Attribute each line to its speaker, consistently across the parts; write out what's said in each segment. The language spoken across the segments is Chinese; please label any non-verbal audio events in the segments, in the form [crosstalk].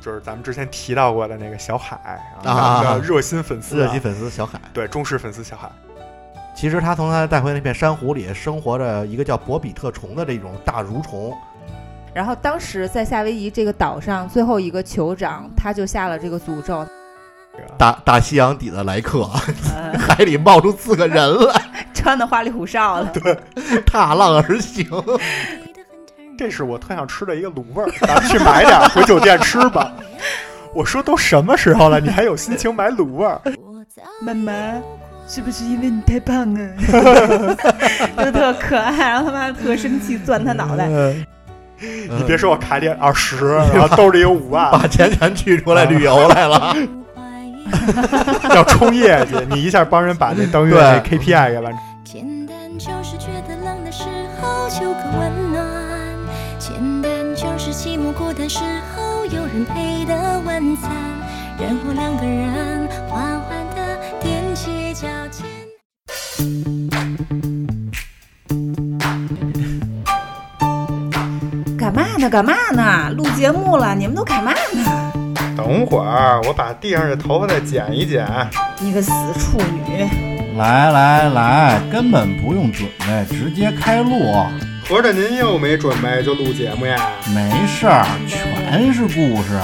Speaker 1: 就是咱们之前提到过的那个小海啊，
Speaker 2: 啊
Speaker 1: 咱们的热心粉丝啊、
Speaker 2: 热心粉丝小海。
Speaker 1: 对忠实粉丝小海，
Speaker 2: 其实他从他带回那片珊瑚里，生活着一个叫博比特虫的这种大蠕虫。
Speaker 3: 然后当时在夏威夷这个岛上，最后一个酋长他就下了这个诅咒，
Speaker 1: 这个
Speaker 2: 大大西洋底的莱克，
Speaker 3: 呃，
Speaker 2: 海里冒出四个人来，
Speaker 3: [laughs] 穿的花里胡哨 [laughs] 的，
Speaker 2: 踏浪而行。
Speaker 4: [laughs]
Speaker 1: 这是我特想吃的一个卤味儿，咱们去买点儿回酒店吃吧。
Speaker 4: [laughs]
Speaker 1: 我说都什么时候了，你还有心情买卤味儿？
Speaker 3: 妈妈，是不是因为你太胖啊？就特可爱，然后他妈特生气，攥他脑袋。
Speaker 2: 你
Speaker 5: 嗯
Speaker 1: 你别说我卡点二十，然后兜里有五万，
Speaker 2: 嗯把钱全取出
Speaker 5: 嗯
Speaker 2: 来旅游来了，
Speaker 1: 要冲业绩，你一下帮人把这当月那
Speaker 2: 对
Speaker 1: KPI 给完成。
Speaker 4: [laughs] 简单就是觉得冷的时候求个温暖，简单就是寂寞孤单时候有人陪的晚餐，然后两个人缓缓的踮起脚尖。
Speaker 3: 干嘛呢？干嘛呢？录节目了，你们都干嘛呢？
Speaker 1: 等会儿啊我把地上的头发再剪一剪。
Speaker 3: 你个死处女！
Speaker 5: [laughs] 来来来，根本不用准备，直接开录，
Speaker 1: 合着您又没准备就录节目呀？
Speaker 5: 没事儿，全是故事。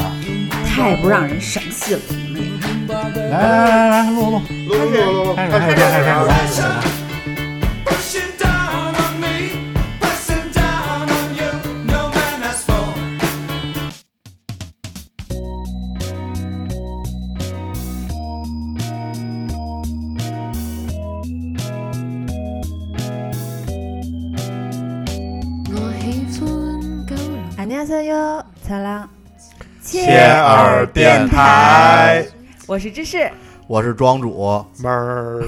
Speaker 3: 太不让人省心了，你们俩。
Speaker 5: 来来来来，录录，
Speaker 1: 录录录录
Speaker 5: 开始开始开始开始。
Speaker 6: Pushing down on me, pressing down on you, no man has for.
Speaker 4: 我喜欢九龙。
Speaker 3: 안녕하세요，擦浪，
Speaker 2: 切耳电台，
Speaker 3: 我是芝士，
Speaker 2: 我是庄主，
Speaker 1: 门儿。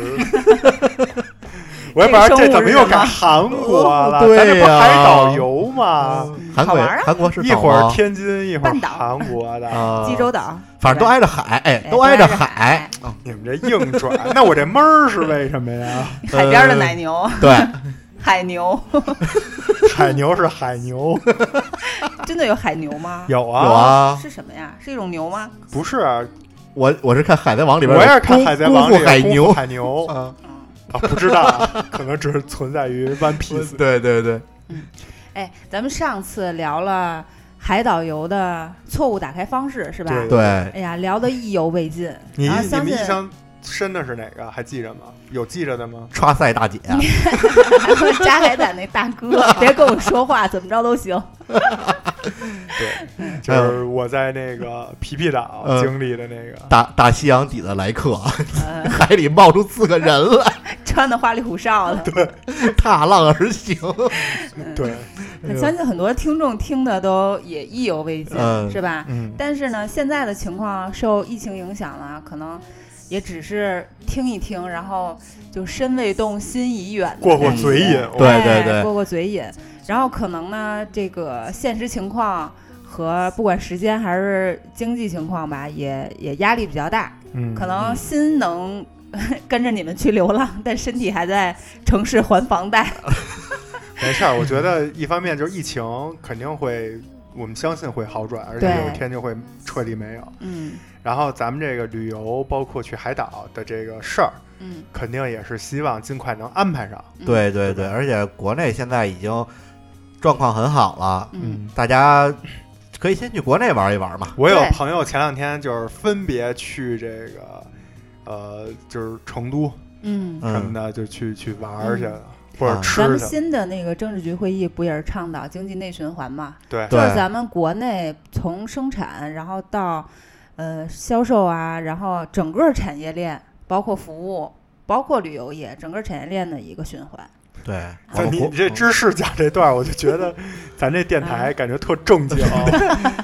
Speaker 1: 我也不知道这怎么又改韩国了，
Speaker 2: 这个生物
Speaker 1: 咱这
Speaker 2: 是什么
Speaker 1: 不
Speaker 2: 对呀
Speaker 1: 海岛游吗？
Speaker 2: 韩
Speaker 3: 好
Speaker 2: 国也、
Speaker 3: 玩啊
Speaker 2: 韩国是
Speaker 1: 一会
Speaker 2: 岛
Speaker 1: 儿
Speaker 2: 吗
Speaker 1: 天津，一会儿
Speaker 3: 半岛
Speaker 1: 韩国的，
Speaker 2: 啊，
Speaker 3: 济州岛，
Speaker 2: 反正都挨着海，哎，
Speaker 3: 哎
Speaker 2: 都挨着
Speaker 3: 都挨着
Speaker 2: 海
Speaker 3: 海。
Speaker 2: 啊
Speaker 1: 你们这硬转。那我这闷儿是为什么呀？
Speaker 3: 海边的奶牛， [laughs]
Speaker 2: 对，
Speaker 3: 海牛， [laughs]
Speaker 1: 海牛是海牛，
Speaker 3: 真的有海牛吗？
Speaker 1: 有啊，
Speaker 2: 有啊，
Speaker 3: 是什么呀？是一种牛吗？
Speaker 1: 不是，啊
Speaker 2: 我我是看《海贼王》里边，
Speaker 1: 我也是看《海贼王》
Speaker 2: 功
Speaker 1: 里
Speaker 2: 夫
Speaker 1: 有
Speaker 2: 海
Speaker 1: 功夫
Speaker 2: 牛，
Speaker 1: 海牛啊，
Speaker 2: 啊，
Speaker 3: 嗯
Speaker 1: 不知道啊，可能只是存在于 One
Speaker 2: [laughs]
Speaker 1: Piece。
Speaker 2: 对对对，
Speaker 3: 哎，咱们上次聊了海岛游的错误打开方式是吧？
Speaker 1: 对
Speaker 2: 对，
Speaker 3: 哎呀，聊得意犹未尽。
Speaker 1: 你
Speaker 3: 然后
Speaker 1: 你
Speaker 3: 啊相
Speaker 1: 们
Speaker 3: 信
Speaker 1: 印象深的是哪个？还记着吗？有记着的吗？
Speaker 2: 刷塞大姐，啊
Speaker 3: 扎海胆那大
Speaker 1: [laughs]
Speaker 3: 哥，别跟我说话，怎么着都行。
Speaker 1: 对，就是我在那个皮皮岛
Speaker 2: 嗯
Speaker 1: 经历的那个。
Speaker 2: 大大西洋底的莱克，
Speaker 3: 呃，
Speaker 2: [laughs] 海里冒出四个人来，
Speaker 3: 穿的花里胡哨的。
Speaker 2: 踏浪而
Speaker 3: [laughs]
Speaker 2: 行。
Speaker 1: 对，
Speaker 3: 我相嗯信很多听众听的都也意犹未尽，
Speaker 2: 嗯
Speaker 3: 是吧？
Speaker 1: 嗯，
Speaker 3: 但是呢，现在的情况受疫情影响了，可能也只是听一听，然后就身未动，心已远的
Speaker 1: 过过
Speaker 3: 那一
Speaker 1: 嘴
Speaker 3: 些
Speaker 1: 瘾，
Speaker 2: 对
Speaker 3: 哎
Speaker 2: 对
Speaker 3: 过过嘴瘾。然后可能呢，这个现实情况和不管时间还是经济情况吧，也也压力比较大。
Speaker 1: 嗯
Speaker 3: 可能心能 [laughs] 跟着你们去流浪，但身体还在城市还房贷。
Speaker 1: 没事儿。我觉得一方面就是疫情肯定会，我们相信会好转，而且
Speaker 3: 对
Speaker 1: 有一天就会彻底没有。
Speaker 3: 嗯
Speaker 1: 然后咱们这个旅游，包括去海岛的这个事儿，
Speaker 3: 嗯，
Speaker 1: 肯定也是希望尽快能安排上。
Speaker 2: 对对对，而且国内现在已经状况很好了，
Speaker 3: 嗯，
Speaker 2: 大家可以先去国内玩一玩嘛。
Speaker 1: 我有
Speaker 3: 对
Speaker 1: 朋友前两天就是分别去这个，呃，就是成都
Speaker 3: 嗯嗯。
Speaker 1: 什么
Speaker 2: 嗯，
Speaker 1: 的，就去去玩儿去了，或者
Speaker 2: 啊
Speaker 3: 咱
Speaker 1: 吃
Speaker 3: 们
Speaker 1: 去了。
Speaker 3: 新的那个政治局会议不也是倡导经济内循环嘛？
Speaker 1: 对
Speaker 2: 对
Speaker 3: 就是咱们国内从生产，然后到呃销售啊，然后整个产业链，包括服务，包括旅游业，整个产业链的一个循环。
Speaker 2: 对，
Speaker 1: 就你这
Speaker 2: 知
Speaker 1: 知识讲这段儿，我就觉得咱这电
Speaker 3: 嗯
Speaker 1: 台感觉特正经， [laughs]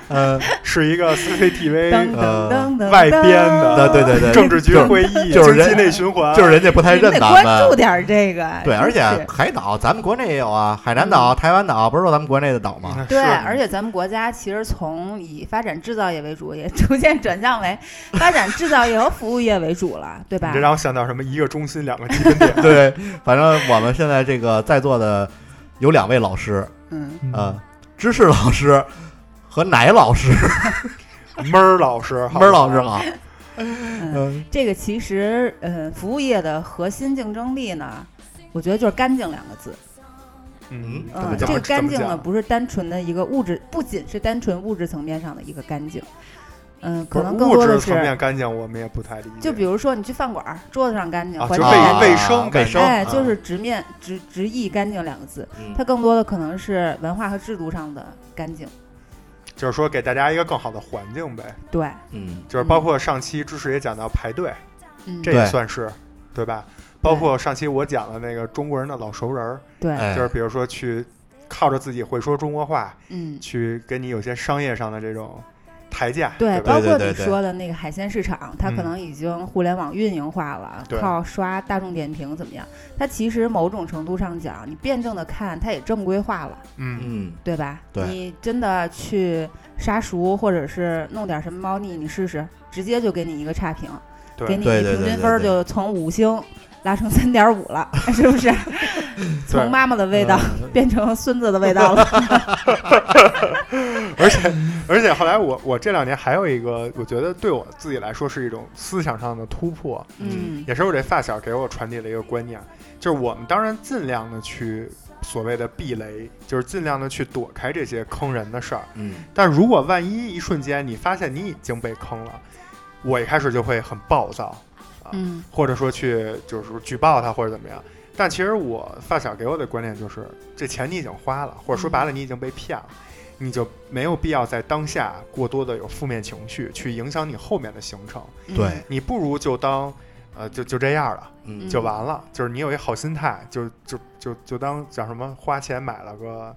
Speaker 2: 呃
Speaker 1: 是一个 CCTV
Speaker 3: 噔噔噔噔，
Speaker 1: 哎呃外编的
Speaker 2: 呃对对对，
Speaker 1: 政治局
Speaker 2: 就是
Speaker 1: 会议、
Speaker 2: 就是人
Speaker 1: 经济内循环，嗯
Speaker 2: 就是人家不太
Speaker 3: 你们
Speaker 2: 认
Speaker 3: 得
Speaker 2: 咱
Speaker 3: 关注
Speaker 2: 们。
Speaker 3: 点儿这个。
Speaker 2: 对，
Speaker 3: 真
Speaker 2: 而且
Speaker 3: 是
Speaker 2: 海岛，咱们国内也有啊，海南
Speaker 3: 嗯
Speaker 2: 岛、台湾岛，不是说咱们国内的岛吗？
Speaker 1: 嗯
Speaker 3: 对，
Speaker 1: 是
Speaker 3: 而且咱们国家其实从以发展制造业为主，也逐渐转向为发展制造业和服务业为主了，对吧
Speaker 1: 你这？让我想到什么？一个中心，两个基本
Speaker 2: [laughs]
Speaker 1: 点。
Speaker 2: 对，反正我们现在这个在座的有两位老师，
Speaker 3: 嗯，
Speaker 2: 呃，知识老师和奶老师，
Speaker 1: 闷儿老师，
Speaker 2: [laughs]
Speaker 1: 好吧
Speaker 2: 闷儿老师好，呃
Speaker 3: 嗯，这个其实，嗯，服务业的核心竞争力呢，我觉得就是“干净”两个字。
Speaker 1: 嗯，怎
Speaker 2: 嗯
Speaker 1: 么
Speaker 3: 嗯，
Speaker 1: 讲？
Speaker 3: 这个干净
Speaker 1: 怎么
Speaker 3: 呢，
Speaker 1: 讲
Speaker 3: 不是单纯的一个物质，不仅是单纯物质层面上的一个干净，嗯，
Speaker 1: 不
Speaker 3: 可
Speaker 1: 是
Speaker 3: 能更
Speaker 1: 物
Speaker 3: 多的
Speaker 1: 质层面
Speaker 3: 是，
Speaker 1: 干净，我们也不太理解。
Speaker 3: 就比如说你去饭馆儿，桌子上干净，
Speaker 1: 啊，
Speaker 3: 环
Speaker 1: 就
Speaker 3: 境
Speaker 1: 卫
Speaker 3: 干净
Speaker 1: 卫生嗯干
Speaker 2: 卫
Speaker 1: 净，
Speaker 2: 生
Speaker 3: 哎，
Speaker 2: 啊
Speaker 3: 就是直面直直译“干净”两个字，
Speaker 2: 嗯
Speaker 3: 它更多的可能是文化和制度上的干净。
Speaker 1: 就是说给大家一个更好的环境呗。
Speaker 3: 对，
Speaker 2: 嗯，
Speaker 1: 就是包括上期知识也讲到排队，
Speaker 3: 嗯，
Speaker 1: 这也
Speaker 2: 对
Speaker 1: 算是对吧？包括上期我讲的那个中国人的老熟人儿，
Speaker 3: 对，
Speaker 2: 哎
Speaker 1: 就是比如说去靠着自己会说中国话，
Speaker 3: 嗯，
Speaker 1: 去给你有些商业上的这种抬价，
Speaker 3: 对，
Speaker 1: 吧？
Speaker 3: 包括
Speaker 2: 对
Speaker 3: 你
Speaker 2: 对
Speaker 3: 说的那个海鲜市场，它
Speaker 1: 嗯
Speaker 3: 可能已经互联网运营化了，
Speaker 1: 对
Speaker 3: 靠刷大众点评怎么样？它其实某种程度上讲，你辩证的看，它也正规化了，
Speaker 1: 嗯，
Speaker 2: 嗯，
Speaker 3: 对吧？
Speaker 2: 对
Speaker 3: 你真的去杀熟，或者是弄点什么猫腻，你试试，直接就给你一个差评，给
Speaker 1: 对
Speaker 3: 你
Speaker 2: 对对
Speaker 3: 平
Speaker 2: 对
Speaker 3: 均
Speaker 2: 对
Speaker 3: 分儿
Speaker 2: 对
Speaker 3: 就从五星拉成三点五了，是不是？ [laughs] 从妈妈的味道
Speaker 2: 嗯
Speaker 3: 变成孙子的味
Speaker 2: [laughs]
Speaker 3: 道了。
Speaker 1: 而且而且后来我我这两年还有一个，我觉得对我自己来说是一种思想上的突破，
Speaker 3: 嗯
Speaker 1: 也是我这发小给我传递了一个观念，就是我们当然尽量的去所谓的避雷，就是尽量的去躲开这些坑人的事儿。
Speaker 2: 嗯，
Speaker 1: 但如果万一一瞬间你发现你已经被坑了，我一开始就会很暴躁，
Speaker 3: 嗯
Speaker 1: 或者说去就是说举报他或者怎么样。但其实我发小给我的观念就是，这钱你已经花了，或者说白了你已经被骗了，你就没有必要在当下过多的有负面情绪去影响你后面的行程。
Speaker 3: 嗯
Speaker 2: 对，
Speaker 1: 你不如就当呃就就这样了，
Speaker 2: 嗯
Speaker 1: 就完了。就是你有一好心态，就就就就当叫什么花钱买了个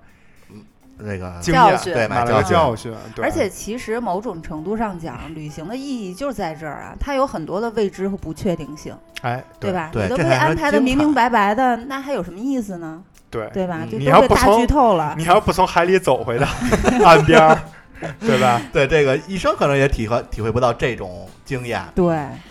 Speaker 3: 嗯
Speaker 2: 那个
Speaker 1: 经
Speaker 3: 教
Speaker 1: 验，
Speaker 3: 训
Speaker 2: 对
Speaker 1: 买
Speaker 2: 买
Speaker 1: 了个
Speaker 2: 教
Speaker 1: 教训。对
Speaker 3: 而且其实某种程度上讲，旅行的意义就是在这儿啊，它有很多的未知和不确定性，
Speaker 1: 哎，
Speaker 3: 对吧？
Speaker 2: 对
Speaker 3: 你都
Speaker 2: 这
Speaker 3: 被
Speaker 2: 才能
Speaker 3: 安排的
Speaker 2: 精
Speaker 3: 明明
Speaker 2: 彩
Speaker 3: 白白的，那还有什么意思呢？
Speaker 1: 对
Speaker 3: 对吧？
Speaker 2: 嗯
Speaker 3: 就
Speaker 1: 你
Speaker 3: 都
Speaker 1: 要
Speaker 3: 被
Speaker 1: 不
Speaker 3: 大
Speaker 1: 从
Speaker 3: 剧透了。
Speaker 1: 你还不从海里走 [laughs] 回到岸边儿，对吧？
Speaker 2: 对这个一生可能也体会体会不到这种经验，
Speaker 3: 对，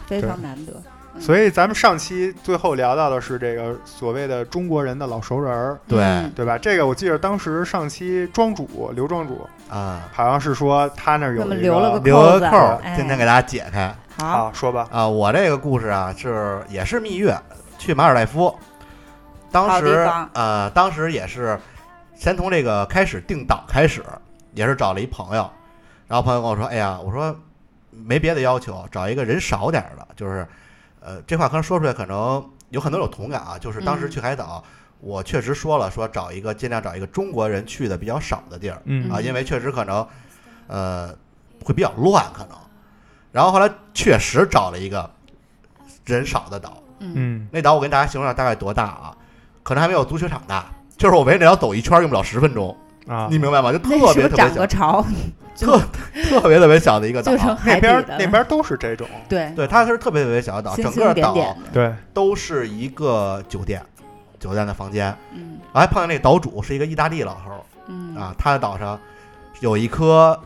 Speaker 3: 非
Speaker 1: 对
Speaker 3: 常难得。
Speaker 1: 所以咱们上期最后聊到的是这个所谓的中国人的老熟人儿，
Speaker 2: 对
Speaker 3: 嗯
Speaker 1: 对吧？这个我记得当时上期庄主刘庄主
Speaker 2: 啊，
Speaker 1: 好像是说他那儿有
Speaker 3: 我们
Speaker 1: 一
Speaker 3: 留了个
Speaker 2: 留个
Speaker 3: 扣子
Speaker 2: 扣儿，
Speaker 3: 哎
Speaker 2: 今天给大家解开
Speaker 3: 好，
Speaker 1: 啊，说吧，
Speaker 2: 啊。我这个故事啊是也是蜜月去马尔代夫，当
Speaker 3: 好地
Speaker 2: 时
Speaker 3: 方
Speaker 2: 呃当时也是先从这个开始定岛开始，也是找了一朋友，然后朋友跟我说，哎呀，我说没别的要求，找一个人少点儿的，就是呃这话可能说出来可能有很多有同感啊，就是当时
Speaker 3: 嗯
Speaker 2: 去海岛。我确实说了，说找一个尽量找一个中国人去的比较少的地儿，
Speaker 1: 嗯
Speaker 2: 啊，
Speaker 3: 嗯
Speaker 2: 因为确实可能，呃，会比较乱，可能。然后后来确实找了一个人少的岛，
Speaker 3: 嗯
Speaker 1: 嗯
Speaker 2: 那岛我跟大家形容一下大概多大啊？可能还没有足球场大，就是我围着那岛走一圈儿用不了十分钟，
Speaker 1: 啊，
Speaker 2: 你明白吗？就特
Speaker 3: 那是不
Speaker 2: 别
Speaker 3: 是
Speaker 2: 特
Speaker 3: 涨
Speaker 2: 别
Speaker 3: 个
Speaker 2: 小，
Speaker 3: 潮，
Speaker 2: 特特别特别小的一个岛
Speaker 3: [laughs] 就。成海
Speaker 1: 那
Speaker 3: 底
Speaker 1: 边儿
Speaker 3: 的
Speaker 1: 那边儿都是这种，
Speaker 3: 对
Speaker 2: 对，它是特别特别小的岛，
Speaker 3: 星
Speaker 2: 整
Speaker 3: 星
Speaker 2: 个
Speaker 3: 点
Speaker 2: 岛
Speaker 3: 点的，
Speaker 1: 对，
Speaker 2: 都是一个酒店，酒店的房间。
Speaker 3: 嗯
Speaker 2: 我还碰见那岛主是一个意大利老头儿，
Speaker 3: 嗯
Speaker 2: 啊，他的岛上有一棵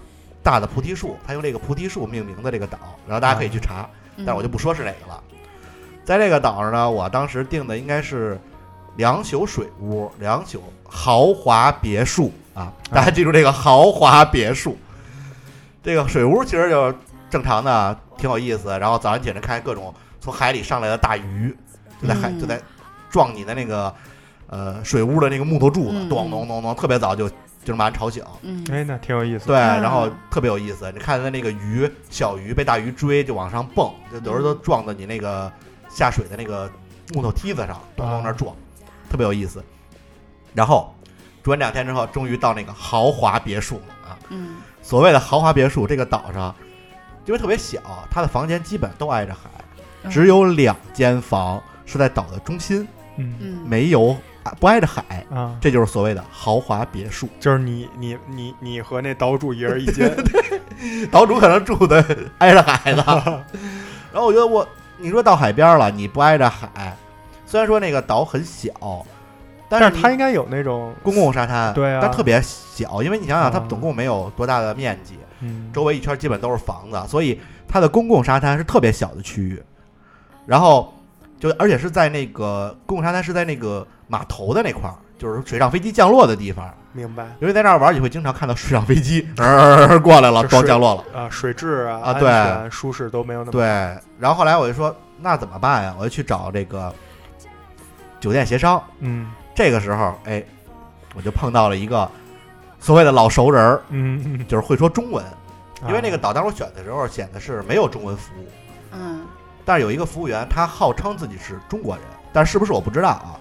Speaker 2: 大的菩提树，他用这个菩提树命名的这个岛，然后大家可以去查，
Speaker 3: 嗯
Speaker 2: 但是我就不说是哪个了。在这个岛上呢，我当时订的应该是两宿水屋，两宿豪华别墅啊，大家记住这个豪华别墅。这个水屋其实就是正常的，挺有意思。然后早上起来看各种从海里上来的大鱼，就在海、
Speaker 3: 嗯
Speaker 2: 就在撞你的那个呃水屋的那个木头柱
Speaker 3: 嗯
Speaker 2: 子，咚咚咚咚，特别早就就是把人吵醒。
Speaker 3: 嗯
Speaker 1: 哎，那挺有意思
Speaker 2: 对，
Speaker 1: 的，
Speaker 2: 然后特别有意思，你看它那个鱼，小鱼被大鱼追就往上蹦，就有时候都撞到你那个下水的那个木头梯子上，咚咚那撞，特别有意思。然后住完两天之后，终于到那个豪华别墅了啊！
Speaker 3: 嗯
Speaker 2: 所谓的豪华别墅，这个岛上因为特别小，它的房间基本都挨着海，
Speaker 3: 嗯
Speaker 2: 只有两间房是在岛的中心，
Speaker 1: 嗯
Speaker 3: 嗯
Speaker 2: 没有啊不挨着海，
Speaker 1: 啊，
Speaker 2: 这就是所谓的豪华别墅。
Speaker 1: 就是你你你你和那岛主一人一
Speaker 3: [laughs]
Speaker 1: 间，
Speaker 2: 岛主可能住的挨着
Speaker 1: [laughs]
Speaker 2: 海呢。然后我觉得我，你说到海边了，你不挨着海，虽然说那个岛很小，但
Speaker 1: 但
Speaker 2: 是
Speaker 1: 是
Speaker 2: 你
Speaker 1: 它应该有那种
Speaker 2: 公共沙滩，
Speaker 1: 对啊
Speaker 2: 但特别小，因为你想想，它
Speaker 1: 啊
Speaker 2: 总共没有多大的面积，
Speaker 1: 嗯
Speaker 2: 周围一圈基本都是房子，所以它的公共沙滩是特别小的区域。然后就而且是在那个公共沙滩是在那个码头的那块儿，就是水上飞机降落的地方，
Speaker 1: 明白？
Speaker 2: 因为在那儿玩，你会经常看到水上飞机 [laughs] 呃过来了，
Speaker 1: 就
Speaker 2: 到
Speaker 1: 是
Speaker 2: 降落了。
Speaker 1: 啊，水质啊，
Speaker 2: 啊
Speaker 1: 安
Speaker 2: 对
Speaker 1: 全舒适都没有那么
Speaker 2: 对，然后后来我就说那怎么办呀？我就去找这个酒店协商。
Speaker 1: 嗯
Speaker 2: 这个时候，哎，我就碰到了一个所谓的老熟人儿，
Speaker 1: 嗯嗯，
Speaker 2: 就是会说中文，
Speaker 1: 啊
Speaker 2: 因为那个岛当时我选的时候选的是没有中文服务，
Speaker 7: 嗯，
Speaker 2: 但是有一个服务员，他号称自己是中国人，但是不是我不知
Speaker 1: [laughs]
Speaker 2: 道啊，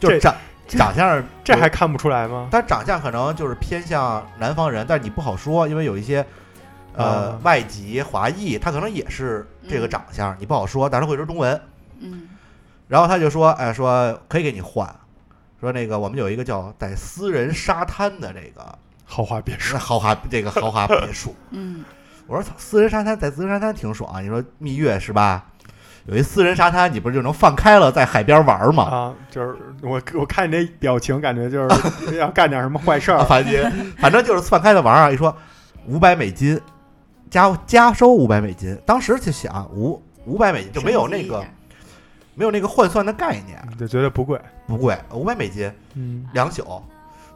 Speaker 2: 就
Speaker 1: 这
Speaker 2: 是长
Speaker 7: 这
Speaker 2: 长相，
Speaker 1: [laughs] 这还看不出来吗？
Speaker 2: 但长相可能就是偏向南方人，但是你不好说，因为有一些呃、
Speaker 1: 啊
Speaker 2: 外籍华裔，他可能也是这个长相，你不好说，但是他会说中文。
Speaker 7: 嗯
Speaker 2: 然后他就说，哎，说可以给你换，说那个我们有一个叫在私人沙滩的这个
Speaker 1: 豪华别墅，
Speaker 2: 豪华这个豪华别墅。
Speaker 7: 嗯
Speaker 2: 我说操，私人沙滩在私人沙滩挺爽啊，你说蜜月是吧？有一私人沙滩，你不是就能放开了在海边玩吗？
Speaker 1: 啊，就是我我看你这表情，感觉就是 [laughs] 要干点什么坏事
Speaker 2: [laughs]
Speaker 1: 儿。
Speaker 2: 啊反正反正就是放开的玩儿啊。一说五百美金，加加收五百美金，当时就想五五百美金就没有那个没有那个换算的概念，
Speaker 1: 你就觉得不贵，
Speaker 2: 不贵，五百美金
Speaker 1: 嗯
Speaker 2: 两宿。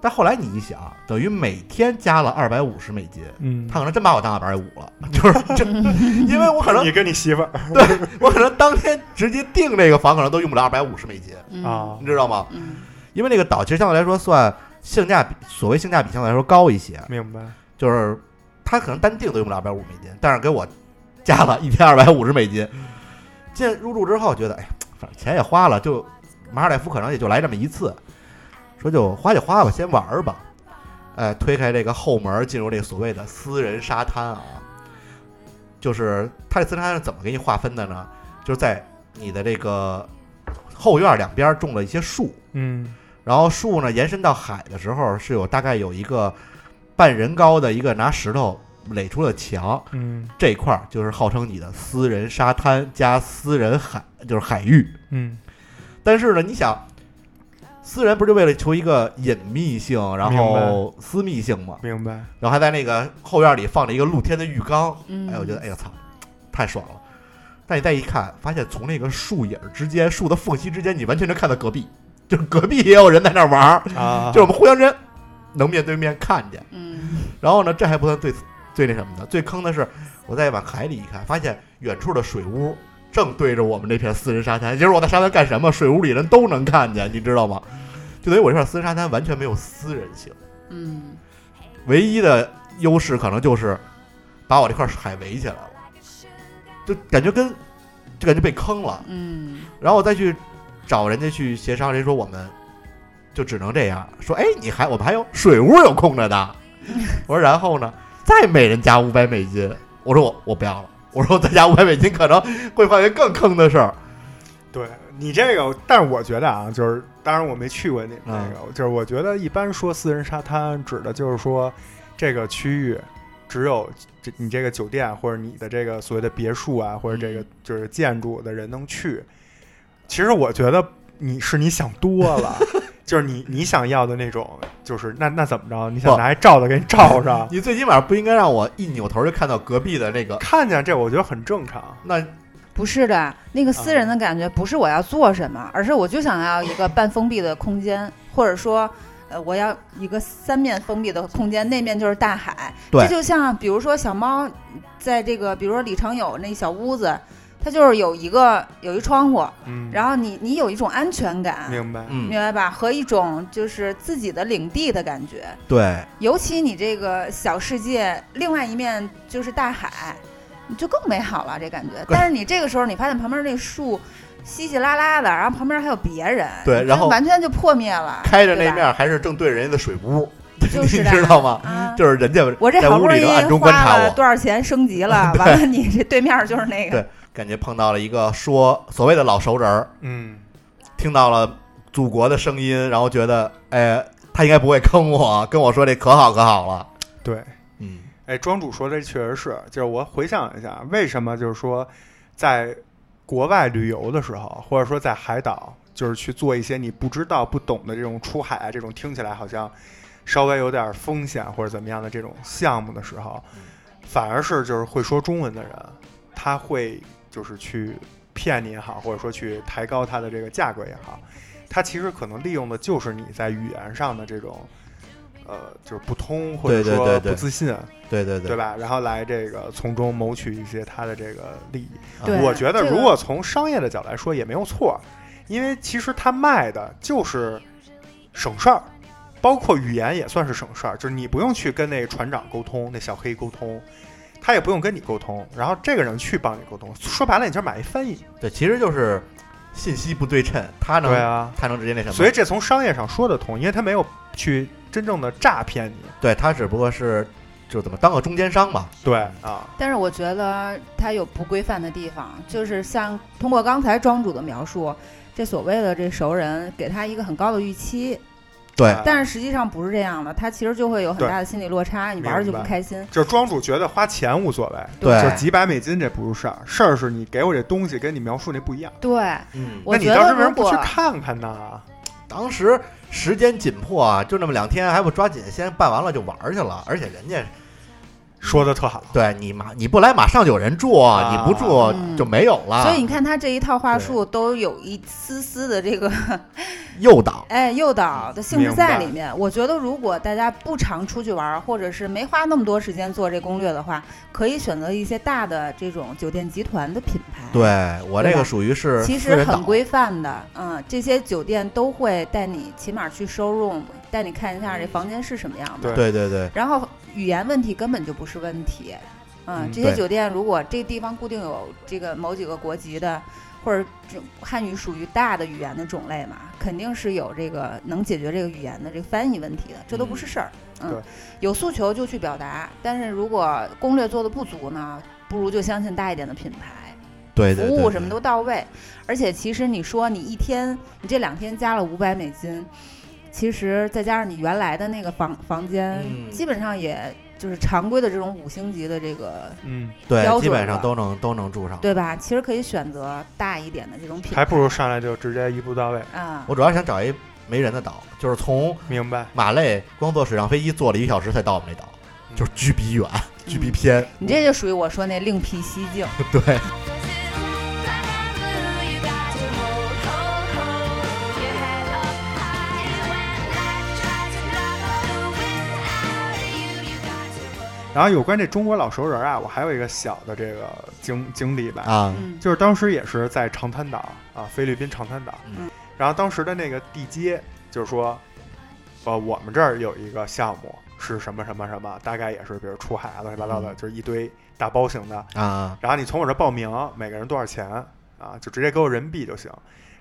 Speaker 2: 但后来你一想，等于每天加了二百五十美金，
Speaker 1: 嗯
Speaker 2: 他可能真把我当二百五了，就是 [laughs] 这，因为我可能
Speaker 1: 你跟你媳妇儿
Speaker 2: 我可能当天直接订这个房，可能都用不了二百五十美金，
Speaker 3: 嗯
Speaker 1: 啊
Speaker 2: 你，知道吗？
Speaker 7: 嗯
Speaker 2: 因为那个岛其实相对来说算性价比，所谓性价比相对来说高一些，
Speaker 1: 明白？
Speaker 2: 就是他可能单订都用不了二百五美金，但是给我加了一千二百五十美金。进入住之后觉得，哎呀，反正钱也花了，就马尔代夫可能也就来这么一次，说就花就花吧，先玩儿吧。哎，推开这个后门，进入这所谓的私人沙滩啊，就是它这私人沙滩是怎么给你划分的呢？就是在你的这个后院两边种了一些树，
Speaker 1: 嗯
Speaker 2: 然后树呢延伸到海的时候是有大概有一个半人高的一个拿石头垒出的墙，
Speaker 1: 嗯
Speaker 2: 这一块儿就是号称你的私人沙滩加私人海，就是海域。
Speaker 1: 嗯，
Speaker 2: 但是呢，你想，私人不是就为了求一个隐秘性，然后私密性嘛？
Speaker 1: 明白。
Speaker 2: 然后还在那个后院里放了一个露天的浴缸，
Speaker 7: 嗯，
Speaker 2: 哎，我觉得哎呀操，太爽了。但你再一看，发现从那个树影儿之间、树的缝隙之间，你完全能看到隔壁，就是隔壁也有人在那儿玩儿。
Speaker 1: 啊，
Speaker 2: 就是我们互相之间能面对面看见。
Speaker 7: 嗯
Speaker 2: 然后呢，这还不算最最那什么的，最坑的是我再往海里一看，发现远处的水屋正对着我们这片私人沙滩。就是我在沙滩干什么，水屋里人都能看见，你知道吗？就等于我这片私人沙滩完全没有私人性，
Speaker 7: 嗯
Speaker 2: 唯一的优势可能就是把我这块海围起来了，就感觉跟就感觉被坑了。
Speaker 7: 嗯
Speaker 2: 然后我再去找人家去协商，人家说我们就只能这样说。哎，你还我们还有水屋有空
Speaker 7: [laughs]
Speaker 2: 着的，我说然后呢，再每人加五百美金。我说我我不要了，我说我再加五百美金可能会发现更坑的事儿。
Speaker 1: 对你这个，但是我觉得啊，就是当然我没去过你们那
Speaker 2: 嗯
Speaker 1: 个，就是我觉得一般说私人沙滩指的就是说这个区域只有这你这个酒店或者你的这个所谓的别墅啊，或者这
Speaker 2: 嗯
Speaker 1: 个就是建筑的人能去。其实我觉得你是你想多
Speaker 2: [laughs]
Speaker 1: 了，就是你你想要的那种，就是那那怎么着？你想
Speaker 2: 不，
Speaker 1: 拿一罩子给你罩上 [laughs]
Speaker 2: 你最起码不应该让我一扭头就看到隔壁的那个
Speaker 1: 看见这我觉得很正常。
Speaker 2: 那
Speaker 7: 不是的，那个私人的感觉不是我要做什
Speaker 1: 啊
Speaker 7: 么，而是我就想要一个半封闭的空
Speaker 1: [laughs]
Speaker 7: 间，或者说，呃，我要一个三面封闭的空间，那面就是大海。
Speaker 2: 对
Speaker 7: 这就像比如说小猫，在这个比如说李成友那小屋子，它就是有一个有一窗户，
Speaker 1: 嗯，
Speaker 7: 然后你你有一种安全感，
Speaker 1: 明白。
Speaker 2: 嗯
Speaker 7: 明白吧？和一种就是自己的领地的感觉。
Speaker 2: 对
Speaker 7: 尤其你这个小世界，另外一面就是大海，你就更美好了这感觉。但是你这个时候，你发现旁边那树稀稀拉拉的，然后旁边还有别人，
Speaker 2: 对
Speaker 7: 你
Speaker 2: 然
Speaker 7: 就
Speaker 2: 后
Speaker 7: 完全就破灭了。
Speaker 2: 开着
Speaker 7: 对
Speaker 2: 那
Speaker 7: 吧
Speaker 2: 面还是正对着人家的水屋，
Speaker 7: 就是
Speaker 2: 你
Speaker 7: 的
Speaker 2: 知道吗？
Speaker 7: 啊，
Speaker 2: 就是人家
Speaker 7: 我这
Speaker 2: 在
Speaker 7: 好
Speaker 2: 屋
Speaker 7: 不容
Speaker 2: 里
Speaker 7: 易
Speaker 2: 头暗中观
Speaker 7: 花
Speaker 2: 察
Speaker 7: 了
Speaker 2: 我，
Speaker 7: 多少钱升级
Speaker 2: [laughs]
Speaker 7: 了，完了你这对面就是那个，
Speaker 2: 对感觉碰到了一个说所谓的老熟人儿，
Speaker 1: 嗯，
Speaker 2: 听到了祖国的声音，然后觉得，哎，他应该不会坑我，跟我说这可好可好了。
Speaker 1: 对。
Speaker 2: 嗯，
Speaker 1: 哎，庄主说的确实是，就是我回想一下，为什么就是说，在国外旅游的时候，或者说在海岛，就是去做一些你不知道、不懂的这种出海啊，这种听起来好像稍微有点风险或者怎么样的这种项目的时候，
Speaker 2: 嗯
Speaker 1: 反而是就是会说中文的人，他会就是去骗你也好，或者说去抬高它的这个价格也好，它其实可能利用的就是你在语言上的这种，呃，就是不通或
Speaker 2: 对
Speaker 1: 者
Speaker 2: 对
Speaker 1: 说
Speaker 2: 对对
Speaker 1: 不自信，
Speaker 2: 对对对
Speaker 1: 对吧？然后来这个从中谋取一些它的这个利益。
Speaker 2: 啊
Speaker 3: 对啊
Speaker 1: 我觉得
Speaker 3: 这个
Speaker 1: 如果从商业的角度来说也没有错，因为其实他卖的就是省事儿，包括语言也算是省事儿，就是你不用去跟那个船长沟通，那小黑沟通，他也不用跟你沟通，然后这个人去帮你沟通，说白了你就是买一翻译。
Speaker 2: 对，其实就是信息不对称，他能
Speaker 1: 对啊，
Speaker 2: 他能直接那什么，
Speaker 1: 所以这从商业上说得通，因为他没有去真正的诈骗你。
Speaker 2: 对他只不过是就怎么当个中间商嘛，
Speaker 1: 对啊，
Speaker 3: 但是我觉得它有不规范的地方，就是像通过刚才庄主的描述，这所谓的这熟人给他一个很高的预期，
Speaker 2: 对
Speaker 3: 但是实际上不是这样的，他其实就会有很
Speaker 1: 啊对
Speaker 3: 大的心理落差，你玩儿就不开心。
Speaker 1: 就是庄主觉得花钱无所谓，
Speaker 2: 对
Speaker 1: 就是几百美金这不是事儿，事儿是你给我这东西跟你描述那不一样。
Speaker 3: 对，
Speaker 1: 啊
Speaker 2: 嗯，
Speaker 3: 我
Speaker 1: 那你
Speaker 3: 觉
Speaker 1: 当
Speaker 3: 得
Speaker 1: 时为什
Speaker 3: 如
Speaker 1: 么不
Speaker 3: 果
Speaker 1: 去看看呢？
Speaker 2: 当时时间紧迫啊，就那么两天，还不抓紧先办完了就玩儿去了，而且人
Speaker 3: 嗯
Speaker 2: 家
Speaker 1: 说的特好，
Speaker 2: 对你马你不来马上就有人住，
Speaker 1: 啊
Speaker 2: 你不住
Speaker 3: 嗯
Speaker 2: 就没有了，
Speaker 3: 所以你看他这一套话术都有一丝丝的这个
Speaker 2: 诱导。
Speaker 3: 哎诱导的性
Speaker 1: 嗯
Speaker 3: 质
Speaker 1: 明白
Speaker 3: 在里面。我觉得如果大家不常出去玩儿，或者是没花那么多时间做这攻略的话，可以选择一些大的这种酒店集团的品牌。
Speaker 2: 对我这
Speaker 3: 对
Speaker 2: 个
Speaker 3: 吧
Speaker 2: 属于是
Speaker 3: 其
Speaker 2: 私
Speaker 3: 实
Speaker 2: 人
Speaker 3: 很
Speaker 2: 岛，
Speaker 3: 规范的，嗯，这些酒店都会带你起码去收 room，带你看一下这房间是什么样的。
Speaker 1: 对
Speaker 2: 对对对
Speaker 3: 然后语言问题根本就不是问题，嗯
Speaker 1: 嗯，
Speaker 3: 这些
Speaker 2: 对
Speaker 3: 酒店如果这地方固定有这个某几个国籍的，或者这种汉语属于大的语言的种类嘛，肯定是有这个能解决这个语言的这个翻译问题的，这都不是事儿。嗯，
Speaker 1: 对
Speaker 3: 有诉求就去表达，但是如果攻略做的不足呢，不如就相信大一点的品牌。
Speaker 2: 对对对，
Speaker 3: 服务
Speaker 2: 对
Speaker 3: 什么都到位。而且其实你说你一天，你这两天加了五百美金，其实再加上你原来的那个房房间，
Speaker 2: 嗯
Speaker 3: 基本上也就是常规的这种五星级的这个，
Speaker 1: 嗯，
Speaker 2: 对，
Speaker 3: 标
Speaker 2: 基本
Speaker 3: 准
Speaker 2: 上
Speaker 3: 了
Speaker 2: 都能都能住上。
Speaker 3: 对吧？其实可以选择大一点的这种品牌，
Speaker 1: 还不如上来就直接一步到位，
Speaker 3: 啊
Speaker 2: 我。主要想找一没人的岛，就是从
Speaker 1: 明白？
Speaker 2: 马累光坐水上飞机坐了一个小时才到我们那岛，
Speaker 1: 嗯
Speaker 2: 就是巨比远，巨比偏。
Speaker 3: 嗯你这就属于我说那另辟蹊
Speaker 1: [laughs]
Speaker 3: 径，
Speaker 2: 对，
Speaker 1: 然后有关这中国老熟人啊，我还有一个小的这个经经历吧，
Speaker 2: 啊，
Speaker 3: 嗯，
Speaker 1: 就是当时也是在长滩岛啊，菲律宾长滩岛，
Speaker 2: 嗯
Speaker 1: 然后当时的那个地接就是说，呃，我们这儿有一个项目是什么什么什么，大概也是比如出海啊乱七八糟
Speaker 3: 嗯
Speaker 1: 的，就是一堆大包型的，
Speaker 2: 啊，
Speaker 1: 然后你从我这报名，每个人多少钱啊？就直接给我人民币就行。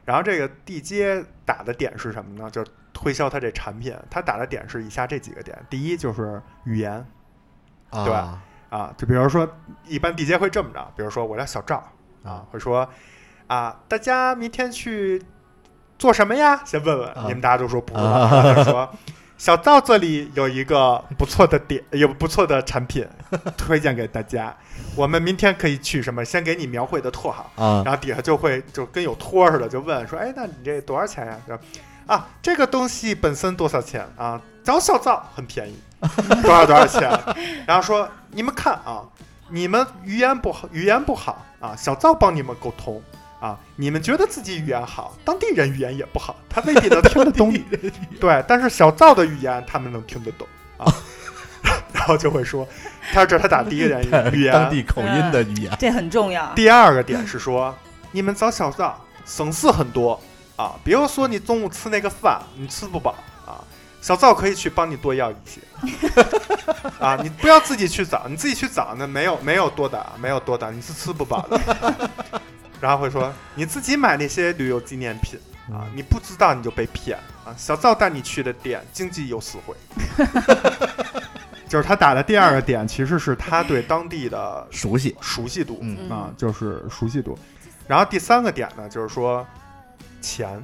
Speaker 1: 然后这个地接打的点是什么呢？就是推销他这产品，他打的点是以下这几个点：第一就是语言
Speaker 2: 啊
Speaker 1: 对啊，就比如说一般地接会这么着，比如说我叫小赵啊
Speaker 2: 啊，
Speaker 1: 会说啊，大家明天去做什么呀？先问问、
Speaker 2: 啊
Speaker 1: 你们，大家都说不知道，然后他说。小赵这里有一个不错的点，有不错的产品，推荐给大家。我们明天可以去什么？先给你描绘的特好，
Speaker 2: 啊，
Speaker 1: 然后底下就会就跟有托似的，就问说：“哎，那你这多少钱呀、然后啊，这个东西本身多少钱啊？找小灶很便
Speaker 2: [laughs]
Speaker 1: 宜，多少多少钱？啊然后说你们看啊，你们语言不好，语言不好啊，小灶帮你们沟通啊。你们觉得自己语言好，当地人语言也不好，他未必能听得懂你。
Speaker 2: [laughs]
Speaker 1: 对，但是小灶的语言他们能听得懂啊。 [laughs] 然后就会说，他这是他打第一个人语言，
Speaker 2: 当地口音的语言，
Speaker 3: 这很重要。
Speaker 1: 第二个点是说，你们找小灶省事很多啊，比如说你中午吃那个饭，你吃不饱啊，小灶可以去帮你多要一些 [laughs] 啊，你不要自己去找，你自己去找那没有没有多的，没有多的，你是吃不饱的。 [laughs] 然后会说你自己买那些旅游纪念品啊，你不知道你就被骗啊。小赵带你去的店经济又实惠， [laughs] 就是他打的第二个点，其实是他对当地的
Speaker 2: 熟悉，
Speaker 1: 熟悉度，
Speaker 2: 嗯
Speaker 1: 啊
Speaker 3: 嗯，
Speaker 1: 就是熟悉度。然后第三个点呢，就是说钱，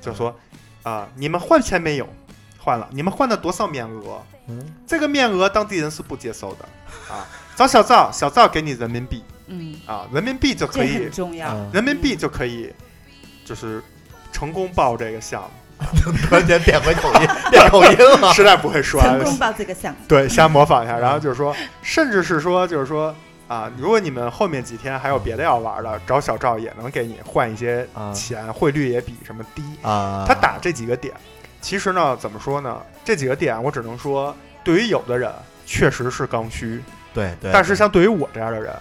Speaker 1: 就是说啊、你们换钱没有？换了，你们换了多少面额？
Speaker 2: 嗯，
Speaker 1: 这个面额当地人是不接受的啊。找小赵，小赵给你人民币
Speaker 3: 嗯，
Speaker 1: 啊，人民币就
Speaker 3: 这
Speaker 1: 可以
Speaker 3: 很，重要。
Speaker 2: 啊
Speaker 1: 人民币就可以，就是成功报这个 [laughs] 项目，
Speaker 2: 突然间变回口音，变口音了，
Speaker 1: 实在不会说，
Speaker 3: 成功报这个项目，
Speaker 1: 对，瞎模仿一下，然后就是说，甚至是说，就是说啊、啊，如果你们后面几天还有别的要玩的，找小赵也能给你换一些
Speaker 2: 啊
Speaker 1: 钱，汇率也比什么低。
Speaker 2: 啊，
Speaker 1: [laughs] 他打这几个点，其实呢，怎么说呢？这几个点我只能说，对于有的人确实是刚需，
Speaker 2: 对对，
Speaker 1: 但是像对于我这样的人，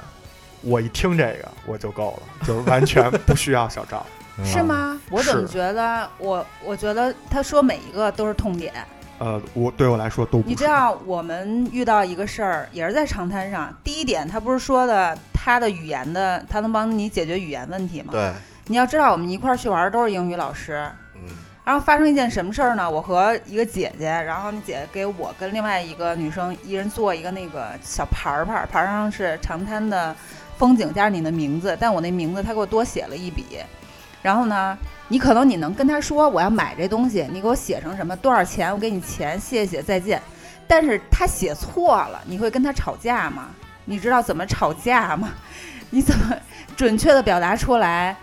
Speaker 1: 我一听这个我就够 [laughs] 了，就是完全不需要小赵。
Speaker 2: 嗯
Speaker 3: 是？吗？我怎么
Speaker 1: 是
Speaker 3: 觉得我我觉得他说每一个都是痛点。
Speaker 1: 呃，我对我来说都不
Speaker 3: 你知
Speaker 1: 是
Speaker 3: 道我们遇到一个事儿，也是在长滩上。第一点，他不是说的他的语言的，他能帮你解决语言问题吗？
Speaker 2: 对，
Speaker 3: 你要知道，我们一块儿去玩儿都是英语老师。
Speaker 2: 嗯
Speaker 3: 然后发生一件什么事儿呢？我和一个姐姐，然后那姐姐给我跟另外一个女生一人做一个那个小牌儿牌儿，牌儿上是长滩的风景加上你的名字，但我那名字她给我多写了一笔。然后呢，你可能你能跟她说我要买这东西，你给我写成什么多少钱，我给你钱，谢谢再见。但是她写错了，你会跟她吵架吗？你知道怎么吵架吗？ [laughs] 你怎么准确的表达出来？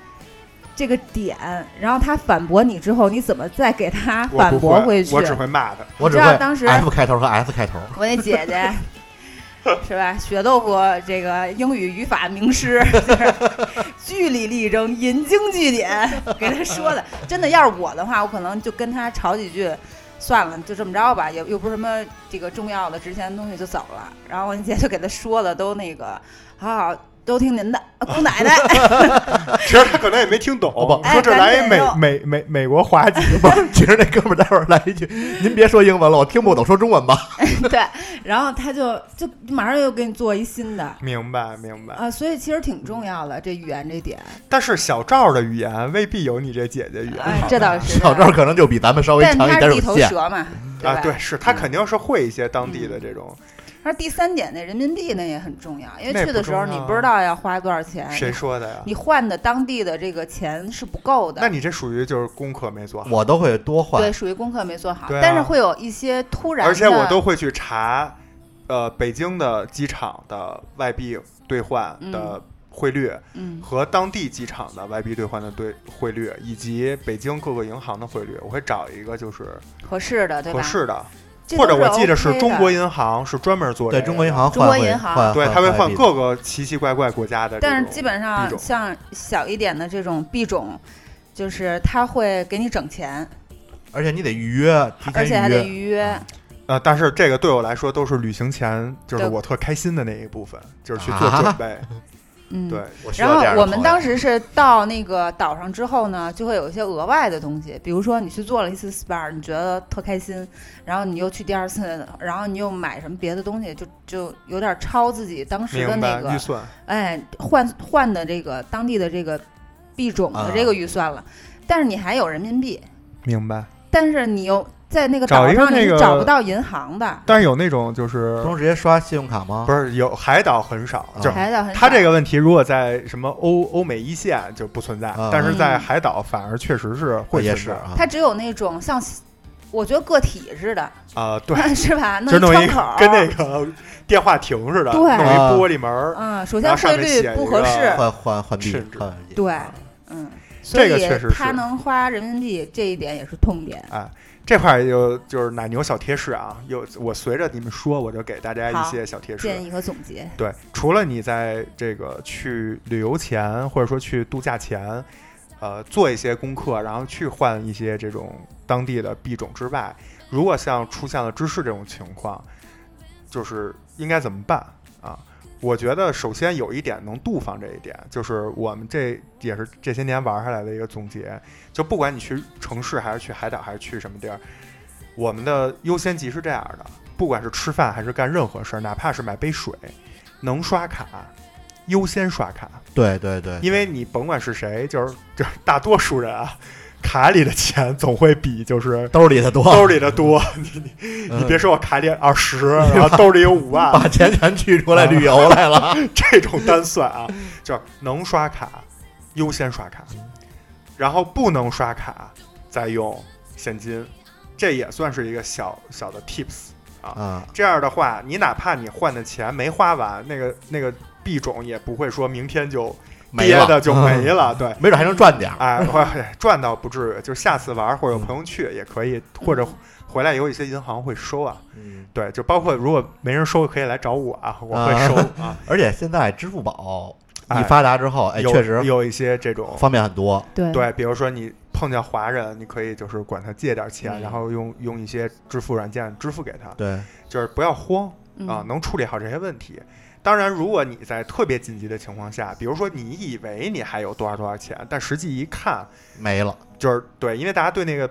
Speaker 3: 这个点，然后他反驳你之后，你怎么再给他
Speaker 1: 我不
Speaker 3: 反驳回去？
Speaker 1: 我只会骂他。
Speaker 2: 我只
Speaker 3: 知道
Speaker 2: 会
Speaker 3: 当时
Speaker 2: F 开头和 S 开头， [laughs]
Speaker 3: 我那姐姐
Speaker 1: [laughs]
Speaker 3: 是吧？血豆腐这个英语语法名师，就是 [laughs] 据理力争，引经据典，给他说的。真的，要是我的话，我可能就跟他吵几句，算了，就这么着吧，也又不是什么这个重要的、值钱的东西，就走了。然后我那姐就给他说的都那个，好好。都听您的，姑
Speaker 1: [laughs]
Speaker 3: 奶奶。
Speaker 1: 其实他可能也没听懂，
Speaker 2: 不
Speaker 1: 哦说这
Speaker 3: 哎
Speaker 1: 来一
Speaker 3: 咱
Speaker 1: 美
Speaker 3: 得有
Speaker 1: 美美美国滑稽，
Speaker 2: 不是，其实那哥们儿待会儿来一句，您别说英文了，我听不懂，说中文吧。
Speaker 3: 对，然后他就就马上又给你做一新的
Speaker 1: 明白明白。
Speaker 3: 啊，所以其实挺重要的这语言这点，
Speaker 1: 但是小赵的语言未必有你这姐姐语言
Speaker 3: 哎
Speaker 1: 好，
Speaker 3: 这倒是。
Speaker 2: 小赵可能就比咱们稍微
Speaker 3: 但
Speaker 2: 强一
Speaker 3: 他
Speaker 2: 点
Speaker 3: 是
Speaker 2: 有
Speaker 3: 地头
Speaker 2: 限。
Speaker 3: 蛇嘛，对
Speaker 1: 啊
Speaker 3: 吧？，嗯
Speaker 1: 对，是
Speaker 2: 嗯
Speaker 1: 他肯定是会一些当地的这种，
Speaker 3: 而第三点，那人民币那也很重要，因
Speaker 1: 那
Speaker 3: 为去
Speaker 1: 不
Speaker 3: 的时候
Speaker 1: 重
Speaker 3: 你
Speaker 1: 要
Speaker 3: 不知道要花多少钱，
Speaker 1: 谁说的呀？
Speaker 3: 哎你换的当地的这个钱是不够
Speaker 1: 那
Speaker 3: 的。
Speaker 1: 你这属于就是功课没做好，
Speaker 2: 我都会多
Speaker 3: 对，
Speaker 2: 换，
Speaker 3: 属于功课没做好，
Speaker 1: 对啊
Speaker 3: 但是会有一些突然的，
Speaker 1: 而且我都会去查，呃，北京的机场的外币兑换的汇率、
Speaker 3: 嗯，
Speaker 1: 和当地机场的外币兑换的兑汇率，以及北京各个银行的汇率，我会找一个就是
Speaker 3: 合适的，对吧？
Speaker 1: 合适的，
Speaker 3: 这
Speaker 1: 或
Speaker 3: 都
Speaker 1: 者我
Speaker 3: 是
Speaker 1: 记得是
Speaker 3: OK 的
Speaker 1: 中国银行是专门做这
Speaker 2: 对
Speaker 1: 个
Speaker 2: 中国银，行
Speaker 3: 中
Speaker 2: 换
Speaker 3: 国
Speaker 2: 汇，
Speaker 3: 银行
Speaker 2: 换
Speaker 1: 对，他会换
Speaker 2: 币
Speaker 1: 各个奇奇怪怪国家的这种，
Speaker 3: 但是基本
Speaker 1: 币
Speaker 3: 上
Speaker 1: 种
Speaker 3: 像小一点的这种币种，就是他会给你整钱，
Speaker 2: 而且你得预约，提
Speaker 3: 而且还
Speaker 2: 前预
Speaker 3: 得
Speaker 2: 约。
Speaker 3: 预约。
Speaker 1: 呃，但是这个对我来说都是旅行前，就是
Speaker 3: 对
Speaker 1: 我特开心的那一部分，就是去
Speaker 2: 啊
Speaker 1: 做准备，
Speaker 3: [laughs] 嗯，
Speaker 1: 对。
Speaker 2: 我需
Speaker 3: 然
Speaker 2: 要这样的
Speaker 3: 后我
Speaker 2: 朋
Speaker 3: 们
Speaker 2: 友
Speaker 3: 当时是到那个岛上之后呢，就会有一些额外的东西，比如说你去做了一次 SPA，你觉得特开心，然后你又去第二次，然后你又买什么别的东西，就就有点超自己当时的
Speaker 1: 明
Speaker 3: 那
Speaker 1: 白
Speaker 3: 个
Speaker 1: 预，算，
Speaker 3: 哎，换换的这个当地的这个币种的
Speaker 1: 啊
Speaker 3: 这个预算了，但是你还有人民币，
Speaker 1: 明白。但
Speaker 3: 但是你又在那个
Speaker 1: 找
Speaker 3: 岛
Speaker 1: 一个
Speaker 3: 上你
Speaker 1: 那
Speaker 3: 是
Speaker 1: 个
Speaker 3: 找不到银行的，
Speaker 1: 但是有那种就是
Speaker 2: 不用直接刷信用卡吗？
Speaker 1: 不是有海岛很少，
Speaker 2: 啊
Speaker 1: 就是
Speaker 3: 海岛很
Speaker 1: 它这
Speaker 3: 少
Speaker 1: 个问题，如果在什么欧欧美一线就不存在
Speaker 2: 啊，
Speaker 1: 但是在
Speaker 3: 嗯
Speaker 1: 海岛反而确实是
Speaker 2: 我
Speaker 1: 会
Speaker 2: 也
Speaker 1: 存
Speaker 2: 是
Speaker 1: 在
Speaker 2: 啊，
Speaker 3: 它只有那种像，我觉得个体似的，
Speaker 1: 啊，对，
Speaker 3: [laughs] 是吧？
Speaker 1: 就弄
Speaker 3: 窗
Speaker 1: 一
Speaker 3: 口儿
Speaker 1: 跟那个电话亭似的，
Speaker 3: 对
Speaker 1: 弄一
Speaker 2: 啊
Speaker 1: 玻璃门儿，
Speaker 3: 嗯，首
Speaker 1: 然后
Speaker 3: 先
Speaker 1: 上
Speaker 3: 汇
Speaker 1: 面
Speaker 3: 率
Speaker 1: 写
Speaker 3: 不
Speaker 1: 一
Speaker 3: 合
Speaker 1: 个
Speaker 3: 适，
Speaker 2: 换换换币
Speaker 1: 甚，至
Speaker 2: 换币
Speaker 3: 对
Speaker 1: 啊，
Speaker 3: 嗯，所
Speaker 1: 这个
Speaker 3: 以
Speaker 1: 确实
Speaker 3: 他
Speaker 1: 是
Speaker 3: 能花人民币这一点也是痛点。
Speaker 1: 这块儿有就是奶牛小贴士啊，有我随着你们说，我就给大家一
Speaker 3: 好
Speaker 1: 些小贴士。
Speaker 3: 建议和总结，
Speaker 1: 对，除了你在这个去旅游前，或者说去度假前，呃，做一些功课，然后去换一些这种当地的币种之外，如果像出现了芝士这种情况，就是应该怎么办啊？我觉得首先有一点能杜防这一点，就是我们这也是这些年玩下来的一个总结，就不管你去城市还是去海岛还是去什么地儿，我们的优先级是这样的，不管是吃饭还是干任何事儿，哪怕是买杯水，能刷卡优先刷卡，
Speaker 2: 对对对，
Speaker 1: 因为你甭管是谁，就是就是大多数人啊，卡里的钱总会比就是
Speaker 2: 兜里的多，
Speaker 1: 兜里的多。你
Speaker 2: 你
Speaker 1: 别说我卡里二十，
Speaker 2: 嗯
Speaker 1: 然后兜里有五万，
Speaker 2: 把钱全取出来
Speaker 1: 啊
Speaker 2: 旅游来
Speaker 1: [laughs]
Speaker 2: 了，
Speaker 1: 这种单算啊，就是能刷卡优先刷卡，
Speaker 2: 嗯
Speaker 1: 然后不能刷卡再用现金，这也算是一个小小的 tips。
Speaker 2: 啊，
Speaker 1: 这样的话，你哪怕你换的钱没花完，那个那个币种也不会说明天就
Speaker 2: 没
Speaker 1: 憋的
Speaker 2: 了，啊嗯
Speaker 1: 就没了。对，
Speaker 2: 没准还能赚点儿。
Speaker 1: 哎， [laughs] 或者赚到不至于，就是下次玩或者有朋友去也可以，或
Speaker 2: 嗯
Speaker 1: 者
Speaker 3: 嗯
Speaker 1: 回来有一些银行会收啊。对，就包括如果没人收，可以来找我啊，我会
Speaker 2: [laughs]
Speaker 1: 收啊。
Speaker 2: 而且现在支付宝
Speaker 1: 哎
Speaker 2: 一发达之后，哎，
Speaker 1: 有
Speaker 2: 确实
Speaker 1: 有一些这种，
Speaker 2: 方便很多。
Speaker 8: 对
Speaker 1: 对，比如说你碰见华人，你可以就是管他借点钱，
Speaker 2: 嗯
Speaker 1: 然后用用一些支付软件支付给他，
Speaker 2: 对，
Speaker 1: 就是不要慌
Speaker 3: 嗯
Speaker 1: 啊，能处理好这些问题。当然，如果你在特别紧急的情况下，比如说你以为你还有多少多少钱，但实际一看，
Speaker 2: 没了，
Speaker 1: 就是对，因为大家对那个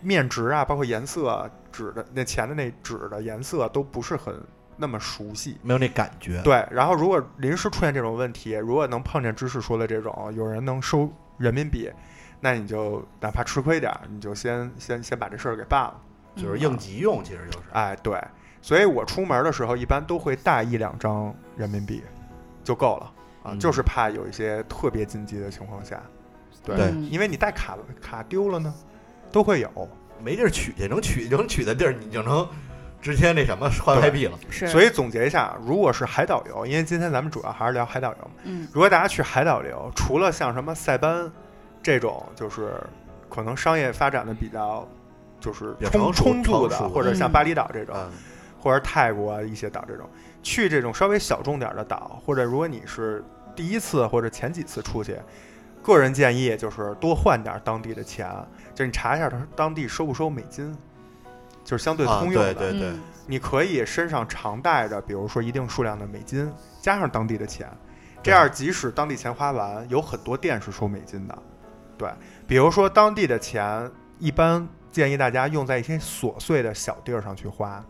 Speaker 1: 面值啊，包括颜色啊、纸的那钱的那纸的颜色都不是很那么熟悉。
Speaker 2: 没有那感觉。
Speaker 1: 对，然后如果临时出现这种问题，如果能碰见知识说的这种，有人能收人民币，那你就哪怕吃亏点儿，你就先先先把这事儿给办了。
Speaker 3: 嗯
Speaker 2: 就是应急用，其实就是。
Speaker 1: 哎，对，所以我出门的时候一般都会带一两张人民币就够了啊，
Speaker 2: 嗯
Speaker 1: 就是怕有一些特别紧急的情况下，对，
Speaker 2: 对
Speaker 3: 嗯
Speaker 1: 因为你带卡卡丢了呢，都会有。
Speaker 2: 没地儿取去，能取能取的地儿，你就能直接那什么换
Speaker 1: 对
Speaker 2: 外币了。
Speaker 3: 是，
Speaker 1: 所以总结一下，如果是海岛游，因为今天咱们主要还是聊海岛游嘛。
Speaker 3: 嗯
Speaker 1: 如果大家去海岛游，除了像什么塞班这种，就是可能商业发展的比较就是
Speaker 2: 比较
Speaker 1: 充
Speaker 2: 成熟
Speaker 1: 充足的
Speaker 2: 成熟，的
Speaker 1: 或者像
Speaker 3: 嗯
Speaker 1: 巴厘岛这种，
Speaker 2: 嗯，
Speaker 1: 或者泰国一些岛这种，去这种稍微小众点的岛，或者如果你是第一次或者前几次出去，个人建议就是多换点当地的钱，就你查一下他当地收不收美金，就是相对
Speaker 2: 啊
Speaker 1: 通用的。
Speaker 2: 对对对
Speaker 3: 嗯，
Speaker 1: 你可以身上常带着，比如说一定数量的美金，加上当地的钱，这样即使当地钱花完，有很多店是收美金的。对，比如说当地的钱，一般建议大家用在一些琐碎的小地儿上去花，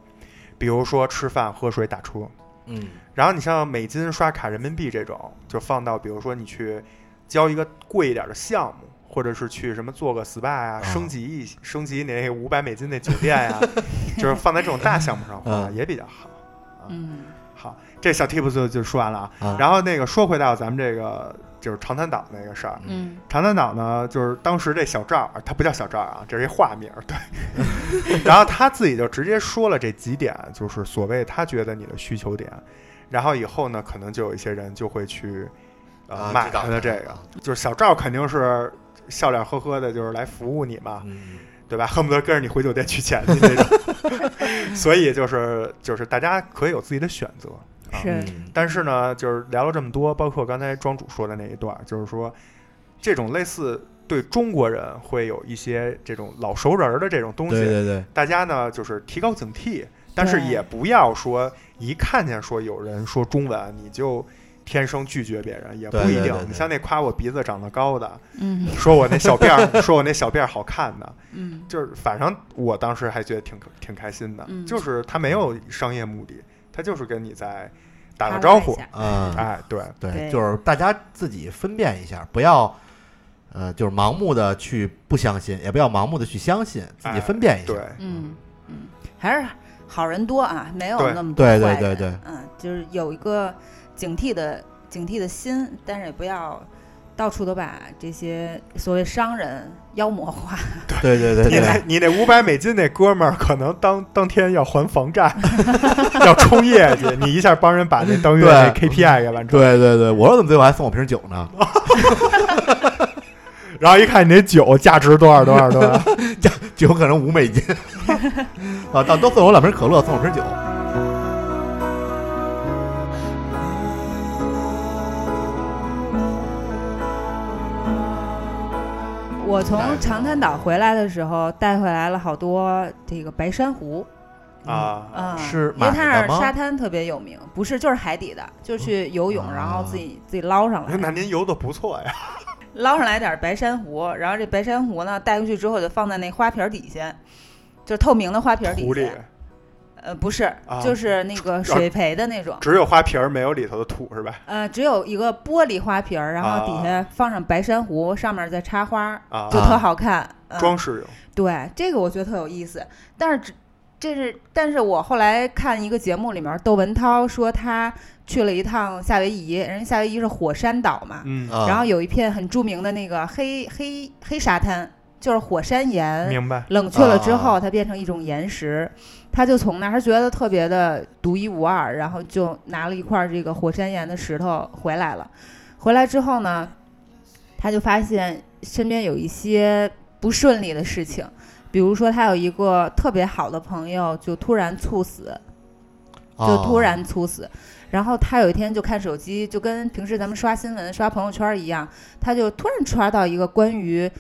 Speaker 1: 比如说吃饭、喝水、打车。
Speaker 2: 嗯，
Speaker 1: 然后你像美金、刷卡、人民币这种，就放到比如说你去交一个贵一点的项目，或者是去什么做个 SPA 呀、
Speaker 2: 啊
Speaker 1: 升级一升级那五百美金那酒店呀、就是放在这种大项目上花、
Speaker 2: 嗯
Speaker 1: 也比较好。啊
Speaker 3: 嗯
Speaker 1: 好，这小 tips 就就说完了啊。
Speaker 2: 啊
Speaker 1: 然后那个说回到咱们这个就是长滩岛那个事儿，
Speaker 3: 嗯
Speaker 1: 长滩岛呢，就是当时这小赵儿，他不叫小赵儿啊，这是一化名儿，对。 [laughs] 然后他自己就直接说了这几点，就是所谓他觉得你的需求点。然后以后呢，可能就有一些人就会去呃、
Speaker 2: 啊
Speaker 1: 买
Speaker 2: 知道
Speaker 1: 他的这
Speaker 2: 知
Speaker 1: 个
Speaker 2: 道，
Speaker 1: 就是小赵肯定是笑脸呵呵的，就是来服务你嘛，
Speaker 2: 嗯，
Speaker 1: 对吧？恨不得跟着你回酒店取钱去那种。 [laughs] 所以就是就是大家可以有自己的选择。啊
Speaker 8: 是
Speaker 2: 嗯
Speaker 1: 但是呢，就是聊了这么多，包括刚才庄主说的那一段，就是说这种类似对中国人会有一些这种老熟人儿的这种东西，
Speaker 2: 对对对，
Speaker 1: 大家呢就是提高警惕，但是也不要说一看见说有人说中文你就。天生拒绝别人也不
Speaker 2: 对对
Speaker 1: 一定，
Speaker 2: 对对
Speaker 1: 你像那夸我鼻子长得高的，
Speaker 3: 嗯
Speaker 1: 说我那小辫
Speaker 2: [laughs]
Speaker 1: 儿，说我那小辫儿好看的，
Speaker 3: 嗯
Speaker 1: 就是反正我当时还觉得挺挺开心的，
Speaker 3: 嗯
Speaker 1: 就是他没有商业目的，他就是跟你在打个
Speaker 3: 哈拉
Speaker 1: 招
Speaker 3: 一
Speaker 1: 呼，
Speaker 3: 下
Speaker 2: 啊、
Speaker 1: 哎，对，
Speaker 2: 对，
Speaker 3: 对
Speaker 2: 就是大家自己分辨一下，不要呃，就是盲目的去不相信，也不要盲目的去相信，自己
Speaker 1: 哎
Speaker 2: 分辨一下。
Speaker 1: 对，
Speaker 3: 嗯嗯，还是好人多啊，没有
Speaker 1: 对
Speaker 3: 那么多
Speaker 2: 对对
Speaker 3: 坏
Speaker 2: 对
Speaker 3: 人
Speaker 2: 对
Speaker 3: 嗯，就是有一个警惕的警惕的心，但是也不要到处都把这些所谓商人妖魔化。
Speaker 2: 对对对
Speaker 1: 你
Speaker 2: 对
Speaker 1: 那
Speaker 2: 对，
Speaker 1: 你那五百美金那哥们儿，可能当当天要还房债， [laughs] 要冲业绩，你一下帮人把那当月那 KPI 给完成，
Speaker 2: 对对对，我说怎么最后还送我瓶酒呢？ [laughs]
Speaker 1: 然后一看你那酒价值多少多少多少，
Speaker 2: 酒可能五美
Speaker 3: [laughs]
Speaker 2: 金啊，到都送我两瓶可乐，送我瓶酒。啊
Speaker 3: 我从长滩岛回来的时候，带回来了好多这个白珊瑚
Speaker 1: 啊，
Speaker 3: 啊，
Speaker 2: 是
Speaker 3: 因为
Speaker 2: 买
Speaker 3: 它
Speaker 2: 的
Speaker 3: 那儿
Speaker 2: 吗
Speaker 3: 沙滩特别有名，不是就是海底的，就是去游泳，然后自己自己捞上来。
Speaker 1: 那您游的不错呀，
Speaker 3: 捞上来点儿白珊瑚，然后这白珊瑚呢带回去之后就放在那花瓶儿底下，就是透明的花瓶儿底
Speaker 1: 土里
Speaker 3: 下。呃，不是，
Speaker 1: 啊
Speaker 3: 就是那个水培的那
Speaker 1: [laughs]
Speaker 3: 种。
Speaker 1: 只有花瓶儿没有里头的土是吧？
Speaker 3: 呃，只有一个玻璃花瓶儿，然后底下放上白珊瑚，上面再插花儿，
Speaker 1: 啊
Speaker 3: 就，特好看。嗯
Speaker 1: 装饰用，
Speaker 3: 对这个我觉得特有意思，但是只这是，但是我后来看一个节目里面，窦文涛说他去了一趟夏威夷，人家夏威夷是火山岛嘛，
Speaker 1: 嗯，
Speaker 2: 啊、
Speaker 3: 然后有一片很著名的那个黑黑黑沙滩，就是火山岩，
Speaker 1: 明白，
Speaker 3: 冷却了之
Speaker 2: 啊
Speaker 3: 后它变成一种岩石，他就从那儿他觉得特别的独一无二，然后就拿了一块儿这个火山岩的石头回来了。回来之后呢，他就发现身边有一些不顺利的事情，比如说他有一个特别好的朋友就突然猝死，
Speaker 2: 啊哦
Speaker 3: 就突然猝死。然后他有一天就看手机，就跟平时咱们刷新闻、刷朋友圈一样，他就突然刷到一个关于，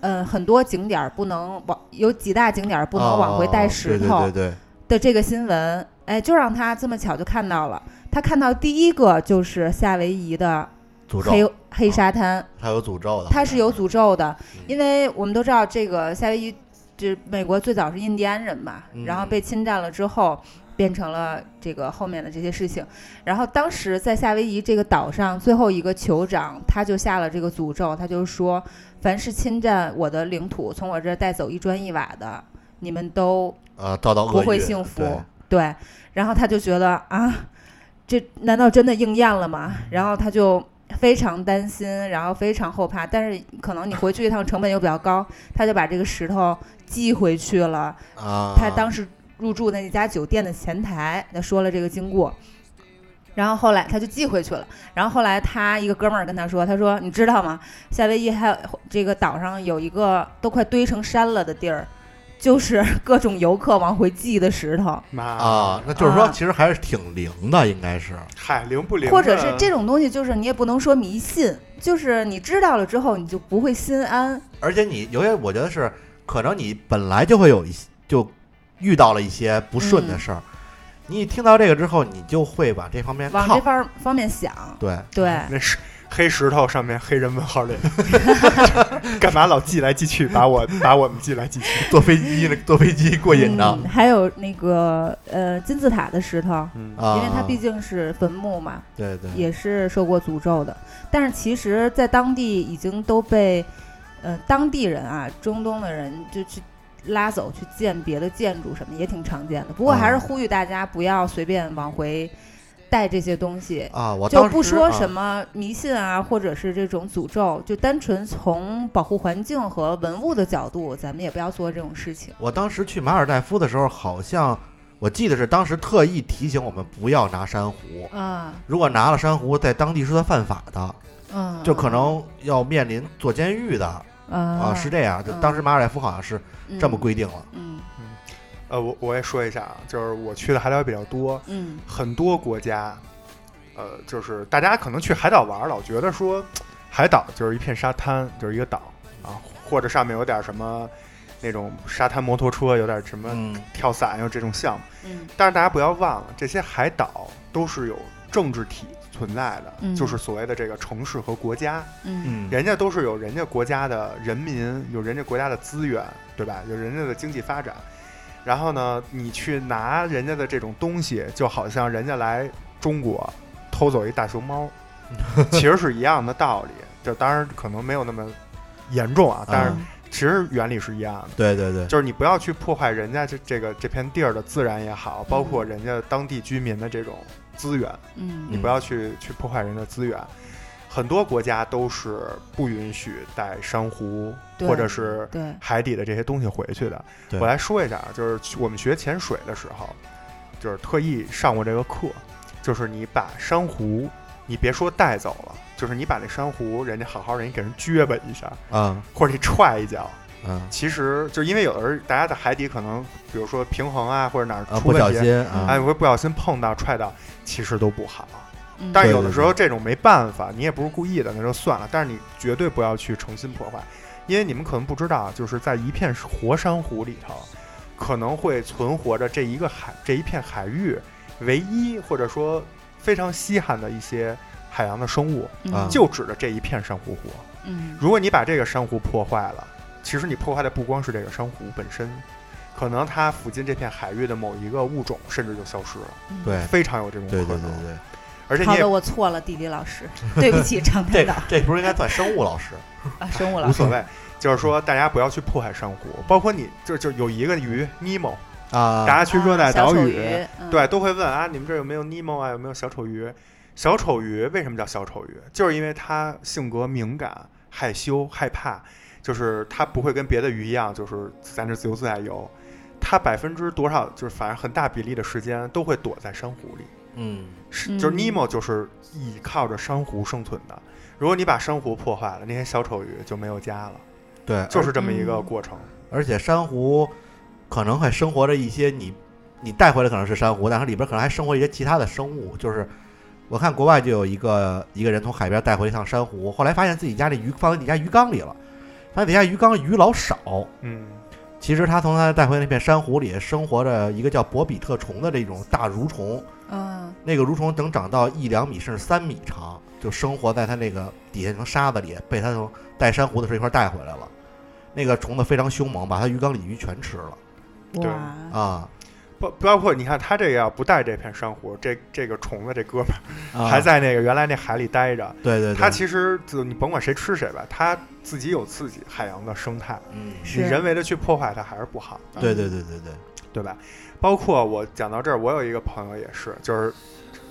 Speaker 3: 呃，很多景点儿不能往有几大景点儿不能往回带石头
Speaker 2: 啊哦对对对
Speaker 3: 的这个新闻，哎，就让他这么巧就看到了。他看到第一个就是夏威夷的
Speaker 2: 对，诅
Speaker 3: 黑
Speaker 2: 咒，
Speaker 3: 黑沙滩，
Speaker 2: 它有诅咒的，
Speaker 3: 它是有诅咒的
Speaker 2: 嗯，
Speaker 3: 因为我们都知道这个夏威夷，就是美国最早是印第安人嘛，
Speaker 2: 嗯
Speaker 3: 然后被侵占了之后，变成了这个后面的这些事情。然后当时在夏威夷这个岛上，最后一个酋长他就下了这个诅咒，他就说，凡是侵占我的领土，从我这儿带走一砖一瓦的，你们都
Speaker 2: 呃遭到
Speaker 3: 不
Speaker 2: 恶
Speaker 3: 会
Speaker 2: 运
Speaker 3: 幸福
Speaker 2: 对。
Speaker 3: 对，然后他就觉得啊，这难道真的应验了吗？然后他就非常担心，然后非常后怕。但是可能你回去一趟成本又比较高，他就把这个石头寄回去了。
Speaker 2: 啊，
Speaker 3: 他当时入住的那家酒店的前台，他说了这个经过。然后后来他就寄回去了。然后后来他一个哥们儿跟他说：“他说你知道吗？夏威夷还有这个岛上有一个都快堆成山了的地儿，就是 [laughs] 各种游客往回寄的石头。
Speaker 1: 妈
Speaker 2: 啊，那就是说
Speaker 3: 啊
Speaker 2: 其实还是挺灵的，应该是
Speaker 1: 嗨，灵不灵？
Speaker 3: 或者是这，种东西，就是你也不能说迷信，就是你知道了之后，你就不会心安。
Speaker 2: 而且你有些我觉得是，可能你本来就会有一些就遇到了一些不顺的事儿，你一听到这个之后，你就会往这方面
Speaker 3: 嗯往这
Speaker 2: 靠。
Speaker 3: 方方面想，
Speaker 2: 对，
Speaker 3: 对，
Speaker 1: 那是黑石头上面黑人问号脸， [laughs] 干嘛老寄来寄去，把我把我们寄来寄去？
Speaker 2: 坐飞机坐飞机过瘾的
Speaker 3: 嗯，还有那个呃金字塔的石头，
Speaker 1: 嗯
Speaker 2: 啊，
Speaker 3: 因为它毕竟是坟墓嘛，
Speaker 2: 对对
Speaker 3: 也是受过诅咒的。但是其实，在当地已经都被呃当地人啊，中东的人就去。拉走去建别的建筑什么也挺常见的，不过还是
Speaker 2: 啊
Speaker 3: 呼吁大家不要随便往回带这些东西，
Speaker 2: 啊，我
Speaker 3: 就
Speaker 2: 当
Speaker 3: 不
Speaker 2: 时
Speaker 3: 说
Speaker 2: 啊
Speaker 3: 什么迷信啊，或者是这种诅咒，就单纯从保护环境和文物的角度，咱们也不要做这种事情。
Speaker 2: 我当时去马尔代夫的时候，好像我记得是当时特意提醒我们不要拿珊瑚，
Speaker 3: 啊，
Speaker 2: 如果拿了珊瑚，在当地是算犯法的，
Speaker 3: 嗯，
Speaker 2: 就可能要面临坐监狱的啊，
Speaker 3: 啊
Speaker 2: 是这样。就
Speaker 3: 嗯
Speaker 2: 当时马尔代夫好像是这么，规定了，
Speaker 3: 嗯
Speaker 1: 呃，我我也说一下啊，就是我去的海岛也比较多，
Speaker 3: 嗯
Speaker 1: 很多国家，呃，就是大家可能去海岛玩儿，老觉得说海岛就是一片沙滩，就是一个岛啊，或者上面有点什么那种沙滩摩托车，有点什么
Speaker 2: 嗯，
Speaker 1: 跳伞，有这种项目。
Speaker 3: 嗯
Speaker 1: 但是大家不要忘了，这些海岛都是有政治体存在的，
Speaker 3: 嗯
Speaker 1: 就是所谓的这个城市和国家，
Speaker 3: 嗯
Speaker 2: 嗯，
Speaker 1: 人家都是有人家国家的人民，有人家国家的资源，对吧？有人家的经济发展。然后呢，你去拿人家的这种东西，就好像人家来中国偷走一大熊
Speaker 3: [laughs]
Speaker 1: 猫，其实是一样的道理。就当然可能没有那么严重啊，但是
Speaker 3: 嗯
Speaker 1: 其实原理是一样的。
Speaker 2: 对对对，
Speaker 1: 就是你不要去破坏人家这这个这片地儿的自然也好，包括人家当地居民的这种资源，
Speaker 3: 嗯
Speaker 1: 你不要去去破坏人的资源。很多国家都是不允许带珊瑚
Speaker 3: 对
Speaker 1: 或者是
Speaker 3: 对，
Speaker 1: 海底的这些东西回去的。
Speaker 2: 对
Speaker 1: 我来说一下啊，就是去我们学潜水的时候，就是特意上过这个课，就是你把珊瑚，你别说带走了，就是你把那珊瑚，人家好好人家给人撅巴一下，
Speaker 2: 嗯
Speaker 1: 或者你踹一脚，
Speaker 2: 嗯
Speaker 1: 其实就因为有的时候大家在海底可能，比如说平衡啊，或者哪儿
Speaker 2: 啊，
Speaker 1: 出
Speaker 2: 不
Speaker 1: 问
Speaker 2: 小
Speaker 1: 题，
Speaker 2: 心
Speaker 1: 哎，
Speaker 2: 啊，
Speaker 1: 会不小心碰到、踹到，其实都不好。
Speaker 3: 嗯
Speaker 1: 但是
Speaker 2: 对
Speaker 1: 有的时候这种没办法，你也不是故意的，那就算了。但是你绝对不要去诚心破坏，因为你们可能不知道，就是在一片活珊瑚里头，可能会存活着这一个海这一片海域唯一或者说非常稀罕的一些海洋的生物，
Speaker 2: 啊
Speaker 3: 嗯
Speaker 1: 就指着这一片珊瑚活。
Speaker 3: 嗯
Speaker 1: 如果你把这个珊瑚破坏了，其实你破坏的不光是这个珊瑚本身，可能它附近这片海域的某一个物种甚至就消失了，
Speaker 3: 嗯
Speaker 2: 对
Speaker 1: 非常有这种可能。
Speaker 2: 对对对对
Speaker 1: 而且你
Speaker 3: 好的，
Speaker 1: 也
Speaker 3: 我错了，弟弟老师，对
Speaker 1: [laughs]
Speaker 3: 不起，长滩
Speaker 2: 对，
Speaker 3: 岛
Speaker 2: 这这不是应该算生物老师？
Speaker 3: 啊，生物老
Speaker 1: 无
Speaker 3: 师
Speaker 1: 所谓， [laughs] 就是说大家不要去破坏珊瑚，包括你就就有一个鱼尼莫，
Speaker 2: 啊
Speaker 1: 大家去热带
Speaker 3: 小
Speaker 1: 岛
Speaker 3: 丑
Speaker 1: 屿，
Speaker 3: 鱼，嗯
Speaker 1: 对，都会问啊，你们这儿有没有尼莫啊，有没有小丑鱼？小丑鱼为什么叫小丑鱼？就是因为它性格敏感、害羞、害怕，就是它不会跟别的鱼一样，就是在那自由自在游。它百分之多少，就是反正很大比例的时间都会躲在珊瑚里，
Speaker 2: 嗯，
Speaker 1: 是就是
Speaker 3: 嗯
Speaker 1: Nemo 就是倚靠着珊瑚生存的。如果你把珊瑚破坏了，那些小丑鱼就没有家了，
Speaker 2: 对，
Speaker 1: 就是这么一个
Speaker 3: 嗯
Speaker 1: 过程。
Speaker 2: 而且珊瑚可能还生活着一些你你带回来可能是珊瑚，但是里边可能还生活一些其他的生物。就是我看国外就有一个一个人从海边带回一趟珊瑚，后来发现自己家那鱼放在自己家鱼缸里了，发现自己家鱼缸鱼老少。
Speaker 1: 嗯，
Speaker 2: 其实他从他带回那片珊瑚里生活着一个叫博比特虫的这种大蠕虫，
Speaker 3: 嗯
Speaker 2: 那个蠕虫能长到一两米甚至三米长，就生活在它那个底下那层沙子里，被它从带珊瑚的时候一块儿带回来了。那个虫子非常凶猛，把它鱼缸里鱼全吃了
Speaker 1: 对
Speaker 3: 哇，
Speaker 2: 啊！
Speaker 1: 包包括你看他这个要不带这片珊瑚，这这个虫子这哥们儿
Speaker 2: 啊
Speaker 1: 还在那个原来那海里待着，
Speaker 2: 对对对，
Speaker 1: 他其实就你甭管谁吃谁吧，他自己有自己海洋的生态，
Speaker 2: 嗯，
Speaker 1: 你
Speaker 3: 是
Speaker 1: 人为的去破坏它还是不好的，
Speaker 2: 对对对对对，
Speaker 1: 对吧？包括我讲到这儿，我有一个朋友也是，就是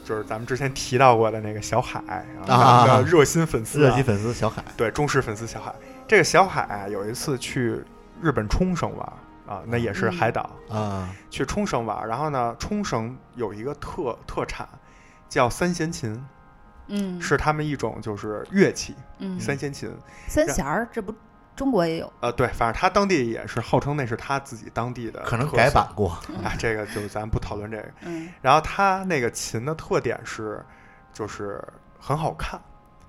Speaker 1: 就是咱们之前提到过的那个小海啊，
Speaker 2: 啊
Speaker 1: 咱们的热心粉丝、
Speaker 2: 热
Speaker 1: 啊
Speaker 2: 心，粉丝小海
Speaker 1: 对忠实粉丝小海。这个小海啊有一次去日本冲绳玩啊，那也是海岛，
Speaker 2: 啊，
Speaker 1: 去冲绳玩。然后呢，冲绳有一个特特产叫三弦琴，
Speaker 3: 嗯
Speaker 1: 是他们一种就是乐器，
Speaker 3: 嗯
Speaker 1: 三弦琴。
Speaker 3: 三弦儿，这不中国也有，
Speaker 1: 呃，对，反正他当地也是号称那是他自己当地的特色，
Speaker 2: 可能改版过
Speaker 1: 啊，这个就咱不讨论这个。
Speaker 3: 嗯
Speaker 1: 然后它那个琴的特点是，就是很好看，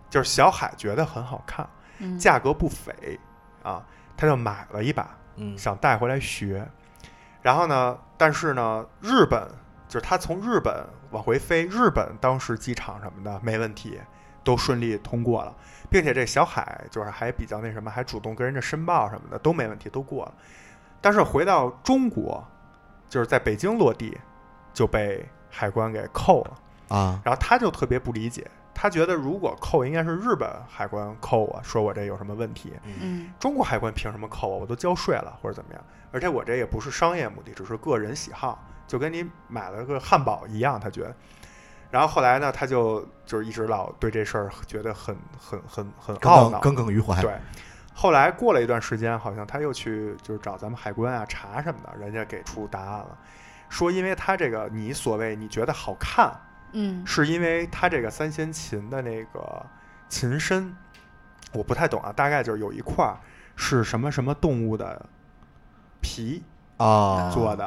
Speaker 1: 就是小海觉得很好看，
Speaker 3: 嗯，
Speaker 1: 价格不菲啊，他就买了一把，
Speaker 2: 嗯
Speaker 1: 想带回来学。然后呢，但是呢，日本就是他从日本往回飞，日本当时机场什么的没问题，都顺利通过了，并且这小海就是还比较那什么，还主动跟人家申报什么的都没问题，都过了。但是回到中国，就是在北京落地就被海关给扣了。
Speaker 2: 啊，
Speaker 1: 然后他就特别不理解，他觉得如果扣应该是日本海关扣我说我这有什么问题，
Speaker 3: 嗯
Speaker 1: 中国海关凭什么扣我？我都交税了或者怎么样？而且我这也不是商业目的，只是个人喜好，就跟你买了个汉堡一样，他觉得。然后后来呢，他就就是一直老对这事儿觉得很 [laughs] 很很很懊
Speaker 2: 耿
Speaker 1: 恼
Speaker 2: 耿，耿耿于怀，
Speaker 1: 对。后来过了一段时间，好像他又去就是找咱们海关啊查什么的，人家给出答案了，说因为他这个你所谓你觉得好看，
Speaker 3: 嗯
Speaker 1: 是因为它这个三弦琴的那个琴身，我不太懂啊，大概就是有一块儿是什么什么动物的皮
Speaker 2: 啊，
Speaker 1: 做的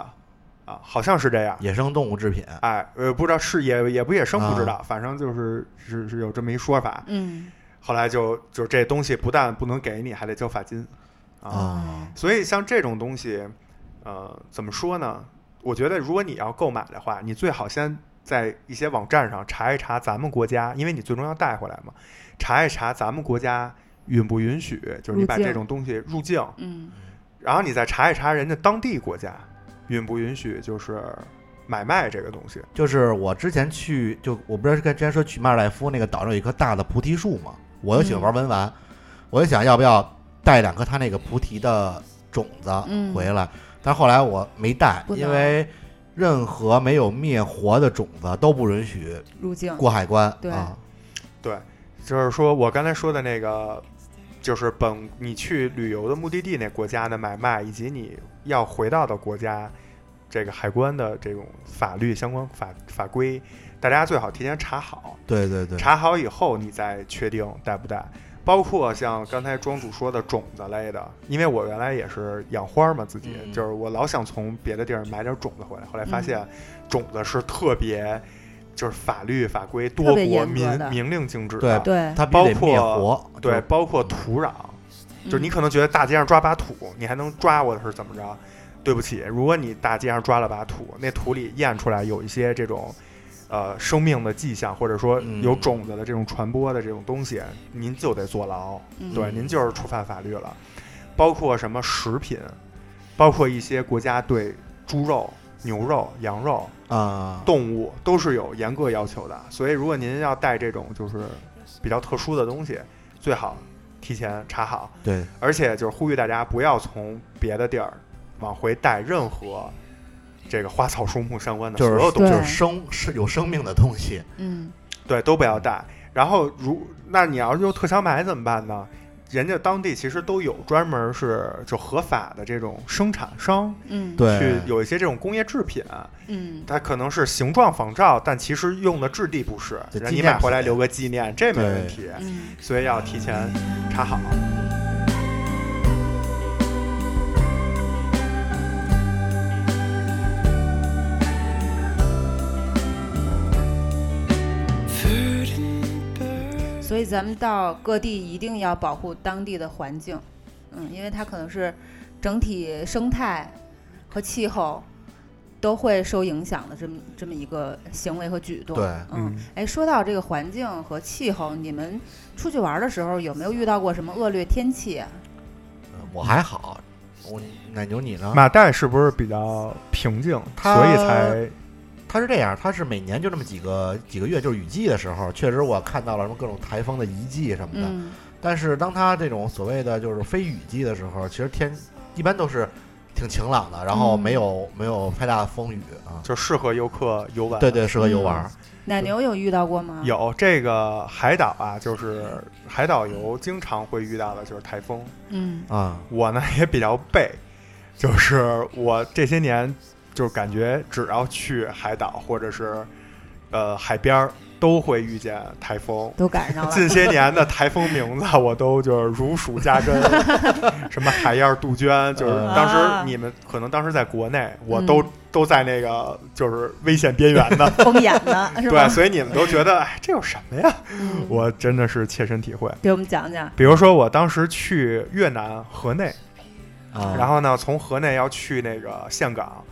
Speaker 1: 啊，好像是这样。
Speaker 2: 野生动物制品，
Speaker 1: 哎，呃，不知道是也也不野生，不知道，反正就是是是有这么一说法。
Speaker 3: 嗯
Speaker 1: 后来就就这东西不但不能给你，还得交罚金啊。
Speaker 2: 啊
Speaker 1: 所以像这种东西，呃，怎么说呢？我觉得如果你要购买的话，你最好先在一些网站上查一查咱们国家，因为你最终要带回来嘛，查一查咱们国家允不允许，就是你把
Speaker 3: 入境
Speaker 1: 这种东西入境，
Speaker 3: 嗯
Speaker 1: 然后你再查一查人家当地国家允不允许，就是买卖这个东西。
Speaker 2: 就是我之前去，就我不是跟之前说去马尔代夫那个岛上有一棵大的菩提树嘛，我又喜
Speaker 3: 嗯
Speaker 2: 欢玩文玩，我就想要不要带两颗它那个菩提的种子
Speaker 3: 嗯
Speaker 2: 啊回来，但后来我没带，
Speaker 3: 不能
Speaker 2: 因为任何没有灭活的种子都不允许
Speaker 3: 入境，
Speaker 2: 过海关
Speaker 3: 对
Speaker 2: 啊。
Speaker 1: 就是说我刚才说的那个，就是本你去旅游的目的地那国家的买卖，以及你要回到的国家这个海关的这种法律相关法法规，大家最好提前查好。
Speaker 2: 对对对，
Speaker 1: 查好以后，你再确定带不带。包括像刚才庄主说的种子类的，因为我原来也是养花嘛，自己、
Speaker 2: 嗯
Speaker 1: 就是我老想从别的地儿买点种子回来，后来发
Speaker 3: 嗯
Speaker 1: 现种子是特别就是法律法规多
Speaker 3: 特别
Speaker 1: 国
Speaker 3: 严格
Speaker 1: 明
Speaker 3: 的
Speaker 1: 明令禁止
Speaker 2: 对
Speaker 1: 的，
Speaker 3: 对，
Speaker 2: 它必须得
Speaker 1: 包括
Speaker 2: 灭活，
Speaker 1: 对，
Speaker 2: 就
Speaker 1: 包括土壤，就是你可能觉得大街上抓把土，你还能抓我的是怎么着？对不起，如果你大街上抓了把土，那土里验出来有一些这种，呃，生命的迹象，或者说
Speaker 2: 嗯
Speaker 1: 有种子的这种传播的这种东西，您就得坐牢，对，您就是触犯法律了。包括什么食品，包括一些国家对猪肉、牛肉、羊肉、
Speaker 2: 啊，
Speaker 1: 动物都是有严格要求的，所以如果您要带这种就是比较特殊的东西，最好提前查好。
Speaker 2: 对
Speaker 1: 而且就是呼吁大家不要从别的地儿往回带任何这个花草树木相关的
Speaker 2: 就是
Speaker 1: 所有东西，
Speaker 2: 就
Speaker 3: 对
Speaker 2: 是生是有生命的东西，
Speaker 3: 嗯
Speaker 1: 对都不要带。然后如那你要是又特想买怎么办呢？人家当地其实都有专门是就合法的这种生产商
Speaker 3: 嗯
Speaker 1: 去
Speaker 2: 对，
Speaker 1: 有一些这种工业制品，啊
Speaker 3: 嗯，
Speaker 1: 它可能是形状仿照，但其实用的质地不是。
Speaker 2: 对
Speaker 1: 人
Speaker 2: 纪
Speaker 1: 你
Speaker 2: 念
Speaker 1: 买回来
Speaker 2: 品
Speaker 1: 留个纪念，这没
Speaker 2: 对
Speaker 1: 问题。
Speaker 3: 嗯
Speaker 1: 所以要提前查好。
Speaker 3: 所以咱们到各地一定要保护当地的环境，嗯，因为它可能是整体生态和气候都会受影响的这么这么一个行为和举动。
Speaker 2: 对
Speaker 3: 嗯，哎，说到这个环境和气候，你们出去玩的时候有没有遇到过什么恶劣天气啊？
Speaker 2: 嗯我还好，我奶牛你呢？
Speaker 1: 马代是不是比较平静，
Speaker 2: 它
Speaker 1: 所以才
Speaker 2: 它是这样，它是每年就这么几个几个月，就是雨季的时候，确实我看到了什么各种台风的遗迹什么的。
Speaker 3: 嗯
Speaker 2: 但是当它这种所谓的就是非雨季的时候，其实天一般都是挺晴朗的，然后
Speaker 3: 嗯
Speaker 2: 没有、没有太大的风雨啊。嗯
Speaker 1: 就适合游客游玩？
Speaker 2: 对对，适合游玩儿。
Speaker 3: 奶牛有遇到过吗？，
Speaker 1: 有这个海岛啊，就是海岛游经常会遇到的就是台风。
Speaker 3: 嗯
Speaker 2: 啊，
Speaker 1: 我呢也比较背，就是我这些年就是感觉只要去海岛或者是呃海边儿，都会遇见台风。
Speaker 3: 都赶上
Speaker 1: [laughs]
Speaker 3: 了。
Speaker 1: 近些年的台风名字我都就是如数家
Speaker 3: [laughs]
Speaker 1: 珍，什么海燕、杜鹃，就是
Speaker 2: 嗯
Speaker 1: 当
Speaker 3: 啊
Speaker 1: 时
Speaker 3: 嗯
Speaker 1: 你们可能当时在国内，我都都在那个就是危险边缘的，
Speaker 3: 风眼的 [laughs] 是吧
Speaker 1: 对，？所以你们都觉得哎，这有什么呀？
Speaker 3: 嗯
Speaker 1: 我真的是切身体会。
Speaker 3: 给我们讲讲。
Speaker 1: 比如说，我当时去越南河内，
Speaker 3: 嗯
Speaker 2: 啊
Speaker 1: 然后呢，从河内要去那个岘港，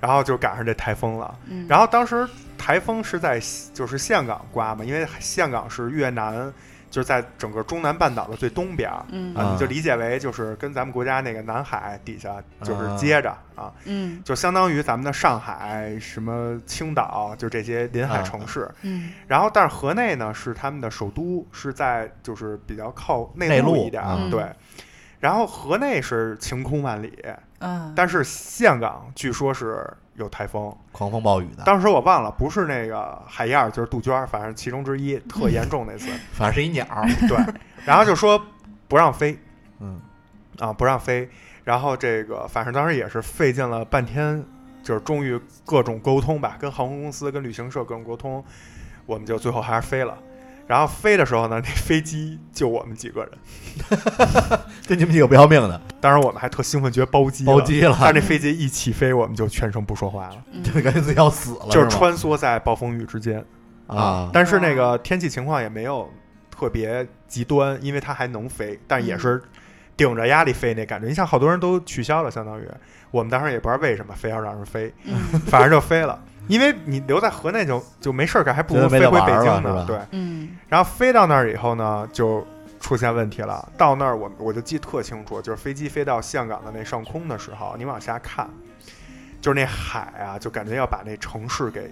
Speaker 1: 然后就赶上这台风了。
Speaker 3: 嗯，
Speaker 1: 然后当时台风是在就是岘港刮嘛，因为岘港是越南，就是在整个中南半岛的最东边儿
Speaker 3: 嗯
Speaker 1: 啊，
Speaker 2: 啊
Speaker 1: 你就理解为就是跟咱们国家那个南海底下就是
Speaker 2: 啊
Speaker 1: 接着啊，
Speaker 3: 嗯
Speaker 1: 就相当于咱们的上海、什么青岛，就这些临
Speaker 2: 啊
Speaker 1: 海城市。
Speaker 3: 嗯
Speaker 1: 然后，但是河内呢是他们的首都，是在就是比较靠内
Speaker 2: 内陆啊
Speaker 1: 一点儿，
Speaker 3: 嗯
Speaker 1: 对。然后河内是晴空万里，
Speaker 3: 啊，
Speaker 1: 但是岘港据说是有台风，
Speaker 2: 狂风暴雨的，
Speaker 1: 当时我忘了，不是那个海燕儿，就是杜鹃儿，反正其中之一，特严重那次。
Speaker 2: 反正是一鸟儿。 [laughs]
Speaker 1: 对，然后就说不让飞
Speaker 2: 嗯，
Speaker 1: 啊，不让飞。然后这个，反正当时也是费尽了半天，就是终于各种沟通吧，跟航空公司、跟旅行社各种沟通，我们就最后还是飞了。然后飞的时候呢，那飞机就我们几个人，
Speaker 2: 就你们几个不要命的，
Speaker 1: 当时我们还特兴奋，觉得包机了
Speaker 2: 包。机
Speaker 1: 但
Speaker 2: 了， [laughs]
Speaker 1: 是那飞机一起飞，我们就全程不说话了，
Speaker 3: 嗯
Speaker 2: 就感觉自己要死了，
Speaker 1: 就是
Speaker 2: 是吗
Speaker 1: 穿梭在暴风雨之间。
Speaker 2: 啊，
Speaker 1: 但是那
Speaker 3: 哇
Speaker 1: 个天气情况也没有特别极端，因为它还能飞，但也
Speaker 2: 嗯
Speaker 1: 是顶着压力飞那感觉。你想，好多人都取消了，相当于我们当时也不知道为什么非要让人飞， [laughs]
Speaker 3: 嗯
Speaker 1: 反正就飞了。因为你留在河内就就没事儿干，还不
Speaker 2: 觉
Speaker 1: 如
Speaker 2: 得没
Speaker 1: 飞
Speaker 2: 得
Speaker 1: 回
Speaker 2: 玩
Speaker 1: 北
Speaker 2: 儿
Speaker 1: 京
Speaker 2: 了
Speaker 1: 呢。
Speaker 2: 是吧
Speaker 1: 对，
Speaker 3: 嗯
Speaker 1: 然后飞到那儿以后呢，就出现问题了。到那儿我我就记特清楚，就是飞机飞到岘港的那上空的时候，你往下看，就是那海啊，就感觉要把那城市给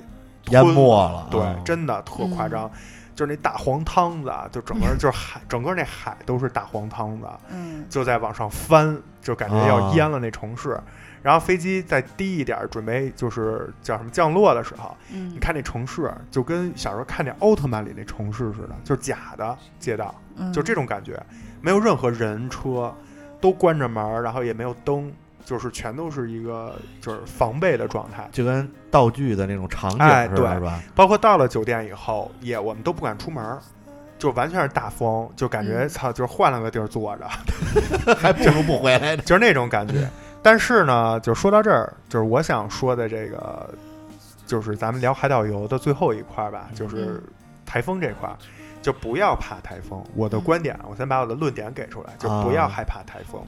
Speaker 2: 淹
Speaker 1: 吞
Speaker 2: 没了，
Speaker 1: 对
Speaker 2: 啊，
Speaker 1: 真的特夸张，就是那大黄汤子啊，就整个就是海，整个那海都是大黄汤子，
Speaker 3: 嗯
Speaker 1: 就在往上翻，就感觉要淹了那城市。然后飞机再低一点儿，准备就是叫什么降落的时候，你
Speaker 3: 嗯
Speaker 1: 看那城市就跟小时候看那奥特曼里那城市似的，就是假的街道，
Speaker 3: 嗯，
Speaker 1: 就这种感觉，没有任何人车，都关着门儿，然后也没有灯，就是全都是一个就是防备的状态。
Speaker 2: 就跟道具的那种场景
Speaker 1: 哎
Speaker 2: 似
Speaker 1: 对
Speaker 2: 的，是吧？
Speaker 1: 包括到了酒店以后，也我们都不敢出门儿，就完全是大风，就感觉
Speaker 3: 嗯
Speaker 1: 操，就是换了个地儿坐着，
Speaker 2: [laughs] 还不如不回来呢。
Speaker 1: 就是那种感觉。但是呢，就说到这儿，就是我想说的这个，就是咱们聊海岛游的最后一块儿吧，就是
Speaker 3: 嗯
Speaker 1: 台风这块儿，就不要怕台风。我的
Speaker 3: 嗯
Speaker 1: 观点啊，我先把我的论点给出来，就不
Speaker 2: 啊
Speaker 1: 要害怕台风，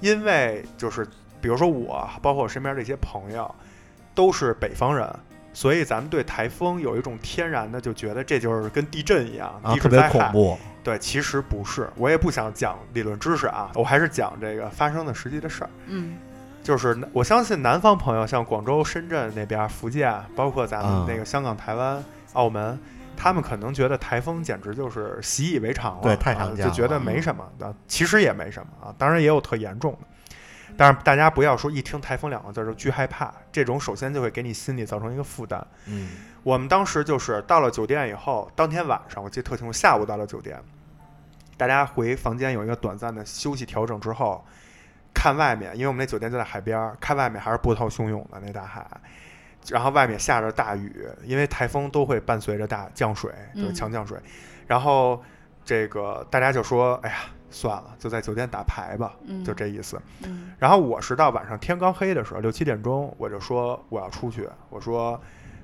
Speaker 1: 因为就是比如说我，包括我身边的一些朋友，都是北方人。所以咱们对台风有一种天然的就觉得这就是跟地震一样，
Speaker 2: 啊，
Speaker 1: 地
Speaker 2: 特
Speaker 1: 质
Speaker 2: 别
Speaker 1: 灾
Speaker 2: 恐
Speaker 1: 害。
Speaker 2: 怖，
Speaker 1: 对，其实不是，我也不想讲理论知识啊，我还是讲这个发生的实际的事儿。
Speaker 3: 嗯
Speaker 1: 就是我相信南方朋友，像广州、深圳那边儿、福建，啊包括咱们
Speaker 2: 嗯
Speaker 1: 那个香港、台湾、澳门，他们可能觉得台风简直就是习以为常了，
Speaker 2: 对太常
Speaker 1: 啊
Speaker 2: 见
Speaker 1: 就觉得
Speaker 2: 了
Speaker 1: 没什么啊，其实也没什么啊。当然也有特严重的，但是大家不要说一听“台风”两个字儿就巨害怕，这种首先就会给你心里造成一个负担。
Speaker 2: 嗯，
Speaker 1: 我们当时就是到了酒店以后，当天晚上我记得特清楚，下午到了酒店，大家回房间有一个短暂的休息调整之后，看外面，因为我们那酒店就在海边儿，看外面还是波涛汹涌的那大海，然后外面下着大雨，因为台风都会伴随着大降水，就是
Speaker 3: 嗯
Speaker 1: 强降水，然后这个大家就说，哎呀，算了，就在酒店打牌吧，
Speaker 3: 嗯，
Speaker 1: 就这意思。
Speaker 3: 嗯，
Speaker 1: 然后我是到晚上天刚黑的时候，六七点钟，我就说我要出去。我说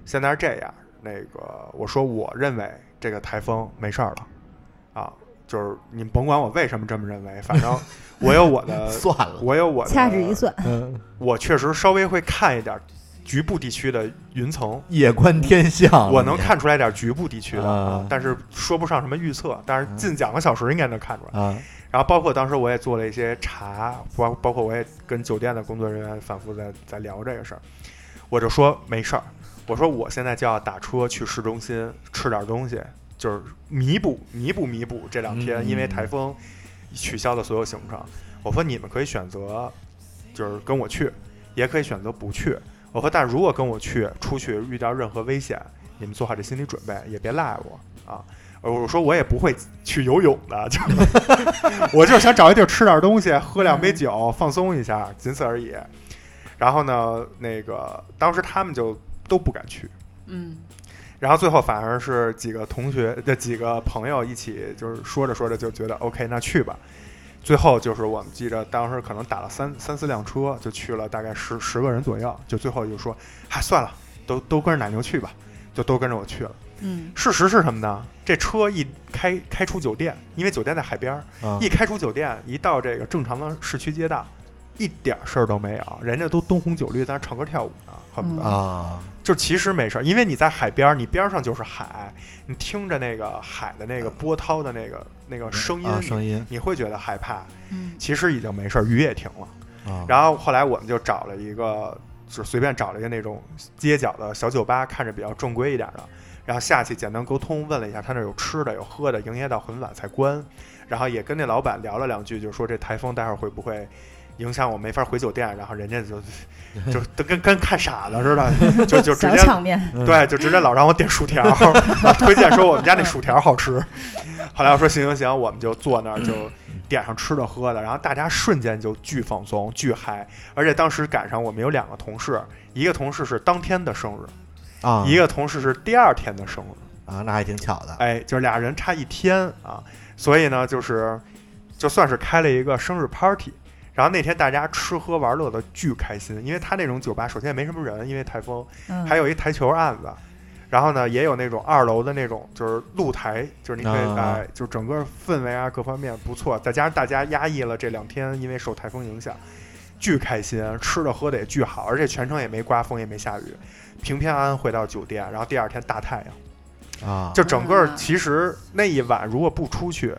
Speaker 1: 现在是这样，那个我说我认为这个台风没事儿了，啊，就是你们甭管我为什么这么认为，反正我有我的，
Speaker 2: 算了，
Speaker 1: 我有我的，
Speaker 3: 掐指一，算，
Speaker 1: 我确实稍微会看一点局部地区的云层，
Speaker 2: 夜观天象，
Speaker 1: 我能看出来点局部地区的，
Speaker 2: 啊
Speaker 1: 但是说不上什么预测，但是近两个小时应该能看出来。
Speaker 2: 啊，
Speaker 1: 然后包括当时我也做了一些查，包包括我也跟酒店的工作人员反复在在聊这个事儿，我就说没事儿，我说我现在就要打车去市中心吃点东西，就是弥补弥补弥补这两天
Speaker 2: 嗯
Speaker 1: 因为台风取消的所有行程。我说你们可以选择就是跟我去，也可以选择不去。我说但如果跟我去出去遇到任何危险，你们做好这心理准备，也别赖我啊。呃我说我也不会去游泳的，就是我就是想找一地儿吃点东西，喝两杯酒，放松一下，仅此而已。然后呢，那个当时他们就都不敢去，
Speaker 3: 嗯，
Speaker 1: 然后最后反而是几个同学的几个朋友一起，就是说着说着就觉得 OK，那去吧。最后就是我们记着当时可能打了三三四辆车，就去了大概十十个人左右，就最后就说，哎，算了，都都跟着奶牛去吧，就都跟着我去了。
Speaker 3: 嗯，
Speaker 1: 事实是什么呢？这车一开开出酒店，因为酒店在海边儿，
Speaker 2: 啊
Speaker 1: 一开出酒店，一到这个正常的市区街道，一点儿事儿都没有，人家都灯红酒绿在那儿唱歌跳舞呢，恨不得。
Speaker 2: 啊，
Speaker 1: 就其实没事儿，因为你在海边儿，你边儿上就是海，你听着那个海的那个波涛的那个那个声音，
Speaker 2: 啊声音
Speaker 1: 你会觉得害怕。
Speaker 3: 嗯，
Speaker 1: 其实已经没事儿，雨也停了。
Speaker 2: 啊，
Speaker 1: 然后后来我们就找了一个，就随便找了一个那种街角的小酒吧，看着比较正规一点的。然后下去简单沟通，问了一下他那儿有吃的有喝的，营业到很晚才关。然后也跟那老板聊了两句，就说这台风待会儿会不会影响我没法回酒店？然后人家就就都跟跟看傻了似的，就就直接
Speaker 3: 小场面，
Speaker 2: 嗯
Speaker 1: 对，就直接老让我点薯条， [laughs] 然后推荐说我们家那薯条好吃。后来我说行行行，我们就坐那儿就点上吃的喝的，然后大家瞬间就巨放松、巨嗨，而且当时赶上我们有两个同事，一个同事是当天的生日，
Speaker 2: 啊
Speaker 1: 一个同事是第二天的生日，
Speaker 2: 啊，那还挺巧的，
Speaker 1: 哎，就是俩人差一天啊，所以呢，就是就算是开了一个生日 party。然后那天大家吃喝玩乐的巨开心，因为他那种酒吧首先也没什么人，因为台风，
Speaker 3: 嗯，
Speaker 1: 还有一台球案子，然后呢，也有那种二楼的那种，就是露台，就是你可以
Speaker 2: 啊
Speaker 1: 哎，就是整个氛围啊各方面不错，再加上大家压抑了这两天，因为受台风影响，巨开心，吃的喝的也巨好，而且全程也没刮风也没下雨，平平安安回到酒店，然后第二天大太阳，
Speaker 2: 啊，
Speaker 1: 就整个
Speaker 3: 啊
Speaker 1: 其实那一晚如果不出去。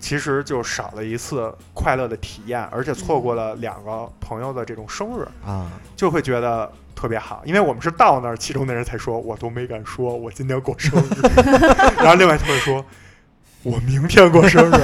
Speaker 1: 其实就少了一次快乐的体验，而且错过了两个朋友的这种生日，
Speaker 2: 啊
Speaker 1: 就会觉得特别好，因为我们是到那儿，其中的人才说，我都没敢说我今天过生日， [laughs] 然后另外他们说。我明天过生日， [laughs]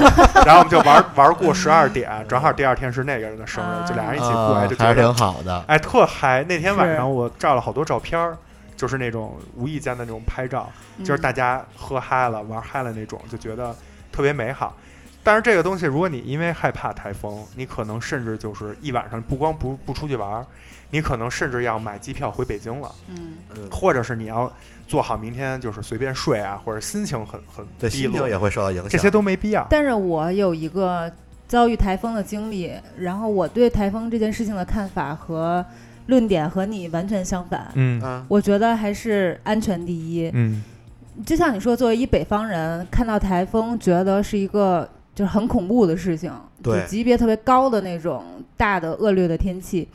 Speaker 1: 然后我们就玩玩过十二点，正好第二天是那个人的生日，就俩人一起过，哎，
Speaker 2: 啊
Speaker 1: 就觉
Speaker 2: 还是
Speaker 1: 得
Speaker 2: 挺好的，
Speaker 1: 哎特嗨。那天晚
Speaker 3: 是
Speaker 1: 上我照了好多照片儿，就是那种无意间的那种拍照，就是
Speaker 3: 嗯
Speaker 1: 大家喝嗨了、玩嗨了那种，就觉得特别美好。但是这个东西，如果你因为害怕台风，你可能甚至就是一晚上不光不不出去玩儿，你可能甚至要买机票回北京了，
Speaker 3: 嗯，
Speaker 1: 或者是你要做好明天就是随便睡啊，或者心情很很
Speaker 2: 对，
Speaker 1: 低
Speaker 2: 心情
Speaker 1: 落，
Speaker 2: 也会受到影响，
Speaker 1: 这些都没必要。
Speaker 3: 但是我有一个遭遇台风的经历，然后我对台风这件事情的看法和论点和你完全相反。
Speaker 1: 嗯
Speaker 2: 啊
Speaker 3: 我觉得还是安全第一。
Speaker 1: 嗯
Speaker 3: 就像你说，作为一北方人，看到台风觉得是一个就是很恐怖的事情，
Speaker 2: 对
Speaker 3: 就级别特别高的那种大的恶劣的天气。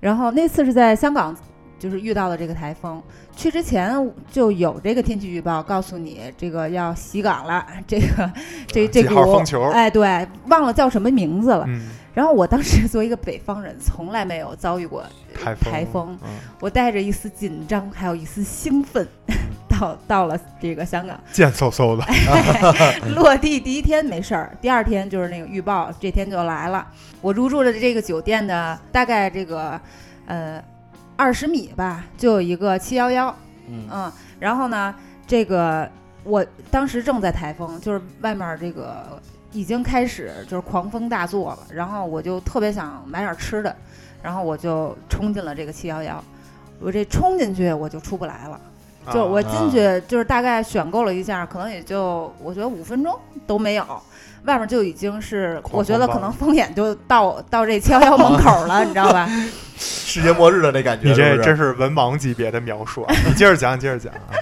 Speaker 3: 然后那次是在香港，就是遇到了这个台风。去之前就有这个天气预报，告诉你这个要袭港了，这个这这
Speaker 1: 呃几号
Speaker 3: 股
Speaker 1: 风球
Speaker 3: 哎，对，忘了叫什么名字了。
Speaker 1: 嗯，
Speaker 3: 然后我当时作为一个北方人，从来没有遭遇过
Speaker 1: 台风
Speaker 3: 台风
Speaker 1: 嗯
Speaker 3: 我带着一丝紧张，还有一丝兴奋， [laughs] 到到了这个香港， [laughs]
Speaker 1: 贱嗖嗖的，
Speaker 3: 落地第一天没事儿，第二天就是那个预报，这天就来了。我入住的这个酒店的大概这个，呃，二十米吧，就有一个七幺幺，
Speaker 2: 嗯
Speaker 3: 嗯，然后呢，这个我当时正在台风，就是外面这个已经开始就是狂风大作了，然后我就特别想买点吃的，然后我就冲进了这个七幺幺，我这冲进去我就出不来了。
Speaker 1: 啊
Speaker 3: 就是我
Speaker 2: 啊
Speaker 3: 进去就是大概选购了一下，可能也就我觉得五分钟都没有，外面就已经是
Speaker 1: 狂
Speaker 3: 我觉
Speaker 1: 风
Speaker 3: 得
Speaker 1: 暴
Speaker 3: 可能风眼就到到这七幺幺门口了，你知道吧？
Speaker 2: 世界末日的那感觉，
Speaker 1: 你
Speaker 2: 是
Speaker 1: 这
Speaker 2: 不是
Speaker 1: 真是文盲级别的描述啊！你接着讲，接着讲
Speaker 3: [laughs]
Speaker 1: 啊！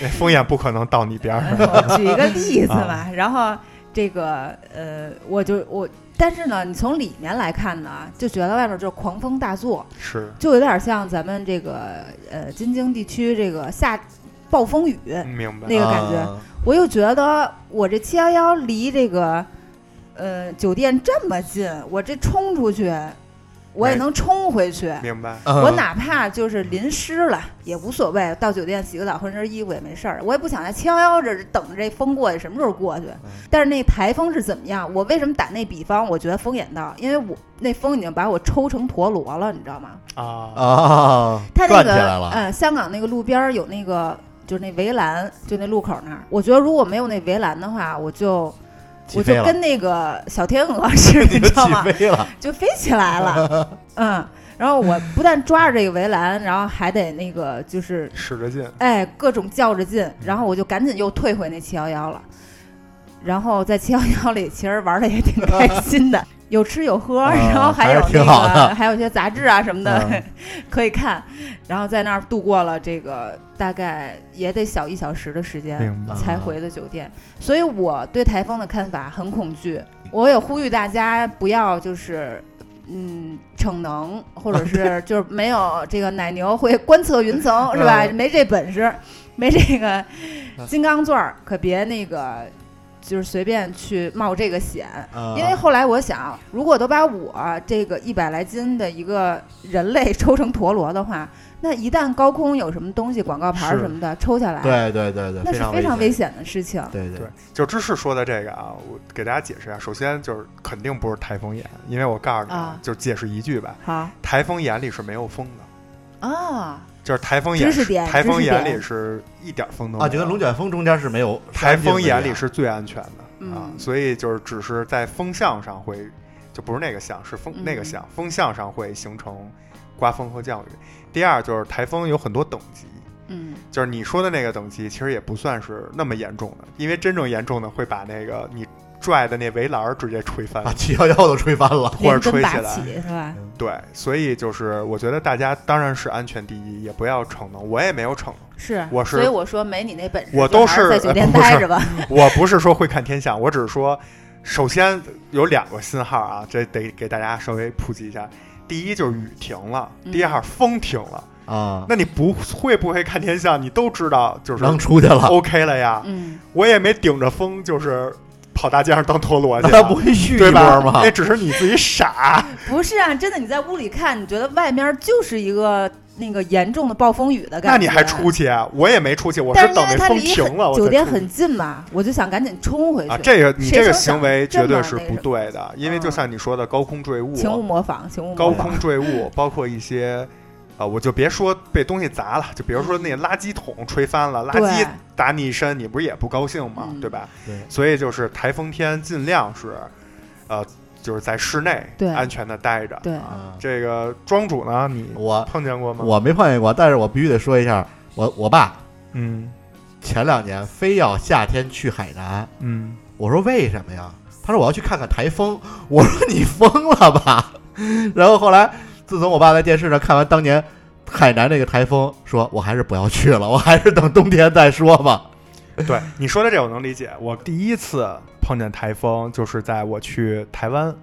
Speaker 1: 那风眼不可能到你边上，
Speaker 3: 我举一个例子吧，然后这个呃，我就我，但是呢，你从里面来看呢，就觉得外面就是狂风大作，
Speaker 1: 是
Speaker 3: 就有点像咱们这个呃京津地区这个下暴风雨，
Speaker 1: 明白
Speaker 3: 那？个感觉
Speaker 2: 啊
Speaker 3: 我又觉得我这七幺幺离这个呃酒店这么近，我这冲出去，我也
Speaker 1: 没
Speaker 3: 能冲回去。
Speaker 1: 明白，
Speaker 2: 嗯
Speaker 3: 我哪怕就是淋湿了也无所谓，到酒店洗个澡，换身衣服也没事儿。我也不想在七幺幺这儿等着这风过去，什么时候过去？但是那台风是怎么样？我为什么打那比方？我觉得风眼到，因为我那风已经把我抽成陀螺了，你知道吗？
Speaker 1: 啊，
Speaker 2: 啊，
Speaker 3: 它那
Speaker 2: 转起来
Speaker 3: 个
Speaker 2: 了，
Speaker 3: 嗯，香港那个路边儿有那个就是那围栏，就那路口那儿。我觉得如果没有那围栏的话，我就
Speaker 2: 起
Speaker 3: 我就
Speaker 2: 飞了， [laughs]
Speaker 3: 跟那个小天鹅似的，你知道吗？
Speaker 2: 起
Speaker 3: [laughs]
Speaker 2: 飞了，
Speaker 3: 就飞起来了，
Speaker 2: [laughs]
Speaker 3: 嗯。然后我不但抓着这个围栏，然后还得那个就是
Speaker 1: 使着劲，
Speaker 3: 哎各种较着劲，然后我就赶紧又退回那七幺幺了。然后在七幺幺里其实玩的也挺
Speaker 2: [laughs]
Speaker 3: 开心的，有吃有喝，
Speaker 2: 啊
Speaker 3: 然后有
Speaker 2: 还是
Speaker 3: 那
Speaker 2: 挺好的
Speaker 3: 个还有一些杂志啊什么的
Speaker 2: 嗯
Speaker 3: [laughs] 可以看，然后在那儿度过了这个大概也得小一小时的时间。
Speaker 1: 明白。
Speaker 2: 啊
Speaker 3: 才回的酒店，所以我对台风的看法很恐惧。我也呼吁大家不要就是，嗯，逞能，或者
Speaker 2: [laughs]
Speaker 3: 是就是没有这个奶牛会观测云层是
Speaker 2: 嗯
Speaker 3: 吧？没这本事，没这个金刚钻儿，可别那个就是随便去冒这个险。
Speaker 2: 嗯
Speaker 3: 因为后来我想，如果都把我这个一百来斤的一个人类 [laughs] 抽成陀螺的话，那一旦高空有什么东西广告牌儿
Speaker 1: 是
Speaker 3: 什么的抽下来，
Speaker 2: 对对对对，
Speaker 3: 那是非
Speaker 2: 常
Speaker 3: 常危
Speaker 2: 险，
Speaker 3: 险的事情。
Speaker 2: 对
Speaker 1: 对，就芝士说的这个啊，我给大家解释一下。首先就是肯定不是台风眼，因为我告诉你，
Speaker 3: 啊
Speaker 1: 就解释一句吧，
Speaker 3: 好
Speaker 1: 台风眼里是没有风的，
Speaker 3: 啊，
Speaker 1: 就是台风眼
Speaker 3: 知识
Speaker 1: 是，
Speaker 3: 点
Speaker 1: 台风眼
Speaker 3: 知识
Speaker 1: 里
Speaker 3: 点
Speaker 1: 是一点风都没有
Speaker 2: 啊，就跟龙卷风中间是没有
Speaker 1: 台
Speaker 2: 山顶
Speaker 1: 风
Speaker 2: 的
Speaker 1: 眼里
Speaker 2: 呀
Speaker 1: 是最安全的、啊，
Speaker 3: 嗯
Speaker 1: 所以就是只是在风向上会，就不是那个向，是风、那个
Speaker 3: 嗯
Speaker 1: 向，风向上会形成刮风和降雨。第二就是台风有很多等级，
Speaker 3: 嗯，
Speaker 1: 就是你说的那个等级其实也不算是那么严重的，因为真正严重的会把那个你拽的那围栏儿直接吹翻。
Speaker 2: 把啊七幺幺都吹翻了，
Speaker 1: 或者
Speaker 3: 连根
Speaker 1: 吹起
Speaker 3: 拔
Speaker 1: 来
Speaker 3: 起是吧？
Speaker 1: 对，所以就是我觉得大家当然是安全第一，也不要逞能。我也没有逞
Speaker 2: [laughs]
Speaker 1: 能，
Speaker 3: 是，
Speaker 1: 我是
Speaker 3: 所以我说没你那本事，
Speaker 1: 我
Speaker 3: 就
Speaker 1: 都
Speaker 3: 还是
Speaker 1: 是
Speaker 3: 在
Speaker 1: 呃
Speaker 3: 酒
Speaker 1: [laughs]
Speaker 3: 店
Speaker 1: 不
Speaker 3: 待
Speaker 1: 是
Speaker 3: 着吧。
Speaker 1: 我不是说会看天象，我只是说，首先有两个信号啊，这得给大家稍微普及一下。第一就是雨停了，
Speaker 3: 嗯
Speaker 1: 第二风停了。
Speaker 2: 啊，
Speaker 1: 那你不会不会看天象，你都知道
Speaker 2: [laughs]
Speaker 1: 就是
Speaker 2: 能出去了，
Speaker 1: OK 了呀。
Speaker 3: 嗯，
Speaker 1: 我也没顶着风就是跑大街上当陀螺去
Speaker 2: [laughs] 那
Speaker 1: 啊，
Speaker 2: 不会续一
Speaker 1: 对
Speaker 2: 波
Speaker 1: 吧？哎
Speaker 2: 吗
Speaker 1: 那？只是你自己
Speaker 3: [laughs]
Speaker 1: 傻。
Speaker 3: 不是啊，真的，你在屋里看，你觉得外面就是一个那个严重的暴风雨的感觉。
Speaker 1: 那你还？出去啊？我也没出去，我
Speaker 3: 但
Speaker 1: 是
Speaker 3: 是因
Speaker 1: 等
Speaker 3: 为
Speaker 1: 那
Speaker 3: 它
Speaker 1: 风
Speaker 3: 离
Speaker 1: 停了，
Speaker 3: 很
Speaker 1: 我
Speaker 3: 酒
Speaker 1: 才
Speaker 3: 店
Speaker 1: 出去
Speaker 3: 很近嘛，我就想赶紧冲回去。
Speaker 1: 啊，这个你
Speaker 3: 谁
Speaker 1: 这个
Speaker 3: 成
Speaker 1: 行
Speaker 3: 想
Speaker 1: 为
Speaker 3: 这
Speaker 1: 绝对
Speaker 3: 么
Speaker 1: 是
Speaker 3: 那
Speaker 1: 不
Speaker 3: 什
Speaker 1: 对的，因为就
Speaker 3: 嗯
Speaker 1: 像你说的高空坠物，啊
Speaker 3: 请勿模仿，请勿
Speaker 1: 高
Speaker 3: 模仿。
Speaker 1: 空坠物，包括一些，啊，我就别说被东西砸了，就比如说那垃圾桶吹翻了，垃圾
Speaker 3: 对
Speaker 1: 打你一身，你不是也不高兴吗？
Speaker 3: 嗯
Speaker 1: 对吧？
Speaker 2: 对
Speaker 1: 所以就是台风天尽量是，呃，就是在室内
Speaker 3: 对
Speaker 1: 安全的待着。
Speaker 3: 对
Speaker 1: 啊
Speaker 2: 嗯
Speaker 1: 这个庄主呢，你
Speaker 2: 我
Speaker 1: 碰见过吗？
Speaker 2: 我没碰见过，但是我必须得说一下，我我爸
Speaker 1: 嗯
Speaker 2: 前两年非要夏天去海南，
Speaker 1: 嗯，
Speaker 2: 我说为什么呀？他说我要去看看台风。我说你疯了吧？ [laughs] 然后后来，自从我爸在电视上看完当年海南那个台风，说我还是不要去了，我还是等冬天再说吧。
Speaker 1: [laughs] 对你说的这我能理解。我第一次碰见台风就是在我去台湾。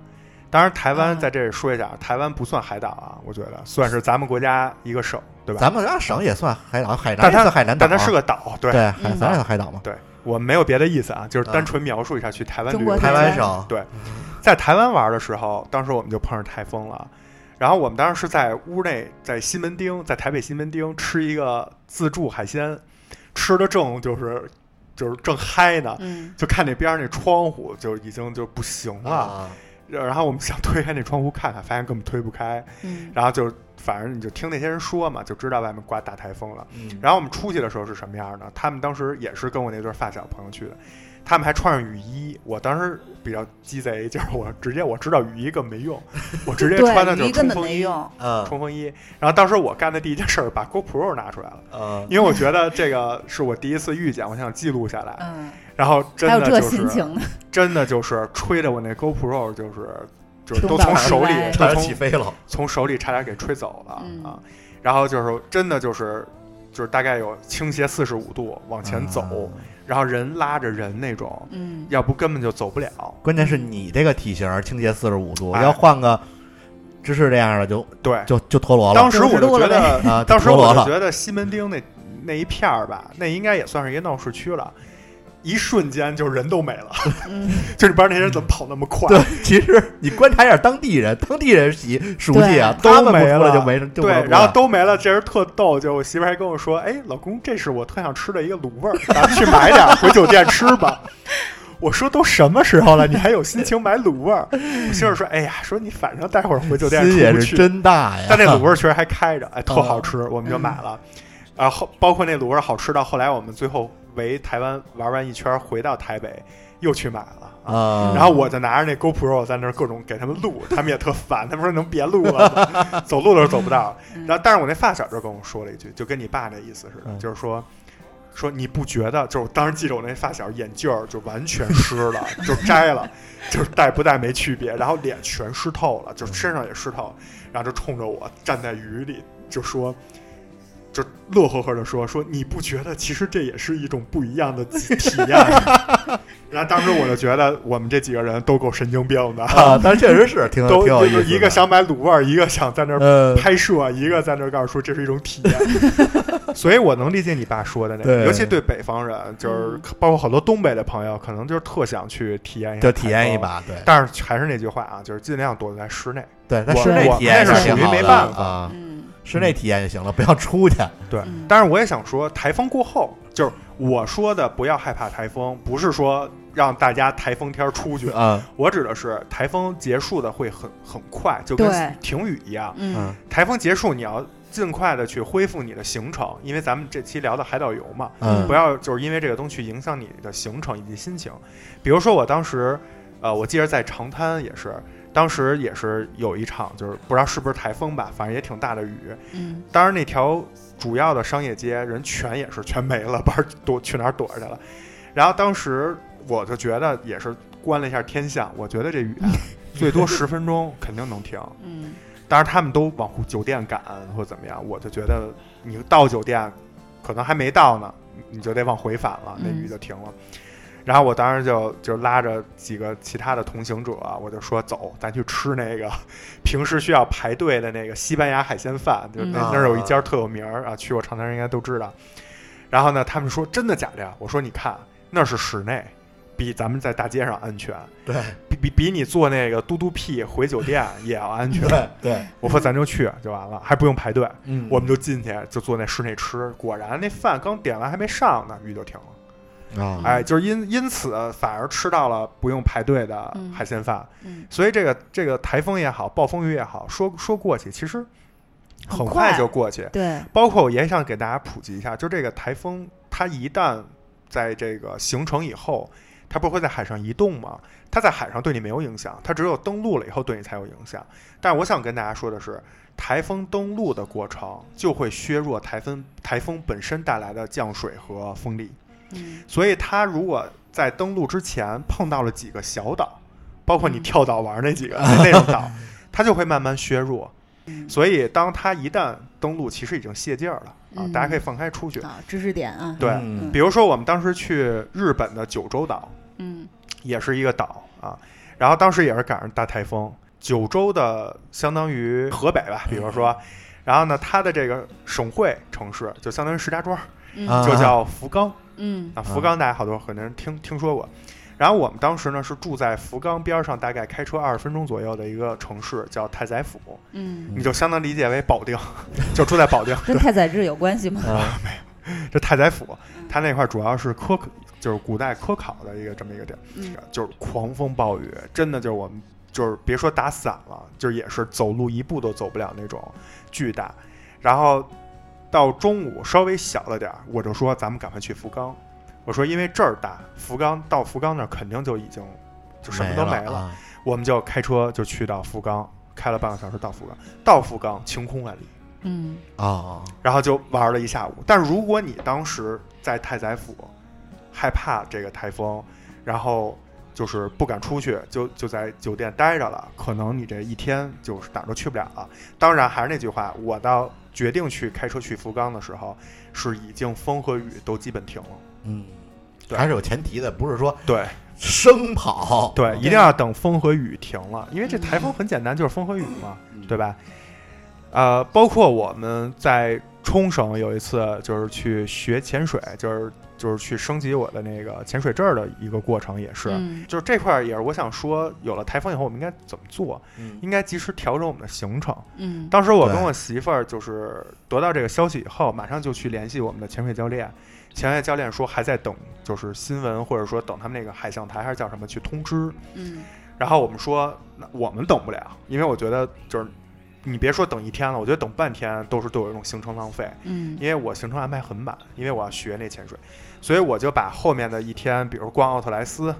Speaker 1: 当然，台
Speaker 2: 啊
Speaker 1: 湾
Speaker 3: 嗯
Speaker 1: 在这里说一下，啊台湾不算海岛啊，我觉得算是咱们国家一个省，对吧？
Speaker 2: 咱们家省也算海岛，海南
Speaker 1: 但它
Speaker 2: 也算海南岛，啊
Speaker 1: 但它是个岛，对，
Speaker 2: 对，海
Speaker 3: 嗯
Speaker 2: 咱也算海岛嘛。
Speaker 1: 对我没有别的意思啊，就是
Speaker 2: 嗯
Speaker 1: 单纯描述一下去台湾旅
Speaker 3: 中
Speaker 1: 游
Speaker 3: 国
Speaker 1: 的
Speaker 2: 台
Speaker 1: 感
Speaker 2: 湾
Speaker 1: 觉。
Speaker 2: 省
Speaker 1: 对在台湾玩的时候，当时我们就碰上台风了，然后我们当时是在屋内，在西门町，在台北西门町吃一个自助海鲜，吃的正就是就是正嗨呢，
Speaker 3: 嗯，
Speaker 1: 就看那边儿那窗户就已经就不行了，
Speaker 2: 啊，
Speaker 1: 然后我们想推开那窗户看看，发现根本推不开，
Speaker 3: 嗯
Speaker 1: 然后就反正你就听那些人说嘛，就知道外面刮大台风了。
Speaker 2: 嗯，
Speaker 1: 然后我们出去的时候是什么样呢？他们当时也是跟我那对发小朋友去的，他们还穿上雨衣。我当时比较鸡贼，就是我直接我知道雨衣更没用，我直接
Speaker 3: 对
Speaker 1: 穿的就
Speaker 3: 鱼
Speaker 1: 是
Speaker 3: 根
Speaker 1: 冲
Speaker 3: 本
Speaker 1: 锋
Speaker 3: 没
Speaker 1: 衣。啊
Speaker 3: 用，
Speaker 2: 呃
Speaker 1: 冲锋衣。然后当时我干的第一件事儿，把 GoPro 拿出来了，
Speaker 2: 呃，
Speaker 1: 因为我觉得这个是我第一次遇见，我想记录下来。
Speaker 3: 嗯，
Speaker 1: 然后真
Speaker 3: 还有
Speaker 1: 的
Speaker 3: 这
Speaker 1: 就
Speaker 3: 心
Speaker 1: 是
Speaker 3: 情呢，
Speaker 1: 真的就是吹着我那 GoPro，就是就是
Speaker 3: 冲
Speaker 1: 都
Speaker 3: 到
Speaker 1: 从
Speaker 3: 室
Speaker 1: 手里
Speaker 3: 外
Speaker 1: 都
Speaker 2: 差点起
Speaker 1: 从
Speaker 2: 飞了，
Speaker 1: 从手里差点给吹走了、
Speaker 3: 嗯
Speaker 1: 啊。然后就是真的就是就是大概有倾斜四十五度往前走，
Speaker 2: 啊
Speaker 1: 然后人拉着人那种，
Speaker 3: 嗯，
Speaker 1: 要不根本就走不了。
Speaker 2: 关键是你这个体型儿倾斜四十五度，
Speaker 1: 哎
Speaker 2: 要换个姿势这样的就
Speaker 1: 对，
Speaker 2: 就就陀螺了。
Speaker 1: 当时我就觉得
Speaker 2: 啊，
Speaker 1: [laughs] 当时
Speaker 2: 陀
Speaker 1: 我
Speaker 2: 螺
Speaker 1: 就
Speaker 2: 了，
Speaker 1: 觉得西门町那那一片儿吧，那应该也算是一个闹市区了。一瞬间就人都没了， [laughs]
Speaker 3: 嗯
Speaker 1: 就是不知道那些人怎么跑那么快，
Speaker 2: 对， [laughs] 其实你观察一下当地人，当地人习熟悉啊，
Speaker 1: 对
Speaker 2: 他们不
Speaker 1: 都没
Speaker 2: 出来
Speaker 1: 了
Speaker 2: 就没就
Speaker 1: 对
Speaker 2: 没
Speaker 1: 然后都没了，这人特逗，就我媳妇儿还跟我说：“哎，老公，这是我特想吃的一个卤味儿，咱们去买点儿回酒店吃吧。”我说：“都什么时候了，你还有心情买卤味儿？”我媳妇儿说：“哎呀，说你反正待会儿回酒店
Speaker 2: 心也
Speaker 1: 出不
Speaker 2: 是
Speaker 1: 去。”
Speaker 2: 真嗯大呀。
Speaker 1: 但那卤味儿确实还开着，哎，特好吃，我们就买了。
Speaker 2: 嗯
Speaker 1: 然后包括那卤味儿好吃到后来，我们最后围台湾玩完一圈儿，回到台北又去买了。
Speaker 2: [laughs] 啊，
Speaker 1: 然后我就拿着那 GoPro 在那儿各种给他们录， [laughs] 他们也特烦，他们说能别录了吗， [laughs] 走路都走不到。然后，但是我那发小就跟我说了一句，就跟你爸那意思似的，
Speaker 2: 嗯
Speaker 1: 就是说。说你不觉得？就是我当时记着我那发小眼镜儿就完全湿了， [laughs] 就摘了，就是戴不戴没区别，然后脸全湿透了，就身上也湿透，然后就冲着我站在雨里就说，就乐呵呵的说说你不觉得其实这也是一种不一样的体体验吗？ [laughs] 然后当时我就觉得我们这几个人都够神经病的，
Speaker 2: 啊，但是确实是挺
Speaker 1: 都
Speaker 2: 挺有意
Speaker 1: 就
Speaker 2: 思
Speaker 1: 是
Speaker 2: 的。
Speaker 1: 一个想买卤味儿，一个想在那儿
Speaker 2: 呃，
Speaker 1: 拍摄，一个在那儿告诉说这是一种体验。 [laughs] 所以我能理解你爸说的那个，
Speaker 2: 对
Speaker 1: 尤其对北方人，就是包括好多东北的朋友，可能就是特想去体验一下，
Speaker 2: 就体验一。把，对
Speaker 1: 但是还是那句话啊，就是尽量躲在室内。
Speaker 2: 对，在
Speaker 1: 我
Speaker 2: 室内
Speaker 1: 我
Speaker 2: 体验一下
Speaker 1: 那是
Speaker 2: 挺
Speaker 1: 属于
Speaker 2: 好
Speaker 1: 没
Speaker 2: 的
Speaker 1: 办法
Speaker 2: 啊，
Speaker 3: 嗯
Speaker 1: [laughs]
Speaker 2: 室内体验就行了，不要出去。
Speaker 1: 对
Speaker 3: 嗯，
Speaker 1: 但是我也想说，台风过后，就是我说的不要害怕台风，不是说让大家台风天儿出去，
Speaker 2: 啊，
Speaker 1: 我指的是台风结束的会很很快，就跟
Speaker 3: 对
Speaker 1: 停雨一样。
Speaker 3: 嗯
Speaker 1: 台风结束，你要尽快的去恢复你的行程，因为咱们这期聊的海岛游嘛，
Speaker 2: 嗯
Speaker 1: 不要就是因为这个东西去影响你的行程以及心情。比如说我当时，呃，我记得在长滩也是，当时也是有一场就是不知道是不是台风吧，反正也挺大的雨，
Speaker 3: 嗯
Speaker 1: 当然那条主要的商业街人全也是全没了，不知道躲去哪儿躲着去了。然后当时我就觉得也是观了一下天象，我觉得这雨啊最多十分钟肯定能停。
Speaker 3: 嗯
Speaker 1: 当然他们都往酒店赶或者怎么样，我就觉得你到酒店可能还没到呢，你就得往回返了，那
Speaker 3: 嗯
Speaker 1: 雨就停了。然后我当时就就拉着几个其他的同行者啊，我就说走，咱去吃那个平时需要排队的那个西班牙海鲜饭，就那、
Speaker 2: 嗯
Speaker 1: 那儿有一家特有名儿啊，去过长滩人应该都知道。然后呢，他们说真的假的呀？我说你看那是室内，比咱们在大街上安全，
Speaker 2: 对
Speaker 1: 比比比你坐那个嘟嘟屁回酒店也要安全。
Speaker 2: 对对，
Speaker 1: 我
Speaker 3: 嗯
Speaker 1: 说咱就去就完了，还不用排队，
Speaker 2: 嗯
Speaker 1: 我们就进去就坐那室内吃。果然那饭刚点完还没上呢，雨就停了。
Speaker 2: 啊
Speaker 3: 嗯
Speaker 1: 哎，就是因因此反而吃到了不用排队的海鲜饭。
Speaker 3: 嗯
Speaker 1: 所以这个这个台风也好，暴风雨也好，说说过去其实很
Speaker 3: 很快
Speaker 1: 就过去。
Speaker 3: 对
Speaker 1: 包括我也想给大家普及一下，就这个台风它一旦在这个形成以后。它不是会在海上移动吗？它在海上对你没有影响，它只有登陆了以后对你才有影响。但我想跟大家说的是，台风登陆的过程就会削弱台风台风本身带来的降水和风力。
Speaker 3: 嗯
Speaker 1: 所以它如果在登陆之前碰到了几个小岛，包括你
Speaker 3: 嗯
Speaker 1: 跳岛玩那几个、那种岛，它就会慢慢削弱。
Speaker 3: 嗯
Speaker 1: 所以当它一旦登陆，其实已经泄劲儿了啊，
Speaker 3: 嗯
Speaker 1: 大家可以放开出去。
Speaker 3: 啊，知识点啊，
Speaker 1: 对，
Speaker 2: 嗯
Speaker 1: 比如说我们当时去日本的九州岛，
Speaker 3: 嗯
Speaker 1: 也是一个岛啊，然后当时也是赶上大台风，九州的相当于河北吧，比如说。然后呢，它的这个省会城市就相当于石家庄，
Speaker 2: 啊
Speaker 3: 嗯
Speaker 1: 就叫福冈。
Speaker 3: 嗯
Speaker 1: 啊，福冈大家好多很多人听听说过。然后我们当时呢是住在福冈边上，大概开车二十分钟左右的一个城市，叫太宰府，
Speaker 3: 嗯，
Speaker 1: 你就相当理解为保定， [laughs] 就住在保定。
Speaker 3: 跟太宰治有
Speaker 2: [laughs]
Speaker 3: 关系吗？
Speaker 2: 啊
Speaker 1: 这太宰府，它那块儿主要是科，就是古代科考的一个这么一个地儿，
Speaker 3: 嗯
Speaker 1: 就是狂风暴雨，真的就是我们就是别说打散了，就是也是走路一步都走不了那种，巨大。然后到中午稍微小了点儿，我就说咱们赶快去福冈。我说因为这儿大，福冈到福冈那儿肯定就已经就 [laughs] 什么都没
Speaker 2: 了啊。
Speaker 1: 我们就开车就去到福冈，开了半个小时到福冈，到福冈晴空万里，
Speaker 3: 嗯，
Speaker 2: 哦，
Speaker 1: 然后就玩了一下午。但是如果你当时在太宰府，害怕这个台风，然后就是不敢出去，就就在酒店待着了，可能你这一天就是哪儿都去不了了。当然还是那句话，我到决定去开车去福冈的时候，是已经风和雨都基本停了。
Speaker 2: 嗯，
Speaker 1: 对
Speaker 2: 还是有前提的，不是说
Speaker 1: 对
Speaker 2: 生跑。
Speaker 1: 对，一定要等风和雨停了，因为这台风很简单，就是风和雨嘛。对吧？呃，包括我们在冲绳有一次就是去学潜水，就是就是去升级我的那个潜水证儿的一个过程，也是，啊
Speaker 3: 嗯
Speaker 1: 就是这块儿也是我想说，有了台风以后我们应该怎么做？
Speaker 2: 嗯，
Speaker 1: 应该及时调整我们的行程。
Speaker 3: 嗯
Speaker 1: 当时我
Speaker 2: 对
Speaker 1: 跟我媳妇儿就是得到这个消息以后，马上就去联系我们的潜水教练。潜水教练说还在等，就是新闻或者说等他们那个海象台还是叫什么去通知。
Speaker 3: 嗯
Speaker 1: 然后我们说，那我们等不了，因为我觉得就是你别说等一天了，我觉得等半天都是对我一种行程浪费，
Speaker 3: 嗯
Speaker 1: 因为我行程安排很满，因为我要学那潜水，所以我就把后面的一天，比如逛奥特莱斯、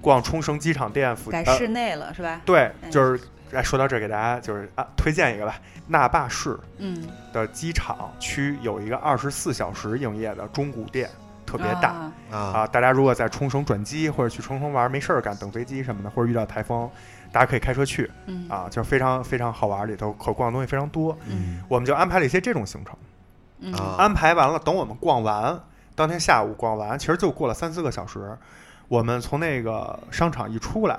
Speaker 1: 逛冲绳机场店附近，
Speaker 3: 改
Speaker 1: 呃
Speaker 3: 室内了是吧？
Speaker 1: 对，
Speaker 3: 嗯
Speaker 1: 就是哎，说到这儿给大家就是啊推荐一个吧，那霸市
Speaker 3: 嗯，
Speaker 1: 的机场区有一个二十四小时营业的中古店，特别大。
Speaker 3: 啊，
Speaker 2: 啊，
Speaker 1: 啊，大家如果在冲绳转机或者去冲绳玩没事儿干，等飞机什么的，或者遇到台风，大家可以开车去
Speaker 3: 嗯
Speaker 1: 啊，就是非常非常好玩，里头可逛的东西非常多。
Speaker 3: 嗯
Speaker 1: 我们就安排了一些这种行程，
Speaker 3: 嗯
Speaker 2: 啊
Speaker 1: 安排完了，等我们逛完，当天下午逛完，其实就过了三四个小时，我们从那个商场一出来，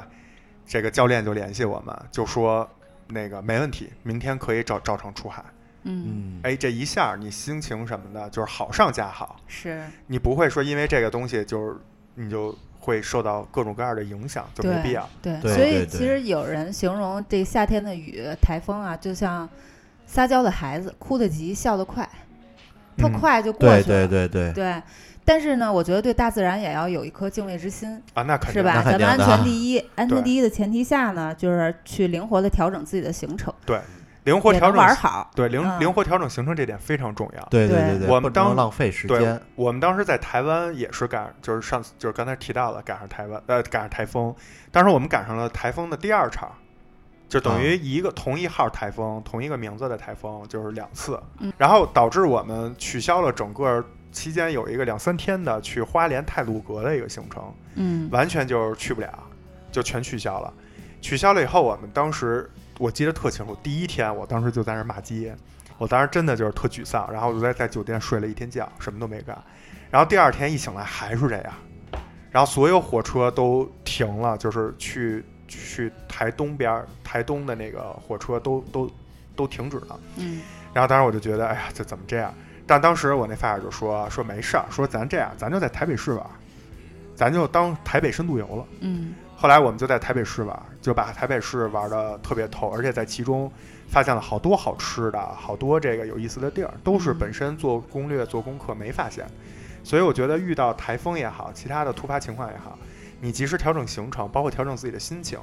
Speaker 1: 这个教练就联系我们，就说那个没问题，明天可以照照常出海。
Speaker 3: 嗯
Speaker 2: 嗯，
Speaker 1: 哎，这一下你心情什么的，就是好上加好。
Speaker 3: 是
Speaker 1: 你不会说因为这个东西就是你就会受到各种各样的影响，就没必要。
Speaker 3: 对，
Speaker 2: 对
Speaker 3: 所
Speaker 2: 对
Speaker 3: 以
Speaker 2: 对
Speaker 3: 其实有人形容这夏天的雨、台风啊，就像撒娇的孩子，哭得急，笑得快，特
Speaker 1: 嗯
Speaker 3: 快就过
Speaker 2: 对
Speaker 3: 去了。
Speaker 2: 对对对，
Speaker 3: 对但是呢，我觉得对大自然也要有一颗敬畏之心，
Speaker 1: 啊，那肯
Speaker 3: 是
Speaker 1: 定
Speaker 3: 吧？
Speaker 2: 那肯
Speaker 3: 咱们
Speaker 2: 定
Speaker 3: 安
Speaker 2: 的
Speaker 3: 全第一，安
Speaker 1: 对
Speaker 3: 全第一的前提下呢，就是去灵活的调整自己的行程，
Speaker 1: 灵活
Speaker 3: 也
Speaker 1: 调
Speaker 3: 能玩
Speaker 1: 整，
Speaker 3: 好。
Speaker 1: 对灵
Speaker 3: 嗯
Speaker 1: 灵活调整行程这点非常重要。
Speaker 2: 对
Speaker 3: 对
Speaker 2: 对对，
Speaker 1: 我们
Speaker 2: 不能
Speaker 1: 当
Speaker 2: 浪费时
Speaker 1: 对
Speaker 2: 间。，
Speaker 1: 我们当时在台湾也是赶，就是上次就是刚才提到了赶上台湾，呃，赶上台风。当时我们赶上了台风的第二场，就
Speaker 2: 啊
Speaker 1: 等于一个同一号台风，同一个名字的台风，就是两次
Speaker 3: 嗯，
Speaker 1: 然后导致我们取消了整个期间有一个两三天的去花莲太鲁阁的一个行程。
Speaker 3: 嗯
Speaker 1: 完全就是去不了，就全取消了。取消了以后，我们当时我记得特清楚，第一天我当时就在那儿骂街，我当时真的就是特沮丧，然后我就在在酒店睡了一天觉，什么都没干。然后第二天一醒来还是这样，然后所有火车都停了，就是去去台东边儿台东的那个火车都都都停止了。
Speaker 3: 嗯
Speaker 1: 然后当时我就觉得，哎呀，这怎么这样？但当时我那发小就说说没事儿，说咱这样，咱就在台北市玩，咱就当台北深度游了。
Speaker 3: 嗯
Speaker 1: 后来我们就在台北市玩，就把台北市玩的特别透，而且在其中发现了好多好吃的，好多这个有意思的地儿，都是
Speaker 3: 嗯
Speaker 1: 本身做攻略、做功课没发现。所以我觉得遇到台风也好，其他的突发情况也好，你及时调整行程，包括调整自己的心情，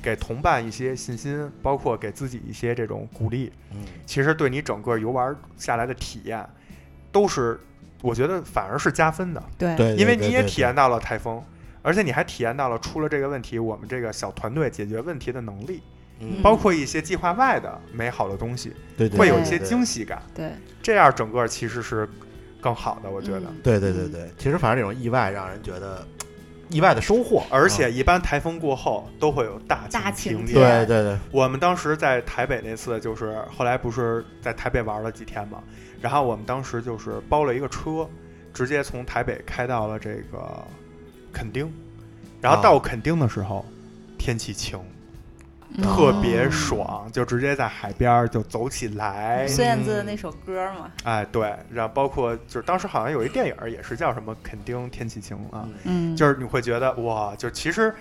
Speaker 1: 给同伴一些信心，包括给自己一些这种鼓励，
Speaker 2: 嗯，
Speaker 1: 其实对你整个游玩下来的体验，都是我觉得反而是加分的。
Speaker 3: 对
Speaker 2: 对，
Speaker 1: 因为
Speaker 2: 对
Speaker 1: 你也
Speaker 2: 对
Speaker 1: 体验到了台风，而且你还体验到了出了这个问题，我们这个小团队解决问题的能力，
Speaker 2: 嗯
Speaker 1: 包括一些计划外的美好的东西，
Speaker 2: 对对
Speaker 1: 会有一些
Speaker 2: 对
Speaker 1: 惊喜感。
Speaker 3: 对，
Speaker 1: 这样整个其实是更好的，我觉得。
Speaker 3: 嗯
Speaker 2: 对对对对，其实反正这种意外让人觉得意外的收获，
Speaker 1: 而
Speaker 2: 啊
Speaker 1: 且一般台风过后都会有大
Speaker 3: 大晴
Speaker 1: 晴
Speaker 3: 天
Speaker 1: 天
Speaker 2: 对对对，
Speaker 1: 我们当时在台北那次，就是后来不是在台北玩了几天嘛，然后我们当时就是包了一个车，直接从台北开到了这个垦丁，然后到垦丁的时候，天气晴，
Speaker 3: 嗯
Speaker 1: 特别爽，就直接在海边儿就走起来，
Speaker 3: 孙燕姿的那首歌嘛，
Speaker 1: 哎，对，然后包括就是当时好像有一电影儿也是叫什么《垦丁天气晴》啊，
Speaker 3: 嗯，
Speaker 1: 就是你会觉得哇，就其实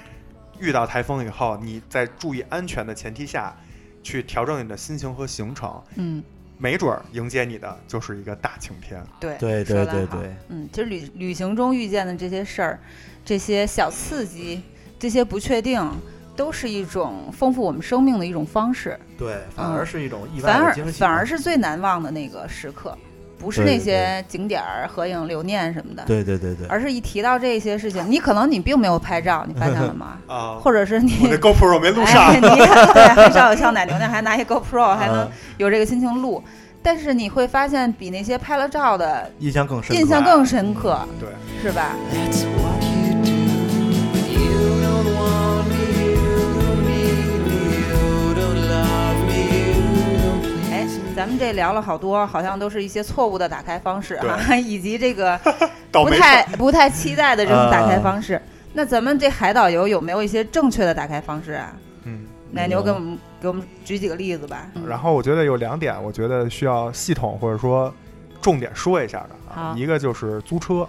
Speaker 1: 遇到台风以后，你在注意安全的前提下，去调整你的心情和行程，
Speaker 3: 嗯，
Speaker 1: 没准儿迎接你的就是一个大晴天。
Speaker 3: 对
Speaker 2: 对
Speaker 3: 说
Speaker 2: 对
Speaker 3: 得
Speaker 2: 对
Speaker 3: 好
Speaker 2: 对，
Speaker 3: 嗯，就是旅旅行中遇见的这些事儿，这些小刺激，这些不确定，
Speaker 7: 都是一种丰富我们生命的一种方式，
Speaker 2: 对，嗯反而是一种意
Speaker 7: 反
Speaker 2: 外的
Speaker 7: 而
Speaker 2: 惊喜，
Speaker 7: 反而是最难忘的那个时刻，不是
Speaker 2: 对
Speaker 7: 那
Speaker 2: 对
Speaker 7: 些景点儿合影留念什么的，
Speaker 2: 对对对对，
Speaker 7: 而是一提到这些事情，你可能你并没有拍照，你发现了吗？
Speaker 1: 啊，
Speaker 7: 或者是你
Speaker 1: 我那 GoPro 没录上
Speaker 7: 哎、，你看对，很少有像奶牛那样还拿一 GoPro 还能
Speaker 2: 嗯
Speaker 7: 有这个心情录，但是你会发现比那些拍了照的
Speaker 2: 印象更深刻，
Speaker 7: 印象更深刻，
Speaker 1: 嗯对，
Speaker 7: 是吧？
Speaker 9: That's what you do. You don't want me, you don't need me, you don't love me, you don't please
Speaker 7: 哎，咱们这聊了好多，好像都是一些错误的打开方式哈， [laughs] 以及这个
Speaker 1: [laughs] [laughs] 倒
Speaker 7: 不
Speaker 1: 霉嗯
Speaker 7: 太不太期待的这种打开方式。那咱们这海岛游有没有一些正确的打开方式啊？
Speaker 1: 嗯。
Speaker 7: 奶牛给我们给我们举几个例子吧。嗯
Speaker 1: 然后我觉得有两点，我觉得需要系统或者说重点说一下的啊
Speaker 7: 好，
Speaker 1: 一个就是租车，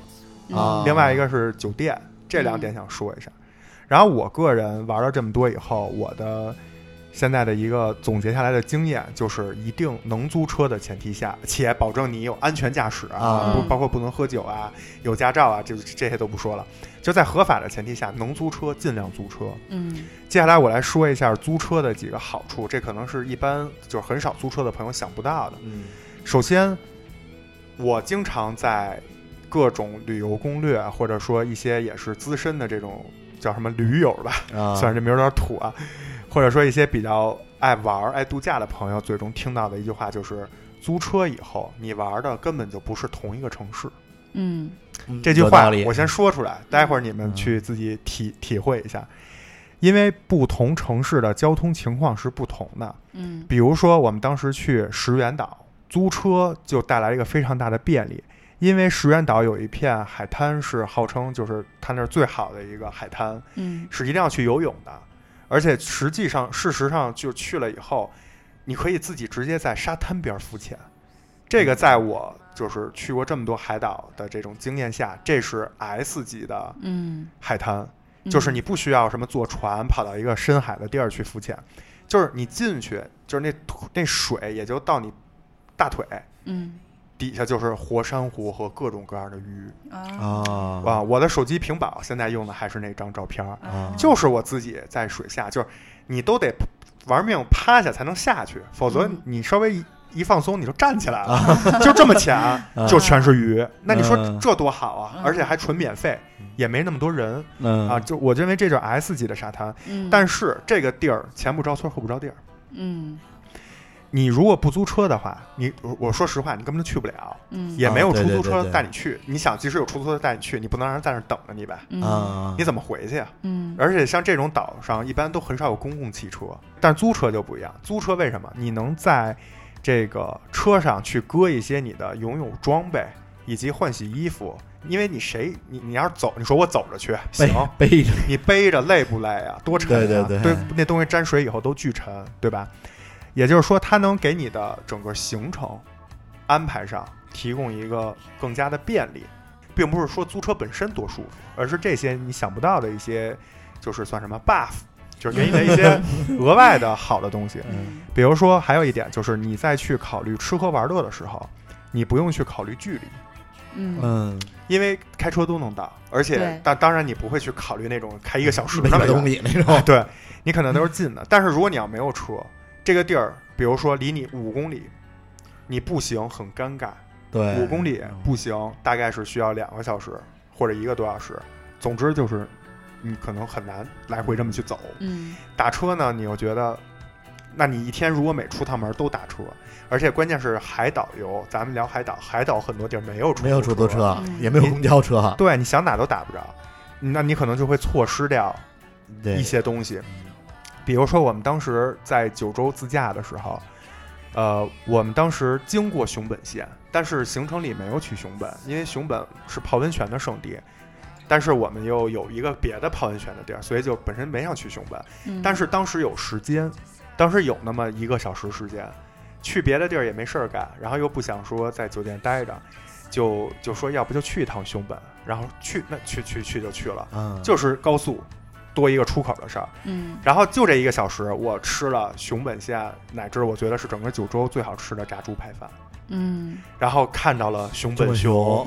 Speaker 7: 嗯
Speaker 2: 啊
Speaker 1: 另外一个是酒店，这两点想说一下。然后我个人玩了这么多以后，我的现在的一个总结下来的经验就是，一定能租车的前提下，且保证你有安全驾驶
Speaker 2: 啊
Speaker 1: 不
Speaker 7: 嗯
Speaker 1: 包括不能喝酒啊、有驾照啊，这这些都不说了。就在合法的前提下，能租车尽量租车。
Speaker 7: 嗯
Speaker 1: 接下来我来说一下租车的几个好处，这可能是一般就是很少租车的朋友想不到的。
Speaker 2: 嗯
Speaker 1: 首先，我经常在各种旅游攻略，或者说一些也是资深的这种叫什么驴友吧，
Speaker 2: 啊，
Speaker 1: 虽然这名儿有点土啊，或者说一些比较爱玩儿、爱度假的朋友，最终听到的一句话就是：租车以后，你玩的根本就不是同一个城市。
Speaker 7: 嗯，
Speaker 2: 嗯
Speaker 1: 这句
Speaker 2: 有道
Speaker 1: 话
Speaker 2: 理嗯
Speaker 1: 我先说出来，待会儿你们去自己体体会一下，因为不同城市的交通情况是不同的。
Speaker 7: 嗯
Speaker 1: 比如说，我们当时去石原岛租车，就带来一个非常大的便利，因为石原岛有一片海滩是号称就是它那儿最好的一个海滩，
Speaker 7: 嗯
Speaker 1: 是一定要去游泳的。而且实际上，事实上就去了以后，你可以自己直接在沙滩边儿浮潜。这个在我就是去过这么多海岛的这种经验下，这是 S 级的
Speaker 7: 嗯，
Speaker 1: 海滩，
Speaker 7: 嗯
Speaker 1: 就是你不需要什么坐船跑到一个深海的地儿去浮潜，就是你进去，就是那土那水也就到你大腿
Speaker 7: 嗯
Speaker 1: 底下，就是活珊瑚和各种各样的鱼
Speaker 7: 啊
Speaker 2: 啊
Speaker 1: 啊！我的手机屏保现在用的还是那张照片儿，
Speaker 7: 嗯
Speaker 2: 啊
Speaker 1: 就是我自己在水下，就是你都得玩命趴下才能下去，否则
Speaker 7: 嗯
Speaker 1: 你稍微一一放松你就站起来了，就这么
Speaker 7: [laughs]
Speaker 1: 浅，
Speaker 2: 啊
Speaker 1: 就全是鱼。那你说
Speaker 2: 嗯
Speaker 1: 这多好啊
Speaker 7: 嗯！
Speaker 1: 而且还纯免费，也没那么多人
Speaker 2: 嗯
Speaker 1: 啊。就我认为这就是 S 级的沙滩，
Speaker 7: 嗯，
Speaker 1: 但是这个地儿前不着村后不着店儿。
Speaker 7: 嗯
Speaker 1: 你如果不租车的话，你我我说实话，你根本就去不了，
Speaker 7: 嗯
Speaker 1: 也没有
Speaker 2: 啊对
Speaker 1: 出
Speaker 2: 对
Speaker 1: 租
Speaker 2: 对
Speaker 1: 车
Speaker 2: 对
Speaker 1: 带你去。你想，即使有出租车带你去，你不能让人在那儿等着你吧？
Speaker 7: 嗯
Speaker 2: 啊，
Speaker 1: 你怎么回去啊？
Speaker 7: 嗯
Speaker 1: 而且像这种岛上，一般都很少有公共汽车，但租车就不一样。租车为什么？你能在这个车上去搁一些你的游泳装备以及换洗衣服，因为你谁你你要是走，你说我走着去行，
Speaker 2: 背背着
Speaker 1: 你背着累不累啊？多沉、啊！
Speaker 2: 对对对
Speaker 1: 那东西沾水以后都巨沉，对吧？也就是说，它能给你的整个行程安排上提供一个更加的便利，并不是说租车本身多舒服，而是这些你想不到的一些，就是算什么 buff，就是给你的一
Speaker 2: [laughs]
Speaker 1: 些额外的好的东西。
Speaker 7: 嗯
Speaker 1: 比如说，还有一点就是你在去考虑吃喝玩乐的时候，你不用去考虑距离，
Speaker 7: 嗯
Speaker 2: 嗯
Speaker 1: 因为开车都能到，而且
Speaker 7: 对
Speaker 1: 当当然你不会去考虑那种开一个小时
Speaker 2: 一
Speaker 1: 那
Speaker 2: 百
Speaker 1: 么
Speaker 2: 多公
Speaker 1: 远，
Speaker 2: 里 [laughs] 那种，
Speaker 1: 对你可能都是近的。但是如果你要没有车，这个地儿，比如说离你五公里，你步行很尴尬，
Speaker 2: 对
Speaker 1: 五公里
Speaker 2: 嗯
Speaker 1: 步行大概是需要两个小时或者一个多小时，总之就是你可能很难来回这么去走。
Speaker 7: 嗯
Speaker 1: 打车呢，你又觉得，那你一天如果每出趟门都打车，而且关键是海岛游，咱们聊海岛，海岛很多地儿没有出
Speaker 2: 没有出
Speaker 1: 租
Speaker 2: 租车
Speaker 7: 嗯，
Speaker 2: 也没有公交车，
Speaker 1: 对，你想打都打不着，那你可能就会错失掉
Speaker 2: 对
Speaker 1: 一些东西。比如说，我们当时在九州自驾的时候，呃，我们当时经过熊本县，但是行程里没有去熊本，因为熊本是泡温泉的圣地。但是我们又有一个别的泡温泉的地儿，所以就本身没想去熊本。
Speaker 7: 嗯，
Speaker 1: 但是当时有时间，当时有那么一个小时时间，去别的地儿也没事儿干，然后又不想说在酒店待着，就就说要不就去一趟熊本，然后去那去去去就去了，
Speaker 2: 嗯，
Speaker 1: 就是高速多一个出口的事儿。
Speaker 7: 嗯
Speaker 1: 然后就这一个小时，我吃了熊本县乃至我觉得是整个九州最好吃的炸猪排饭，
Speaker 7: 嗯
Speaker 3: 嗯
Speaker 1: 然后看到了熊
Speaker 2: 本
Speaker 1: 本
Speaker 2: 熊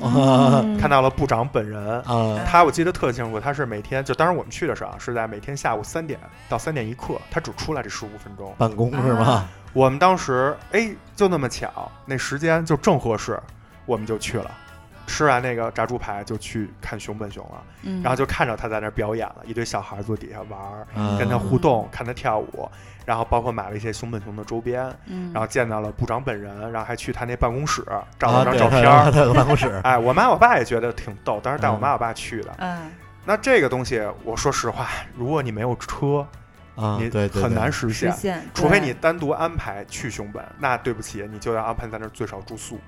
Speaker 1: 熊，嗯
Speaker 2: 啊
Speaker 1: 看到了部长本人。
Speaker 2: [laughs] 啊
Speaker 1: 他我记得特清楚，他是每天就当时我们去的时候啊是在每天下午三点到三点一刻，他只出来这十五分钟。
Speaker 2: 办公是吗？
Speaker 1: 我们当时哎就那么巧，那时间就正合适，我们就去了。吃完那个炸猪排就去看熊本熊了，
Speaker 3: 嗯，
Speaker 1: 然后就看着他在那儿表演了，一堆小孩坐底下玩儿，
Speaker 2: 嗯
Speaker 1: 跟他互动，看他跳舞，然后包括买了一些熊本熊的周边，
Speaker 3: 嗯
Speaker 1: 然后见到了部长本人，然后还去他那办公室照
Speaker 2: 啊
Speaker 1: 了张
Speaker 2: 对
Speaker 1: 照片
Speaker 2: 他 [laughs]
Speaker 1: 儿。
Speaker 2: 他有办公室
Speaker 1: 哎，我妈我爸也觉得挺逗，当时带我
Speaker 2: 嗯
Speaker 1: 妈我爸去的。
Speaker 3: 嗯
Speaker 1: 那这个东西，我说实话，如果你没有车，[laughs]
Speaker 2: 啊，
Speaker 1: 你
Speaker 2: 对对对，
Speaker 1: 很难实
Speaker 3: 实
Speaker 1: 现。
Speaker 3: 现，
Speaker 1: 啊除非
Speaker 3: 对
Speaker 1: 你单独安排去熊本，那对不起，你就要安排在那儿最少住宿，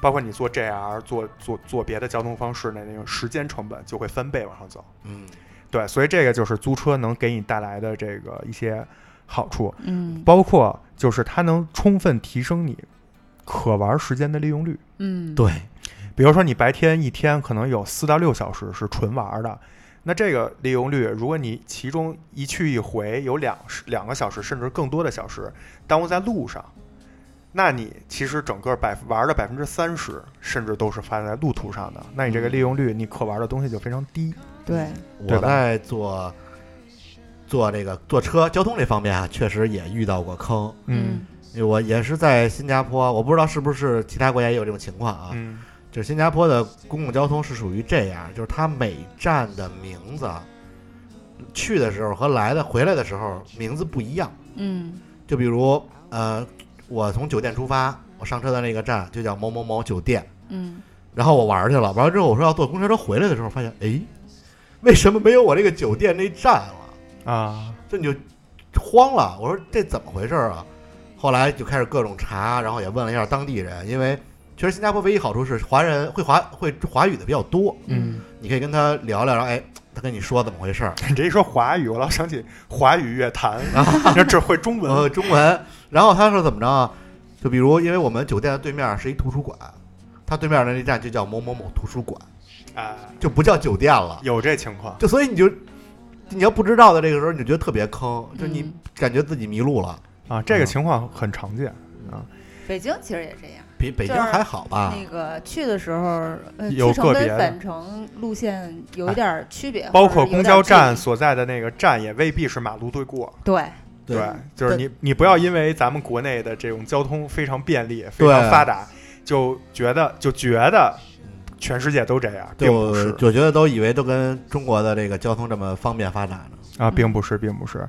Speaker 1: 包括你坐 JR、坐坐坐别的交通方式，那那个时间成本就会翻倍往上走。
Speaker 2: 嗯，
Speaker 1: 对，所以这个就是租车能给你带来的这个一些好处，
Speaker 3: 嗯
Speaker 1: 包括就是它能充分提升你可玩时间的利用率。
Speaker 3: 嗯
Speaker 2: 对，
Speaker 1: 比如说你白天一天可能有四到六小时是纯玩的，那这个利用率，如果你其中一去一回有两两个小时甚至更多的小时耽误在路上，那你其实整个百玩的百分之三十甚至都是发在路途上的，那你这个利用率，你可玩的东西就非常低。
Speaker 3: 对，
Speaker 2: 我
Speaker 1: 对吧
Speaker 2: 在做做这个坐车交通这方面啊，确实也遇到过坑。
Speaker 3: 嗯
Speaker 2: 因为我也是在新加坡，我不知道是不是其他国家也有这种情况啊。
Speaker 1: 嗯
Speaker 2: 就是新加坡的公共交通是属于这样，就是它每站的名字，去的时候和来的回来的时候名字不一样。
Speaker 3: 嗯
Speaker 2: 就比如呃，我从酒店出发，我上车的那个站就叫某某某酒店，
Speaker 3: 嗯
Speaker 2: 然后我玩儿去了，玩完之后我说要坐公交车回来的时候，发现哎，为什么没有我这个酒店那站了？
Speaker 1: 啊， [laughs]
Speaker 2: 这你就慌了。我说这怎么回事儿啊？后来就开始各种查，然后也问了一下当地人，因为其实新加坡唯一好处是华人会华会华语的比较多，
Speaker 1: 嗯，
Speaker 2: 你可以跟他聊聊，然后哎，他跟你说怎么回事儿， [laughs]
Speaker 1: 你这一说华语，我老想起华语乐坛， [laughs] 你只会中文
Speaker 2: 呃，中文。然后他说怎么着啊？就比如，因为我们酒店的对面是一图书馆，他对面的那站就叫某某某图书馆，
Speaker 1: 啊，
Speaker 2: 就不叫酒店了。
Speaker 1: 有这情况。
Speaker 2: 就所以你就你要不知道的这个时候，你就觉得特别坑，就你
Speaker 3: 嗯
Speaker 2: 感觉自己迷路了。
Speaker 1: 啊，这个情况很常见。
Speaker 3: 北京其实也这样。
Speaker 2: 比北京
Speaker 3: 就是
Speaker 2: 还好吧？
Speaker 3: 那个去的时候，呃，
Speaker 1: 啊有
Speaker 3: 去程
Speaker 1: 个别
Speaker 3: 跟
Speaker 1: 的
Speaker 3: 返程路线有一点儿区别，
Speaker 1: 包
Speaker 3: 或者
Speaker 1: 括
Speaker 3: 呃有
Speaker 1: 公
Speaker 3: 点
Speaker 1: 交
Speaker 3: 儿
Speaker 1: 站
Speaker 3: 距
Speaker 1: 所在的那个站也未必是马路对过，
Speaker 3: 离，对，
Speaker 1: 对，就是你你不要因为咱们国内的这种交通非常便利、非
Speaker 2: 对
Speaker 1: 常发达，就觉得就觉得
Speaker 2: 嗯
Speaker 1: 全世界都这样，并
Speaker 2: 就
Speaker 1: 不是
Speaker 2: 我觉得都以为都跟中国的这个交通这么方便发展呢。
Speaker 1: 啊，并不是，并不是。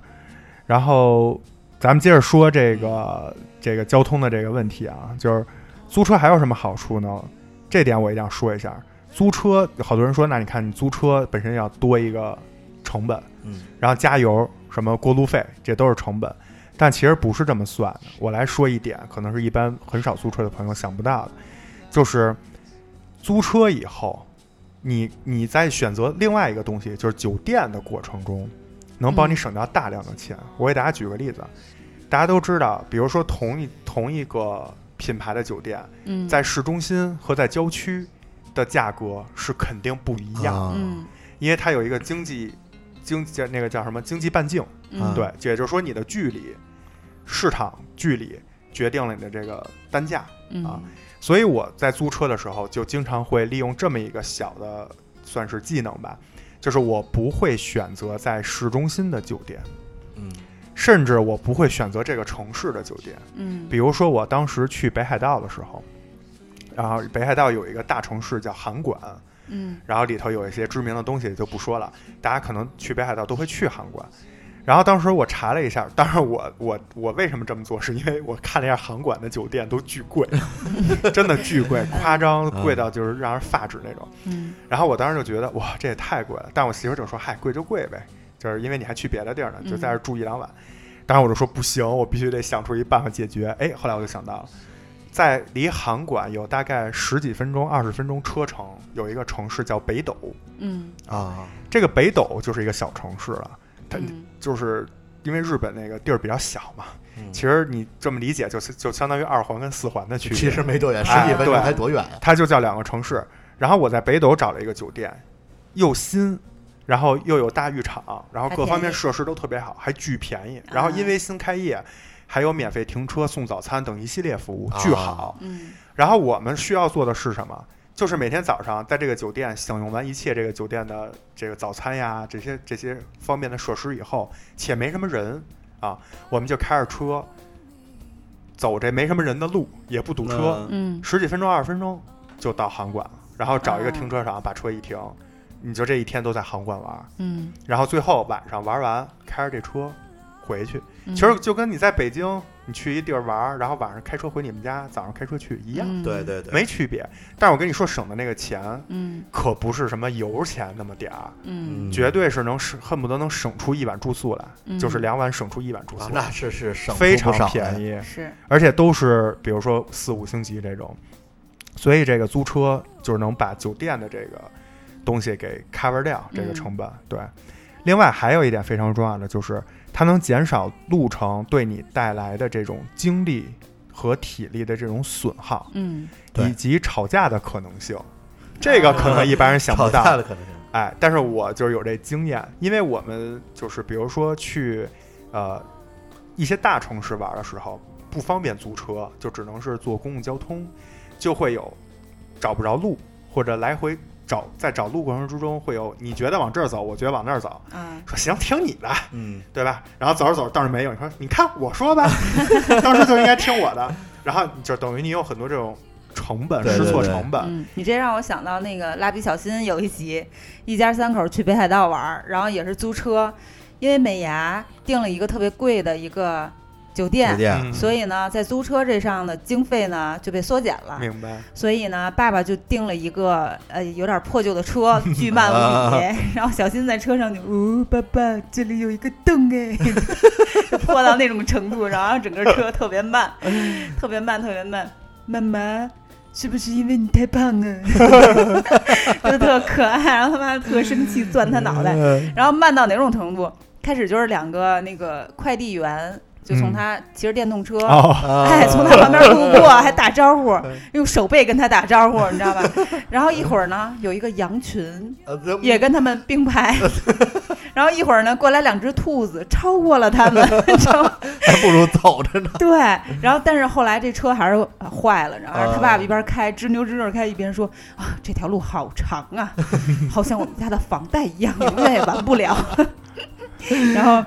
Speaker 1: 然后咱们接着说这个这个交通的这个问题啊，就是租车还有什么好处呢？这点我一定要说一下。租车，好多人说，那你看你租车本身要多一个成本，
Speaker 2: 嗯，
Speaker 1: 然后加油、什么过路费，这都是成本。但其实不是这么算的。我来说一点，可能是一般很少租车的朋友想不到的，就是租车以后，你你在选择另外一个东西，就是酒店的过程中，能帮你
Speaker 3: 嗯
Speaker 1: 省掉大量的钱。我给大家举个例子，大家都知道，比如说同一同一个品牌的酒店，
Speaker 3: 嗯，
Speaker 1: 在市中心和在郊区的价格是肯定不一样的。
Speaker 2: 啊，
Speaker 3: 嗯
Speaker 1: 因为它有一个经济经叫那个叫什么经济半径，
Speaker 2: 啊
Speaker 3: 嗯，
Speaker 1: 对，也就是说你的距离、市场距离决定了你的这个单价。啊
Speaker 3: 嗯
Speaker 1: 所以我在租车的时候，就经常会利用这么一个小的算是技能吧，就是我不会选择在市中心的酒店，
Speaker 2: 嗯
Speaker 1: 甚至我不会选择这个城市的酒店。
Speaker 3: 嗯
Speaker 1: 比如说我当时去北海道的时候，然后北海道有一个大城市叫函馆，
Speaker 3: 嗯
Speaker 1: 然后里头有一些知名的东西就不说了，大家可能去北海道都会去函馆。然后当时我查了一下，当然我我我为什么这么做，是因为我看了一下函馆的酒店都巨贵， [laughs] 真的巨贵，夸张
Speaker 2: 嗯
Speaker 1: 贵到就是让人发指那种。
Speaker 3: 嗯
Speaker 1: 然后我当时就觉得哇，这也太贵了。但我媳妇儿就说，嗨，贵就贵呗，就是因为你还去别的地儿呢，就在这儿住一两晚。当时我就说不行，我必须得想出一办法解决。哎，后来我就想到了，在离函馆有大概十几分钟、二十分钟车程，有一个城市叫北斗。
Speaker 3: 嗯
Speaker 2: 啊，
Speaker 1: 这个北斗就是一个小城市了，它
Speaker 3: 嗯
Speaker 1: 就是因为日本那个地儿比较小嘛。
Speaker 2: 嗯
Speaker 1: 其实你这么理解，就是就相当于二环跟四环的区别。
Speaker 2: 其实没多远，十
Speaker 1: 哎
Speaker 2: 几分钟
Speaker 1: 对
Speaker 2: 才多远呀？
Speaker 1: 它就叫两个城市。然后我在北斗找了一个酒店，又新，然后又有大浴场，然后各方面设施都特别好，还巨便宜。然后因为新开业，还有免费停车、送早餐等一系列服务，巨
Speaker 2: 啊
Speaker 1: 好。
Speaker 3: 嗯
Speaker 1: 然后我们需要做的是什么？就是每天早上在这个酒店享用完一切这个酒店的这个早餐呀，这些这些方便的设施以后，且没什么人啊，我们就开着车走这没什么人的路，也不堵车，
Speaker 3: 嗯
Speaker 1: 十几分钟、二十分钟就到航馆了，然后找一个
Speaker 3: 啊
Speaker 1: 停车场把车一停，你就这一天都在航馆玩，
Speaker 3: 嗯，
Speaker 1: 然后最后晚上玩完开着这车回去，
Speaker 3: 嗯
Speaker 1: 其实就跟你在北京你去一地儿玩，然后晚上开车回你们家，早上开车去一样。
Speaker 3: 嗯
Speaker 2: 对对对，
Speaker 1: 没区别。但是我跟你说，省的那个钱
Speaker 3: 嗯
Speaker 1: 可不是什么油钱那么点儿，
Speaker 3: 嗯
Speaker 2: 嗯
Speaker 1: 绝对是能省，恨不得能省出一晚住宿来，
Speaker 3: 嗯，
Speaker 1: 就是两晚省出一晚住
Speaker 2: 啊
Speaker 1: 宿，
Speaker 2: 那是是省
Speaker 1: 非常
Speaker 2: 宜。
Speaker 1: 便宜，
Speaker 3: 是
Speaker 1: 而且都是比如说四五星级这种，所以这个租车就是能把酒店的这个东西给 cover 掉这个
Speaker 3: 嗯
Speaker 1: 成本。对，另外还有一点非常重要的就是，它能减少路程对你带来的这种精力和体力的这种损耗。
Speaker 3: 嗯
Speaker 2: 对
Speaker 1: 以及吵架的可能性，这个可能一般人想不
Speaker 2: [laughs] 吵架
Speaker 1: 到。
Speaker 2: 的可能性。
Speaker 1: 哎，但是我就是有这经验，因为我们就是比如说去呃一些大城市玩的时候，不方便租车，就只能是坐公共交通，就会有找不着路，或者来回找在找路过程之中会有你觉得往这儿走，我觉得往那儿走，
Speaker 3: 啊，
Speaker 1: 说行，听你的，
Speaker 2: 嗯，
Speaker 1: 对吧？ [laughs] 然后走着走着倒是没有，你说你看我说吧，当时就应该听我的，然后你就等于你有很多这种成本
Speaker 2: 对
Speaker 1: 试错
Speaker 2: 对对
Speaker 1: 成本，
Speaker 3: 嗯，你这让我想到那个《蜡笔小新》有一集，一家三口去北海道玩儿，然后也是租车，因为美伢订了一个特别贵的一个酒店，
Speaker 2: 酒店
Speaker 1: 嗯
Speaker 3: 所以呢，在租车这上的经费呢就被缩减了，
Speaker 1: 明白，
Speaker 3: 所以呢，爸爸就订了一个呃有点破旧的 [laughs] 车，巨慢无比。然后小新在车上就，哦，爸爸，这里有一个洞 [laughs] 哎，就破到那种程度，然后整个车特别 [laughs] 慢，特别慢，特别慢。妈妈，是不是因为你太胖啊了？ [laughs] 就特可爱，然后他妈特生气，攥他脑袋，然后慢到哪种程度？开始就是两个那个快递员，就从
Speaker 1: 嗯
Speaker 3: 他骑着电动车。
Speaker 2: 啊
Speaker 1: 哦，
Speaker 2: 呃
Speaker 3: 哎，从他旁边路过还打招呼，用手背跟他打招呼，你知道吧？然后一会儿呢，有一个羊群
Speaker 2: 呃
Speaker 3: 也跟他们并排，然后一会儿呢，过来两只兔子超过了他们， [laughs] 你知道吗？
Speaker 2: 还不如走着呢。
Speaker 3: 对，然后但是后来这车还是呃坏了，然后他爸爸一边开吱扭吱扭开，一边说啊，这条路好长啊，好像我们家的房贷一样，永远也完不了。 [laughs] 然后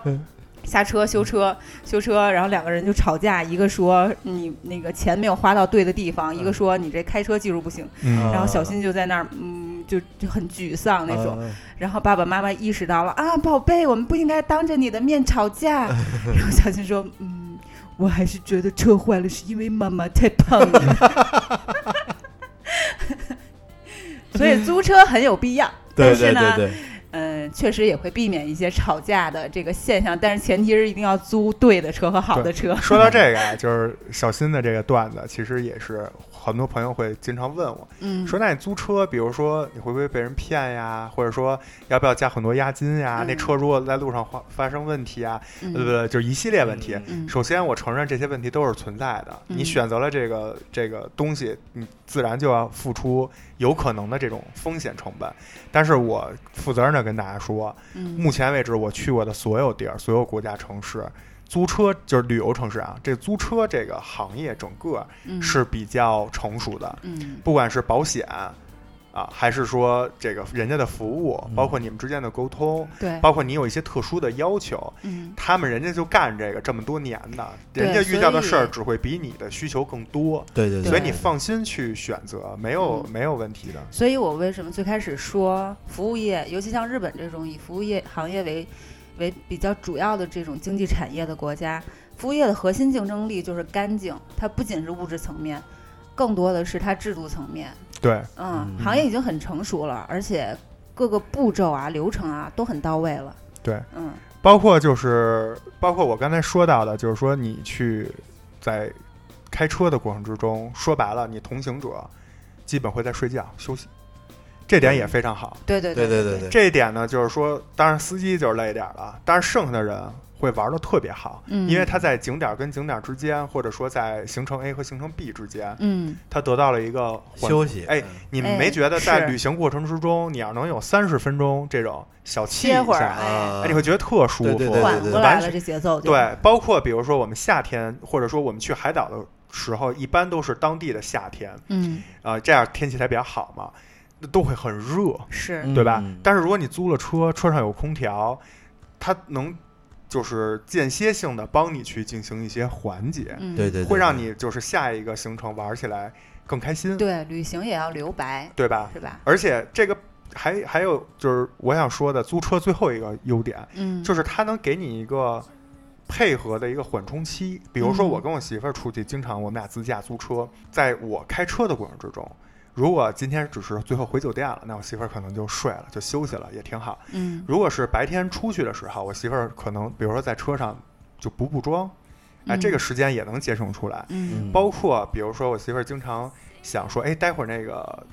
Speaker 3: 下车修车，修车，然后两个人就吵架，一个说你那个钱没有花到对的地方，一个说你这开车技术不行。
Speaker 1: 嗯
Speaker 3: 然后小新就在那儿，嗯，就就很沮丧那种。
Speaker 2: 嗯
Speaker 3: 然后爸爸妈妈意识到了啊，宝贝，我们不应该当着你的面
Speaker 2: [laughs]
Speaker 3: 吵架。然后小新说，嗯，我还是觉得车坏了是因为妈妈太胖了。
Speaker 2: [laughs]
Speaker 3: 所以租车很有必要，
Speaker 2: 对
Speaker 3: 但是
Speaker 2: 对
Speaker 3: 呢
Speaker 2: 对对，
Speaker 3: 嗯，确实也会避免一些吵架的这个现象，但是前提是一定要租对的车和好的车。
Speaker 1: 说到这个啊，就是小新的这个段子，其实也是很多朋友会经常问我，
Speaker 3: 嗯，
Speaker 1: 说那你租车，比如说你会不会被人骗呀，或者说要不要加很多押金呀？
Speaker 3: 嗯
Speaker 1: 那车如果在路上发发生问题啊，
Speaker 3: 嗯
Speaker 1: 呃，就是一系列问题。
Speaker 3: 嗯
Speaker 1: 首先，我承认这些问题都是存在的。
Speaker 3: 嗯
Speaker 1: 你选择了这个这个东西，你自然就要付出有可能的这种风险成本。但是我负责任的跟大家说，
Speaker 3: 嗯
Speaker 1: 目前为止我去过的所有地儿、所有国家、城市，租车就是旅游城市啊，这租车这个行业整个
Speaker 3: 嗯
Speaker 1: 是比较成熟的，
Speaker 3: 嗯
Speaker 1: 不管是保险啊，还是说这个人家的服务，
Speaker 3: 嗯
Speaker 1: 包括你们之间的沟通，
Speaker 3: 对
Speaker 1: 包括你有一些特殊的要求，
Speaker 3: 嗯
Speaker 1: 他们人家就干这个这么多年的，
Speaker 3: 对
Speaker 1: 人家遇到的
Speaker 3: 所以
Speaker 1: 事儿只会比你的需求更多，
Speaker 2: 对对对，
Speaker 1: 所以你放心去选择，没有
Speaker 3: 嗯
Speaker 1: 没有问题的。
Speaker 3: 所以我为什么最开始说服务业，尤其像日本这种以服务业行业为为比较主要的这种经济产业的国家，服务业的核心竞争力就是干净，它不仅是物质层面，更多的是它制度层面。
Speaker 1: 对，
Speaker 3: 嗯，
Speaker 2: 嗯
Speaker 3: 行业已经很成熟了，而且各个步骤啊、流程啊都很到位了。
Speaker 1: 对，
Speaker 3: 嗯
Speaker 1: 包括就是包括我刚才说到的，就是说你去在开车的过程之中，说白了，你同行者基本会在睡觉休息，这点也非常好。
Speaker 7: 对对
Speaker 2: 对
Speaker 7: 对
Speaker 2: 对对，
Speaker 1: 这一点呢，就是说，当然司机就是累点儿了，但是剩下的人会玩的特别好，
Speaker 3: 嗯
Speaker 1: 因为他在景点儿跟景点儿之间，或者说在行程 A 和行程 B 之间，
Speaker 3: 嗯，
Speaker 1: 他得到了一个缓
Speaker 2: 休息，
Speaker 1: 哎你们
Speaker 3: 哎
Speaker 1: 没觉得在
Speaker 3: 是
Speaker 1: 旅行过程之中，你要能有三十分钟这种小憩
Speaker 7: 歇会
Speaker 1: 一
Speaker 7: 儿
Speaker 1: 下，
Speaker 7: 哎，
Speaker 2: 啊
Speaker 1: 哎，你会觉得特舒服。
Speaker 2: 对对
Speaker 3: 缓
Speaker 2: 对
Speaker 3: 过
Speaker 1: 完
Speaker 3: 来了
Speaker 1: 全
Speaker 3: 这节奏就
Speaker 1: 对，包括比如说我们夏天，或者说我们去海岛的时候，一般都是当地的夏天，
Speaker 3: 嗯
Speaker 1: 啊，这样天气才比较好嘛，那都会很热，
Speaker 7: 是
Speaker 2: 嗯
Speaker 1: 对吧？但是如果你租了车，车上有空调，它能就是间歇性的帮你去进行一些缓解，
Speaker 3: 嗯
Speaker 2: 对对，对
Speaker 1: 会让你就是下一个行程玩起来更开心，
Speaker 3: 对，旅行也要留白，
Speaker 1: 对吧？
Speaker 3: 是吧？
Speaker 1: 而且这个还还有就是我想说的，租车最后一个优点
Speaker 3: 嗯，
Speaker 1: 就是它能给你一个配合的一个缓冲期。比如说
Speaker 3: 嗯
Speaker 1: 我跟我媳妇儿出去，经常我们俩自驾租车，在我开车的过程之中。如果今天只是最后回酒店了，那我媳妇儿可能就睡了，就休息了，也挺好。
Speaker 3: 嗯
Speaker 1: 如果是白天出去的时候，我媳妇儿可能比如说在车上就补补妆，哎，
Speaker 3: 嗯
Speaker 1: 这个时间也能节省出来。
Speaker 3: 嗯
Speaker 1: 包括比如说我媳妇儿经常想说，哎，待会儿那个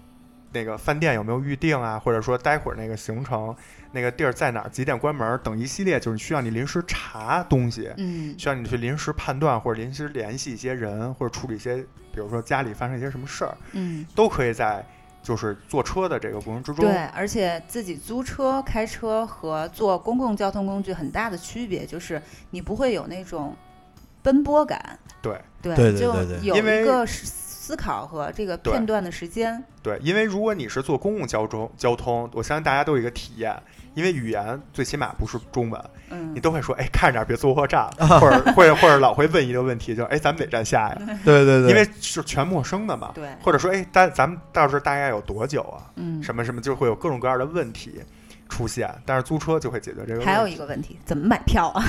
Speaker 1: 那个饭店有没有预定啊？或者说待会儿那个行程那个地儿在哪儿？几点关门儿？等一系列就是需要你临时查东西，
Speaker 3: 嗯
Speaker 1: 需要你去临时判断或者临时联系一些人，或者处理一些比如说家里发生一些什么事儿，
Speaker 3: 嗯，
Speaker 1: 都可以在就是坐车的这个过程之中。
Speaker 3: 对，而且自己租车、开车和坐公共交通工具很大的区别就是你不会有那种奔波感，
Speaker 1: 对
Speaker 3: 对
Speaker 2: 对对
Speaker 3: 就
Speaker 2: 对对
Speaker 3: 有
Speaker 1: 因为
Speaker 3: 一个思思考和这个
Speaker 1: 对
Speaker 3: 片段的时间，
Speaker 1: 对，因为如果你是坐公共交通交通，我相信大家都有一个体验，因为语言最起码不是中文，
Speaker 3: 嗯
Speaker 1: 你，都会说，哎，看着点别坐错站，
Speaker 3: [laughs]
Speaker 1: 或者或者或者老会问一个问题，就是哎，咱们哪站下呀？
Speaker 2: 对对对，
Speaker 1: 因为是全陌生的嘛。
Speaker 3: 对，
Speaker 1: 或者说，哎，咱咱们到时候大概有多久啊？
Speaker 3: 嗯，
Speaker 1: 什么什么，就会有各种各样的问题出现。但是租车就会解决这个问题。
Speaker 3: 还有一个嗯问题，怎么买票啊？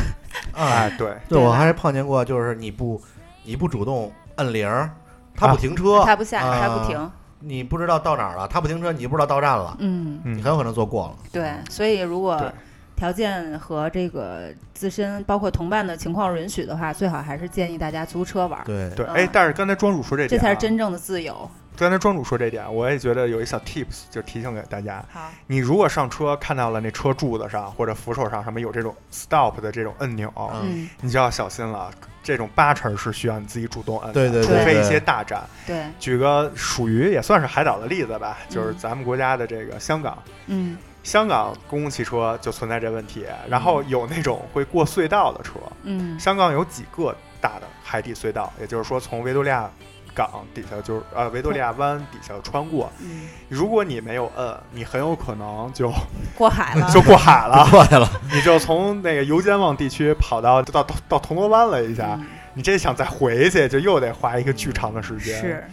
Speaker 2: 啊，
Speaker 1: 哎，对
Speaker 2: 对
Speaker 3: 对
Speaker 2: 我
Speaker 3: 吧
Speaker 2: 还是碰见过，就是你不你不主动摁铃儿，他
Speaker 1: 啊
Speaker 2: 不停车，
Speaker 3: 他不下，
Speaker 2: 啊
Speaker 3: 他不停，
Speaker 2: 你不知道到哪儿了，他不停车，你不知道到站了，
Speaker 3: 嗯，
Speaker 1: 嗯
Speaker 2: 你很有可能坐过了。
Speaker 3: 对，所以如
Speaker 1: 啊对
Speaker 3: 果条件和这个自身包括同伴的情况允许的话，最好还是建议大家租车玩儿，
Speaker 2: 对
Speaker 1: 对，哎，但是刚才庄主说这
Speaker 3: 这
Speaker 1: 点、啊，
Speaker 3: 才是真正的自由。
Speaker 1: 刚才庄主说这点，我也觉得有一小 tips，就提醒给大家。
Speaker 3: 好，
Speaker 1: 你如果上车看到了那车柱子上或者扶手上上面有这种 stop 的这种按钮，
Speaker 2: 嗯
Speaker 3: 嗯，
Speaker 1: 你就要小心了。这种八成是需要你自己主动按的，
Speaker 2: 对对
Speaker 1: 除
Speaker 3: 对
Speaker 1: 非一
Speaker 2: 对
Speaker 1: 些大站。
Speaker 3: 对，
Speaker 1: 举个属于也算是海岛的例子吧，就是
Speaker 3: 嗯
Speaker 1: 咱们国家的这个香港，
Speaker 3: 嗯
Speaker 1: 香港公共汽车就存在这问题。然后有那种会过隧道的车，
Speaker 3: 嗯
Speaker 1: 香港有几个大的海底隧道，也就是说从维多利亚港底下就是呃维多利亚湾底下穿过。
Speaker 3: 嗯，
Speaker 1: 如果你没有摁，你很有可能就，
Speaker 3: 过海了
Speaker 1: [laughs] 就过海了，
Speaker 3: [laughs]
Speaker 2: 过来了，
Speaker 1: 你就从那个油尖旺地区跑到到到到铜锣湾了一下，
Speaker 3: 嗯
Speaker 1: 你这想再回去就又得花一个巨长的时间。，
Speaker 3: 是，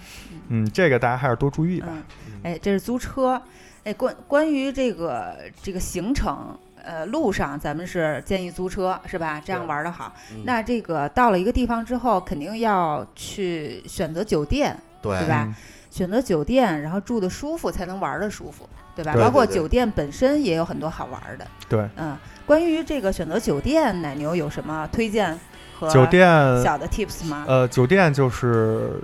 Speaker 1: 嗯，这个大家还是多注意吧。
Speaker 3: 嗯，哎，这是租车，哎，关关于这个这个行程。呃，路上咱们是建议租车，是吧？这样
Speaker 1: 对
Speaker 3: 玩的好。
Speaker 2: 嗯
Speaker 3: 那这个到了一个地方之后，肯定要去选择酒店，
Speaker 2: 对
Speaker 3: 对吧
Speaker 1: 嗯
Speaker 3: 选择酒店，然后住的舒服才能玩的舒服，对吧？
Speaker 1: 对
Speaker 3: 包括
Speaker 2: 对对
Speaker 3: 酒店本身也有很多好玩的。
Speaker 1: 对，
Speaker 3: 嗯，关于这个选择酒店，奶牛有什么推荐和
Speaker 1: 酒店，
Speaker 3: 小的 tips 吗？
Speaker 1: 呃，酒店就是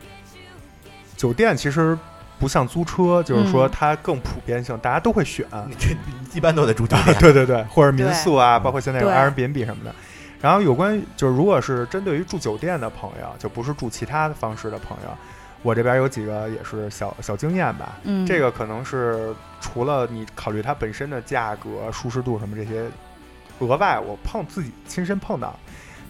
Speaker 1: 酒店，其实不像租车，就是说
Speaker 3: 嗯
Speaker 1: 它更普遍性，大家都会选。
Speaker 2: 你这一般都得住酒
Speaker 3: 啊
Speaker 2: 店。
Speaker 1: [laughs] 对对对，或者民
Speaker 3: 对
Speaker 1: 宿啊，包括现在有
Speaker 3: 对
Speaker 1: Airbnb 什么的。然后有关于就是，如果是针对于住酒店的朋友，就不是住其他方式的朋友，我这边有几个也是小小经验吧。
Speaker 3: 嗯，
Speaker 1: 这个可能是除了你考虑它本身的价格、舒适度什么这些，额外我碰自己亲身碰到，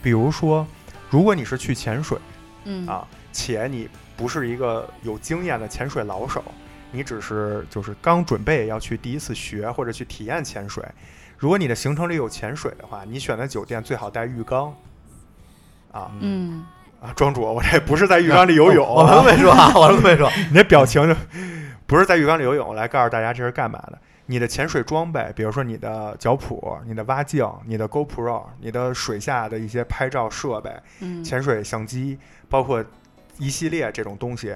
Speaker 1: 比如说，如果你是去潜水
Speaker 3: 嗯
Speaker 1: 啊，且你不是一个有经验的潜水老手，你只是就是刚准备要去第一次学或者去体验潜水，如果你的行程里有潜水的话，你选的酒店最好带浴缸。啊
Speaker 3: 嗯，
Speaker 1: 啊，庄主，我这不是在浴缸里游
Speaker 2: [laughs]
Speaker 1: 泳，
Speaker 2: 我都没说啊，我都没说。
Speaker 1: 你这表情就不是在浴缸里游泳。我来告诉大家这是干嘛的。你的潜水装备，比如说你的脚蹼、你的蛙镜、你的 GoPro、你的水下的一些拍照设备、
Speaker 3: 嗯
Speaker 1: 潜水相机，包括一系列这种东西，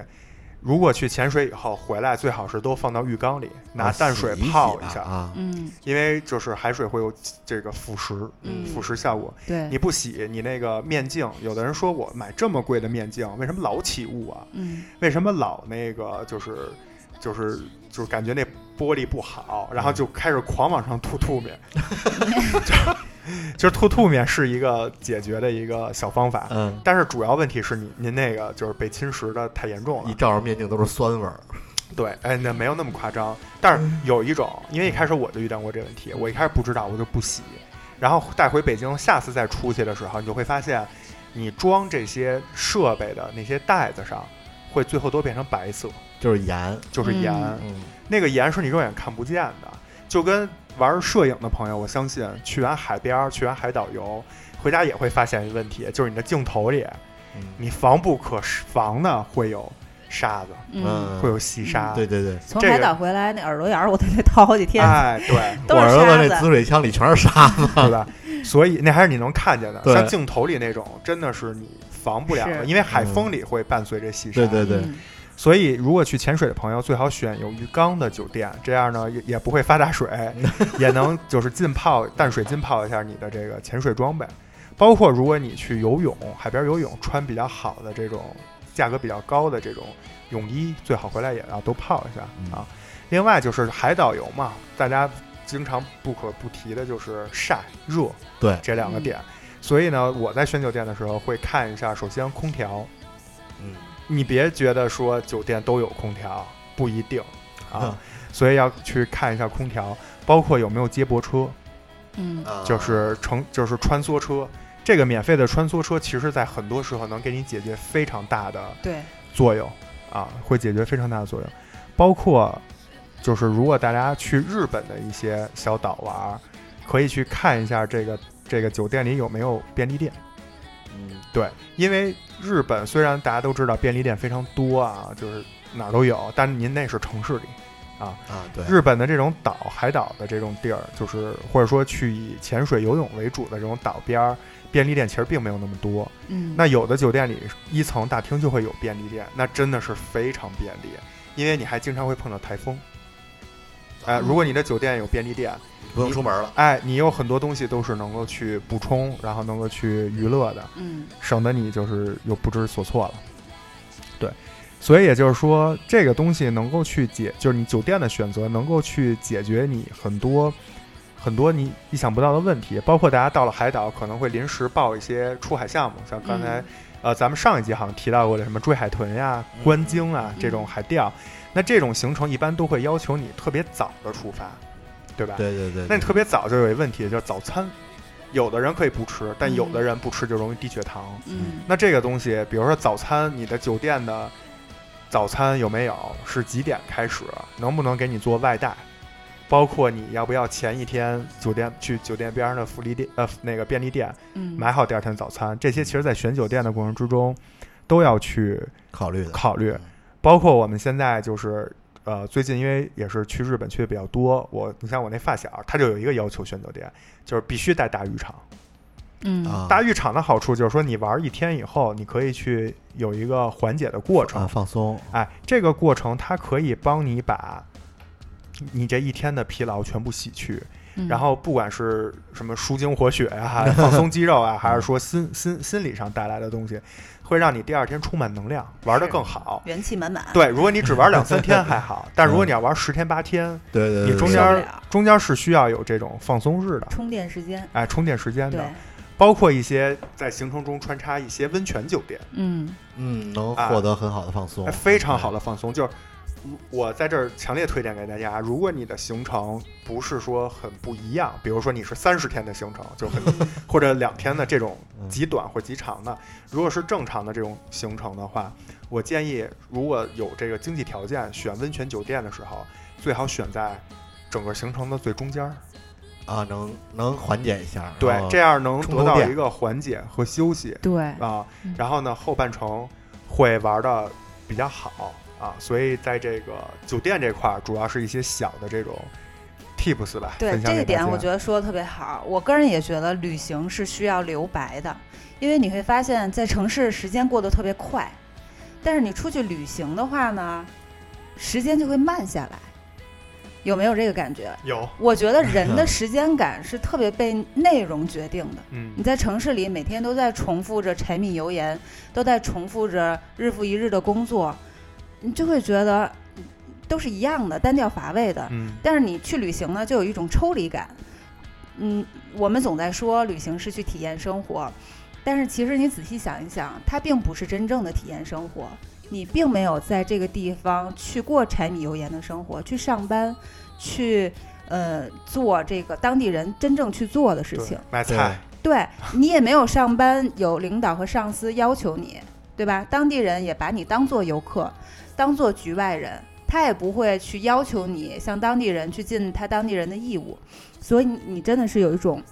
Speaker 1: 如果去潜水以后回来，最好是都放到浴缸里， [laughs] 拿淡水
Speaker 2: 啊洗洗
Speaker 1: 泡
Speaker 2: 吧
Speaker 1: 一下，
Speaker 2: 啊，
Speaker 3: 嗯
Speaker 1: 因为就是海水会有这个腐蚀、
Speaker 3: 嗯
Speaker 1: 腐蚀效果。
Speaker 3: 对，
Speaker 1: 你不洗，你那个面镜，有的人说我买这么贵的面镜，为什么老起雾啊？
Speaker 3: 嗯
Speaker 1: 为什么老那个就是就是就是感觉那玻璃不好，然后就开始狂往上吐吐面。 [laughs] 就就是吐吐面是一个解决的一个小方法，
Speaker 2: 嗯，
Speaker 1: 但是主要问题是你您那个就是被侵蚀的太严重
Speaker 2: 嗯一
Speaker 1: 了。
Speaker 2: 照着面镜都是酸味儿，
Speaker 1: 对，哎，那没有那么夸张，但是有一种，因为一开始我就遇到过这问题，我一开始不知道，我就不洗，然后带回北京，下次再出去的时候，你就会发现，你装这些设备的那些袋子上，会最后都变成白色，
Speaker 2: 就是盐，
Speaker 1: 就是盐。
Speaker 3: 嗯
Speaker 2: 嗯
Speaker 1: 那个盐是你肉眼看不见的，就跟玩摄影的朋友，我相信去完海边儿、去完海岛游，回家也会发现一个问题，就是你的镜头里，
Speaker 2: 嗯
Speaker 1: 你防不可防的会有沙子，
Speaker 3: 嗯，
Speaker 1: 会有细沙。
Speaker 2: 对对对，
Speaker 3: 从
Speaker 1: 这个
Speaker 3: 海岛回来那耳朵眼儿我都得掏好几天，
Speaker 1: 哎，对，
Speaker 2: [laughs]
Speaker 3: 都
Speaker 2: 我
Speaker 3: 是
Speaker 2: 儿
Speaker 3: 沙
Speaker 2: 子
Speaker 3: 子
Speaker 2: 那。滋水枪里全是沙子，
Speaker 1: 对吧？所以那还是你能看见的，
Speaker 2: 对
Speaker 1: 像镜头里那种真的是你防不了的，
Speaker 3: 是
Speaker 1: 因为海风里会伴随着细沙。
Speaker 2: 嗯对对对，
Speaker 3: 嗯
Speaker 1: 所以如果去潜水的朋友，最好选有浴缸的酒店，这样呢也也不会发大水，也能就是浸泡淡水浸泡一下你的这个潜水装备。包括如果你去游泳，海边游泳穿比较好的这种价格比较高的这种泳衣，最好回来也要都泡一下
Speaker 2: 嗯
Speaker 1: 啊。另外就是海岛游嘛，大家经常不可不提的就是晒热，
Speaker 2: 对
Speaker 1: 这两个点。所以呢，我在选酒店的时候会看一下，首先空调，
Speaker 2: 嗯，
Speaker 1: 你别觉得说酒店都有空调，不一定啊
Speaker 2: 嗯， [laughs]
Speaker 1: 所以要去看一下空调，包括有没有接驳车，
Speaker 3: 嗯
Speaker 2: 啊
Speaker 1: 就是乘就是穿梭车。这个免费的穿梭车，其实在很多时候能给你解决非常大的
Speaker 3: 对，
Speaker 1: 作用啊，会解决非常大的作用。包括就是如果大家去日本的一些小岛玩儿，可以去看一下这个这个酒店里有没有便利店。
Speaker 2: 嗯
Speaker 1: 对，因为日本虽然大家都知道便利店非常多啊，就是哪儿都有，但是您那是城市里。
Speaker 2: 啊，对，
Speaker 1: 日本的这种岛、海岛的这种地儿，就是或者说去以潜水、游泳为主的这种岛边儿，便利店其实并没有那么多。
Speaker 3: 嗯，
Speaker 1: 那有的酒店里一层大厅就会有便利店，那真的是非常便利，因为你还经常会碰到台风。哎、如果你的酒店有便利店，
Speaker 2: 不用出门了，
Speaker 1: 哎，你有很多东西都是能够去补充，然后能够去娱乐的。
Speaker 3: 嗯
Speaker 1: 省得你就是又不知所措了。对，所以也就是说，这个东西能够去解，就是你酒店的选择能够去解决你很多很多你意想不到的问题，包括大家到了海岛可能会临时报一些出海项目，像刚才、
Speaker 3: 嗯
Speaker 1: 呃咱们上一集好像提到过的什么追海豚呀、观鲸啊这种海钓，那这种行程一般都会要求你特别早的出发，对吧？
Speaker 2: 对对对，
Speaker 1: 那你特别早就有一问题，就是早餐，有的人可以不吃，但有的人不吃就容易低血糖。
Speaker 3: 嗯
Speaker 1: 那这个东西，比如说早餐，你的酒店的早餐有没有？是几点开始？能不能给你做外带？包括你要不要前一天酒店去酒店边上的福利店呃那个便利店
Speaker 3: 嗯，
Speaker 1: 买好第二天早餐？这些其实在选酒店的过程之中都要去
Speaker 2: 考虑的，
Speaker 1: 考虑，包括我们现在就是呃，最近因为也是去日本去的比较多，我你像我那发小，他就有一个要求选酒店，就是必须带大浴场。
Speaker 3: 嗯
Speaker 2: 啊，
Speaker 1: 大浴场的好处就是说，你玩一天以后，你可以去有一个缓解的过程
Speaker 2: 啊。放松，
Speaker 1: 哎，这个过程它可以帮你把你这一天的疲劳全部洗去，
Speaker 3: 嗯
Speaker 1: 然后不管是什么舒筋活血啊，放松肌肉啊，
Speaker 3: [laughs]
Speaker 1: 还是说心心心理上带来的东西，会让你第二天充满能量，玩得更好。
Speaker 7: 元气满满。
Speaker 1: 对，如果你只玩两三天还好，但如果你要玩十天八天，
Speaker 2: 对对，对
Speaker 1: 你中
Speaker 2: 对
Speaker 1: 间
Speaker 3: 受不
Speaker 1: 儿
Speaker 3: 了
Speaker 1: 中间儿是需要有这种放松日的，
Speaker 3: 嗯充电时间，
Speaker 1: 哎，充电时间
Speaker 3: 对
Speaker 1: 的，，包括一些在行程中穿插一些温泉酒店，
Speaker 3: 嗯
Speaker 2: 嗯能
Speaker 1: 啊
Speaker 2: 获得很好的放松
Speaker 1: 哎，非常好的放松。就是我在这儿强烈推荐给大家，如果你的行程不是说很不一样，比如说你是三十天的行程，就很或者两天的这种
Speaker 2: 嗯
Speaker 1: 极短或极长的，如果是正常的这种行程的话，我建议如果有这个经济条件，选温泉酒店的时候，最好选在整个行程的最中间儿，
Speaker 2: 啊，能能缓解一下，然
Speaker 1: 对，
Speaker 2: 后
Speaker 1: 这样能
Speaker 2: 充
Speaker 1: 得
Speaker 2: 充
Speaker 1: 到
Speaker 2: 电
Speaker 1: 一个缓解和休息。
Speaker 3: 对，
Speaker 1: 啊
Speaker 3: 嗯，
Speaker 1: 然后呢后半程会玩的比较好啊，所以在这个酒店这块儿，主要是一些小的这种 tips 吧。
Speaker 7: 对
Speaker 1: 分享
Speaker 7: 这
Speaker 1: 给
Speaker 7: 一点，
Speaker 1: 大家
Speaker 7: 我觉得说的特别好。我个人也觉得旅行是需要留白的，因为你会发现在城市时间过得特别快，但是你出去旅行的话呢，时间就会慢下来。有没有这个感觉？
Speaker 1: 有，
Speaker 7: 我觉得人的时间感是特别被内容决定的。
Speaker 1: 嗯
Speaker 7: 你在城市里每天都在重复着柴米油盐，都在重复着日复一日的工作，你就会觉得
Speaker 3: 都是一样的，单调乏味的。
Speaker 1: 嗯，
Speaker 3: 但是你去旅行呢，就有一种抽离感。嗯，我们总在说旅行是去体验生活，但是其实你仔细想一想，它并不是真正的体验生活。你并没有在这个地方去过柴米油盐的生活，去上班，去呃做这个当地人真正去做的事
Speaker 1: 对
Speaker 3: 情。
Speaker 1: 买菜，
Speaker 3: 对你也没有上班，有领导和上司要求你，对吧？当地人也把你当做游客，当做局外人，他也不会去要求你像当地人去尽他当地人的义务，所以你你真的是有一种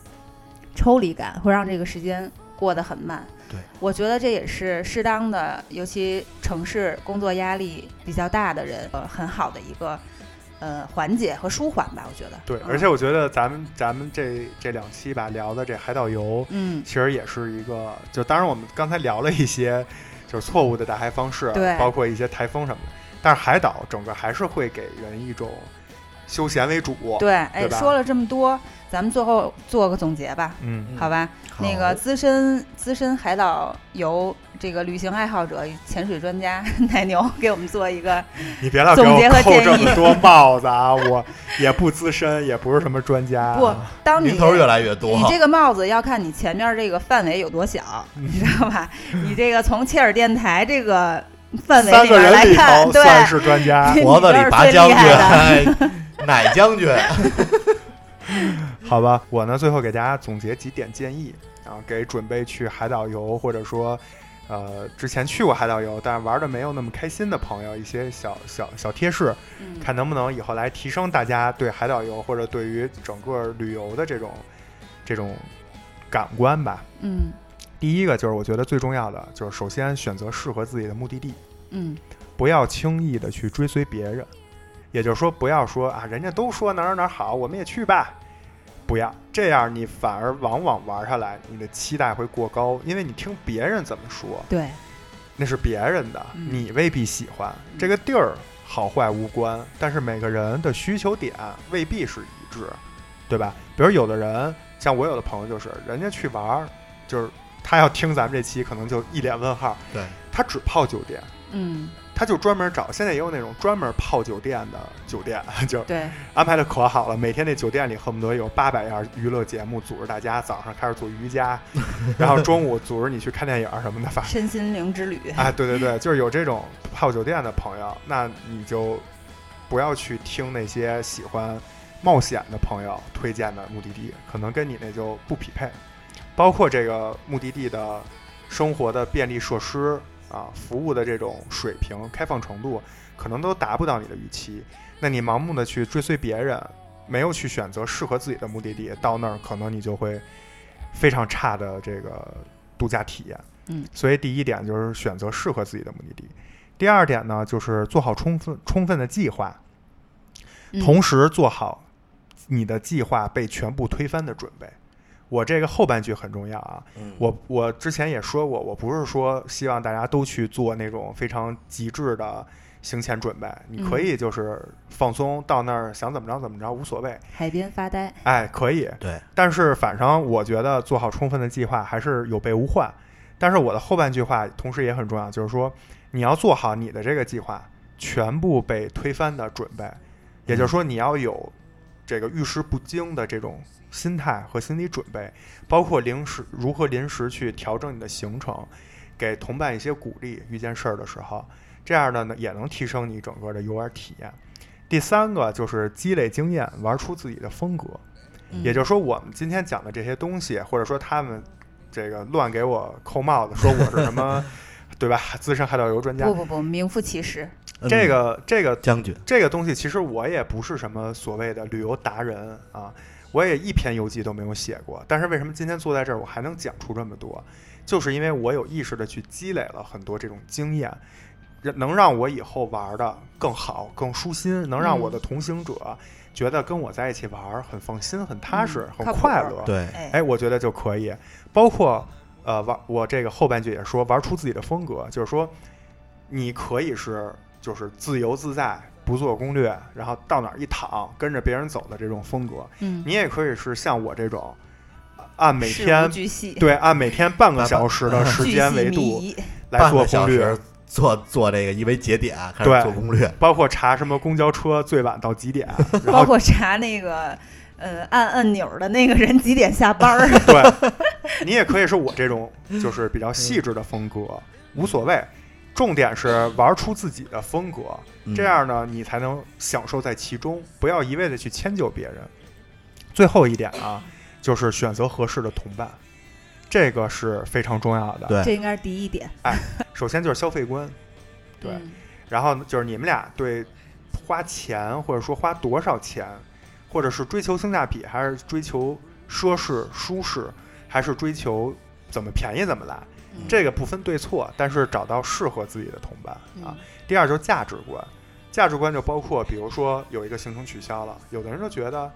Speaker 3: 抽离感，会让这个时间过得很慢。
Speaker 2: 对，
Speaker 3: 我觉得这也是适当的，尤其城市工作压力比较大的人，呃，很好的一个呃缓解和舒缓吧，我觉得。
Speaker 1: 对，
Speaker 3: 嗯
Speaker 1: 而且我觉得咱们咱们这这两期吧聊的这海岛游，
Speaker 3: 嗯，
Speaker 1: 其实也是一个，就当然我们刚才聊了一些就是错误的打开方式，啊
Speaker 3: 对
Speaker 1: 包括一些台风什么的，但是海岛整个还是会给人一种休闲为主，
Speaker 3: 对，哎，
Speaker 1: 对吧
Speaker 3: 说了这么多，咱们最后做个总结吧，
Speaker 1: 嗯，
Speaker 2: 嗯
Speaker 3: 好吧？那个资深资深海岛游这个旅行爱好者、潜水专家 [laughs] 奶牛给我们做一个，
Speaker 1: 你别老给
Speaker 3: 总结和
Speaker 1: 我扣
Speaker 3: 建
Speaker 1: 这
Speaker 3: 议
Speaker 1: 么多帽子啊！我也不资深，也不是什么专家。啊
Speaker 3: 不，当你
Speaker 2: 名头越来越多
Speaker 3: 你，这个帽子要看你前面这个范围有多小，
Speaker 1: 嗯
Speaker 3: 你知道吧？你这个从切尔电台这个范围
Speaker 1: 三
Speaker 3: 里
Speaker 1: 个
Speaker 3: 面
Speaker 1: 人
Speaker 3: 来
Speaker 1: 里
Speaker 3: 看，
Speaker 1: 头
Speaker 3: 对，
Speaker 1: 算是专家。 [laughs]
Speaker 3: 你
Speaker 2: 脖子里拔将军
Speaker 3: 你这
Speaker 2: 哎， [laughs] 奶将军，
Speaker 1: 好吧，我呢最后给大家总结几点建议，然后给准备去海岛游或者说，呃，之前去过海岛游但玩的没有那么开心的朋友一些小小小贴士，
Speaker 3: 嗯
Speaker 1: 看能不能以后来提升大家对海岛游或者对于整个旅游的这种这种感官吧。
Speaker 3: 嗯
Speaker 1: 第一个就是我觉得最重要的就是首先选择适合自己的目的地，
Speaker 3: 嗯
Speaker 1: 不要轻易的去追随别人，也就是说，不要说啊，人家都说哪儿哪儿好，我们也去吧，不要这样，你反而往往玩下来，你的期待会过高，因为你听别人怎么说，
Speaker 3: 对，
Speaker 1: 那是别人的，
Speaker 3: 嗯
Speaker 1: 你未必喜欢。这个地儿好坏无关，但是每个人的需求点未必是一致，对吧？比如有的人，像我有的朋友就是，人家去玩儿，就是他要听咱们这期，可能就一脸问号，
Speaker 2: 对
Speaker 1: 他只泡酒店。
Speaker 3: 嗯
Speaker 1: 他就专门找，现在也有那种专门泡酒店的酒店， [laughs] 就
Speaker 3: 对，
Speaker 1: 安排的可好了。每天那酒店里恨不得有八百样娱乐节目，组织大家早上开始做瑜伽，然后中午组织你去看电影什么的。反正
Speaker 3: 身心灵之旅，
Speaker 1: 啊，对对对，就是有这种泡酒店的朋友，那你就不要去听那些喜欢冒险的朋友推荐的目的地，可能跟你那就不匹配。包括这个目的地的生活的便利设施啊，服务的这种水平、开放程度，可能都达不到你的预期。那你盲目的去追随别人，没有去选择适合自己的目的地，到那儿可能你就会非常差的这个度假体验。所以第一点就是选择适合自己的目的地。第二点呢，就是做好充分充分的计划，
Speaker 3: 嗯
Speaker 1: 同时做好你的计划被全部推翻的准备。我这个后半句很重要啊，
Speaker 2: 嗯
Speaker 1: 我我之前也说过，我不是说希望大家都去做那种非常极致的行前准备，你可以就是放松，到那儿想怎么着怎么着无所谓，
Speaker 3: 海边发呆，
Speaker 1: 哎，可以，
Speaker 2: 对，
Speaker 1: 但是反正我觉得做好充分的计划还是有备无患。但是我的后半句话同时也很重要，就是说你要做好你的这个计划全部被推翻的准备，也就是
Speaker 3: 嗯
Speaker 1: 说你要有这个遇事不惊的这种心态和心理准备，包括临时如何临时去调整你的行程，给同伴一些鼓励，遇见事儿的时候，这样的呢也能提升你整个的游玩体验。第三个就是积累经验，玩出自己的风格。
Speaker 3: 嗯
Speaker 1: 也就是说，我们今天讲的这些东西，或者说他们这个乱给我扣帽子，说我是什
Speaker 3: [laughs]
Speaker 1: 么，对吧？资深海岛游专家
Speaker 3: 不，不不，名副其实，
Speaker 2: 嗯
Speaker 1: 这个这个
Speaker 2: 将军，
Speaker 1: 这个东西，其实我也不是什么所谓的旅游达人啊，我也一篇游记都没有写过。但是为什么今天坐在这儿，我还能讲出这么多？就是因为我有意识的去积累了很多这种经验，让能让我以后玩的更好、更舒心，能让我的同行者觉得跟我在一起玩儿很放心、很踏实、
Speaker 3: 嗯
Speaker 1: 很快乐。
Speaker 2: 对，
Speaker 3: 哎，
Speaker 1: 哎，我觉得就可以。包括呃，玩我这个后半句也说，玩出自己的风格，就是说你可以是就是自由自在，不做攻略，然后到哪儿一躺，跟着别人走的这种风格。
Speaker 3: 嗯，
Speaker 1: 你也可以是像我这种，呃按每
Speaker 3: 事无
Speaker 1: 天
Speaker 3: 巨细，
Speaker 1: 对按每天半个小时的时
Speaker 3: [laughs] 巨
Speaker 1: 间
Speaker 3: 细
Speaker 1: 为
Speaker 3: 靡
Speaker 1: 度
Speaker 3: 遗
Speaker 1: 来
Speaker 2: 半
Speaker 1: 做
Speaker 2: 个
Speaker 1: 攻
Speaker 2: 小
Speaker 1: 略
Speaker 2: 时，做做这个一为节点，啊开
Speaker 1: 对
Speaker 2: 始做攻略。
Speaker 1: 包括查什么公交车最晚到几
Speaker 3: [laughs]
Speaker 1: 点，啊然
Speaker 7: 包
Speaker 1: 后
Speaker 7: 括查那个呃按按钮儿的那个人几点下班儿。
Speaker 2: [laughs]
Speaker 1: 对，你也可以是我这种就是比较细致的风格，
Speaker 2: 嗯
Speaker 1: 无所谓。重点是玩出自己的风格，
Speaker 2: 嗯
Speaker 1: 这样呢，你才能享受在其中，不要一味的去迁就别人。最后一点啊，
Speaker 2: 嗯
Speaker 1: 就是选择合适的同伴，这个是非常重要的。
Speaker 2: 对
Speaker 3: 这应该是第一点。
Speaker 1: 首先就是消费观， [laughs] 对，
Speaker 3: 嗯
Speaker 1: 然后就是你们俩对花钱或者说花多少钱，或者是追求性价比，还是追求奢侈舒适，还是追求怎么便宜怎么来，
Speaker 3: 嗯
Speaker 1: 这个不分对错，但是找到适合自己的同伴啊
Speaker 3: 嗯。
Speaker 1: 第二就是价值观，价值观就包括，比如说有一个行程取消了，有的人就觉得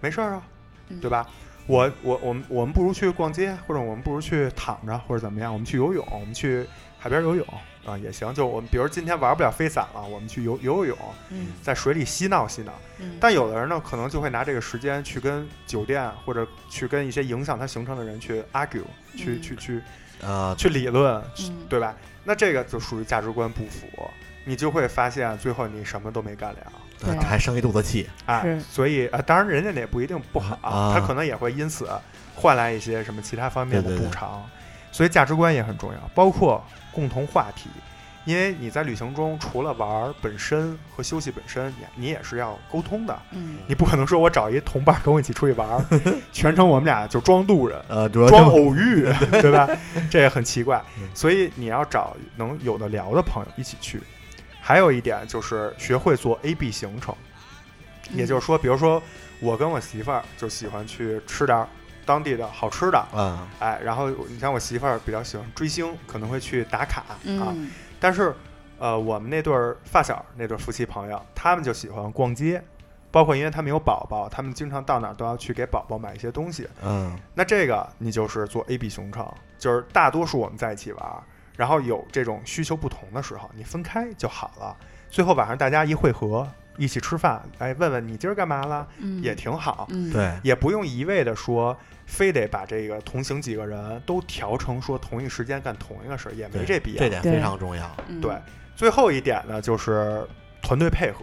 Speaker 1: 没事儿啊，
Speaker 3: 嗯
Speaker 1: 对吧？我我我们我们不如去逛街，或者我们不如去躺着，或者怎么样？我们去游泳，我们去海边游泳啊也行。就我们比如今天玩不了飞伞了，我们去游游游泳，
Speaker 3: 嗯
Speaker 1: 在水里嬉闹嬉闹。
Speaker 3: 嗯
Speaker 1: 但有的人呢，可能就会拿这个时间去跟酒店或者去跟一些影响他行程的人去 argue，去
Speaker 3: 嗯
Speaker 1: 去去
Speaker 2: 呃，
Speaker 1: 去理论，
Speaker 3: 嗯
Speaker 1: 对吧？那这个就属于价值观不符，你就会发现最后你什么都没干了。
Speaker 3: 对啊
Speaker 2: 还生一肚子气，
Speaker 1: 哎
Speaker 3: 是，
Speaker 1: 所以啊、呃当然人家也不一定不好、
Speaker 2: 啊
Speaker 1: 他可能也会因此换来一些什么其他方面的
Speaker 2: 对对对
Speaker 1: 补偿，所以价值观也很重要，包括共同话题，因为你在旅行中除了玩儿本身和休息本身，你你也是要沟通的，
Speaker 3: 嗯
Speaker 1: 你不可能说我找一同伴跟我一起出去
Speaker 2: [laughs]
Speaker 1: 玩儿，全程我们俩就装路人，
Speaker 2: 呃，主要
Speaker 1: 装
Speaker 2: 就
Speaker 1: 偶遇， [laughs] 对吧？这也很奇怪
Speaker 2: 嗯，
Speaker 1: 所以你要找能有的聊的朋友一起去。还有一点就是学会做 A B 行程，
Speaker 3: 嗯
Speaker 1: 也就是说，比如说我跟我媳妇儿就喜欢去吃点儿当地的好吃的，
Speaker 2: 啊，
Speaker 1: 哎，然后你像我媳妇儿比较喜欢追星，可能会去打卡啊。
Speaker 3: 嗯
Speaker 1: 但是，呃，我们那对儿发小那对儿夫妻朋友，他们就喜欢逛街，包括因为他们有宝宝，他们经常到哪儿都要去给宝宝买一些东西。
Speaker 2: 嗯，
Speaker 1: 那这个你就是做 A B 行程，就是大多数我们在一起玩儿，然后有这种需求不同的时候，你分开就好了。最后晚上大家一会合，一起吃饭，哎，问问你今儿干嘛了，
Speaker 3: 嗯
Speaker 1: 也挺好，
Speaker 3: 嗯
Speaker 2: 对，
Speaker 1: 也不用一味的说非得把这个同行几个人都调成说同一时间干同一个事儿，也没
Speaker 2: 对
Speaker 1: 这啊必要。
Speaker 2: 这点
Speaker 3: 对
Speaker 2: 非常重要。
Speaker 3: 嗯
Speaker 1: 对，最后一点呢，就是团队配合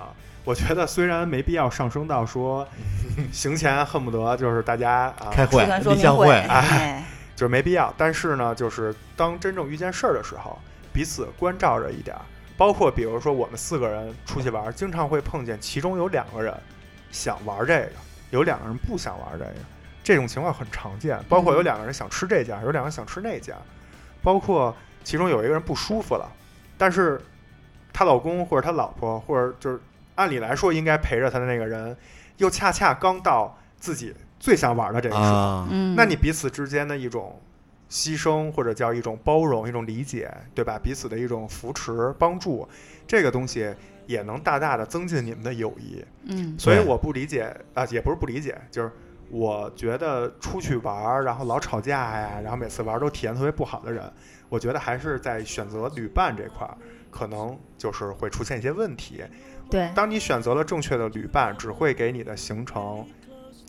Speaker 1: 啊。我觉得虽然没必要上升到说 [laughs] 行前恨不得就是大家啊
Speaker 2: 开会
Speaker 7: 吃饭、说
Speaker 2: 立
Speaker 7: 明
Speaker 2: 项
Speaker 7: 会，
Speaker 2: 会，
Speaker 7: 哎，
Speaker 1: 就是没必要。但是呢，就是当真正遇见事儿的时候，彼此关照着一点儿。包括比如说我们四个人出去玩儿，经常会碰见其中有两个人想玩这个，有两个人不想玩这个，这种情况很常见。包括有两个人想吃这家，有两个人想吃那家，包括其中有一个人不舒服了，但是她老公或者她老婆或者就是按理来说应该陪着她的那个人，又恰恰刚到自己最想玩的这个时候。
Speaker 2: 啊，
Speaker 3: 嗯，
Speaker 1: 那你彼此之间的一种牺牲，或者叫一种包容、一种理解，对吧？彼此的一种扶持、帮助，这个东西也能大大的增进你们的友谊。
Speaker 3: 嗯
Speaker 1: 所以
Speaker 2: 对
Speaker 1: 我不理解啊，也不是不理解，就是我觉得出去玩儿，然后老吵架呀，然后每次玩儿都体验特别不好的人，我觉得还是在选择旅伴这块儿，可能就是会出现一些问题。
Speaker 3: 对
Speaker 1: 当你选择了正确的旅伴，只会给你的行程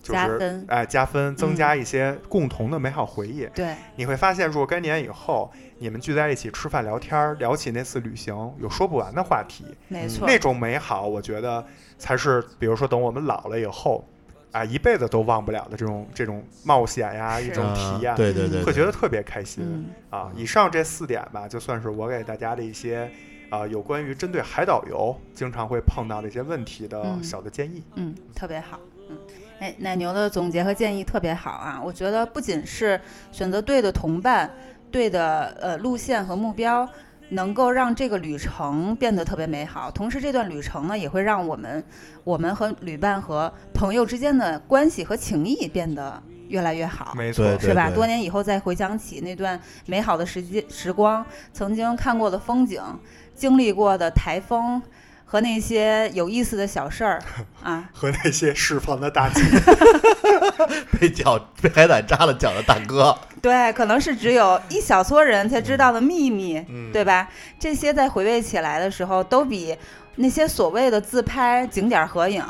Speaker 1: 就是
Speaker 3: 加分
Speaker 1: 哎加分，增加一些共同的美好回忆。
Speaker 3: 对
Speaker 1: 你会发现，若干年以后，你们聚在一起吃饭聊天儿，聊起那次旅行，有说不完的话题。
Speaker 3: 没
Speaker 1: 嗯
Speaker 3: 错
Speaker 1: 那种美好，我觉得才是，比如说等我们老了以后，啊、一辈子都忘不了的这种这种冒险呀，
Speaker 3: 是
Speaker 1: 一
Speaker 3: 这
Speaker 1: 种
Speaker 2: 啊
Speaker 1: 体验，
Speaker 2: 对对对，
Speaker 1: 会
Speaker 2: 对
Speaker 1: 觉得特别开心。
Speaker 3: 嗯
Speaker 1: 啊，以上这四点吧，就算是我给大家的一些啊、有关于针对海岛游经常会碰到的一些问题的
Speaker 3: 嗯
Speaker 1: 小的建议。
Speaker 3: 嗯特别好。嗯，哎，奶牛的总结和建议特别好啊！我觉得不仅是选择对的同伴、对的呃路线和目标，能够让这个旅程变得特别美好，同时这段旅程呢，也会让我们我们和旅伴和朋友之间的关系和情谊变得越来越好。
Speaker 1: 没
Speaker 2: 啊对
Speaker 3: 是吧？多年以后再回想起那段美好的时间时光，曾经看过的风景，经历过的台风和那些有意思的小
Speaker 2: [laughs]
Speaker 3: 事儿啊，
Speaker 1: 和那些释放的大气，
Speaker 2: 被脚被海胆扎了脚的大哥，
Speaker 3: 对，可能是只有一小撮人才知道的秘密，
Speaker 2: 嗯
Speaker 3: 对吧？这些在回味起来的时候，都比那些所谓的自拍、景点合影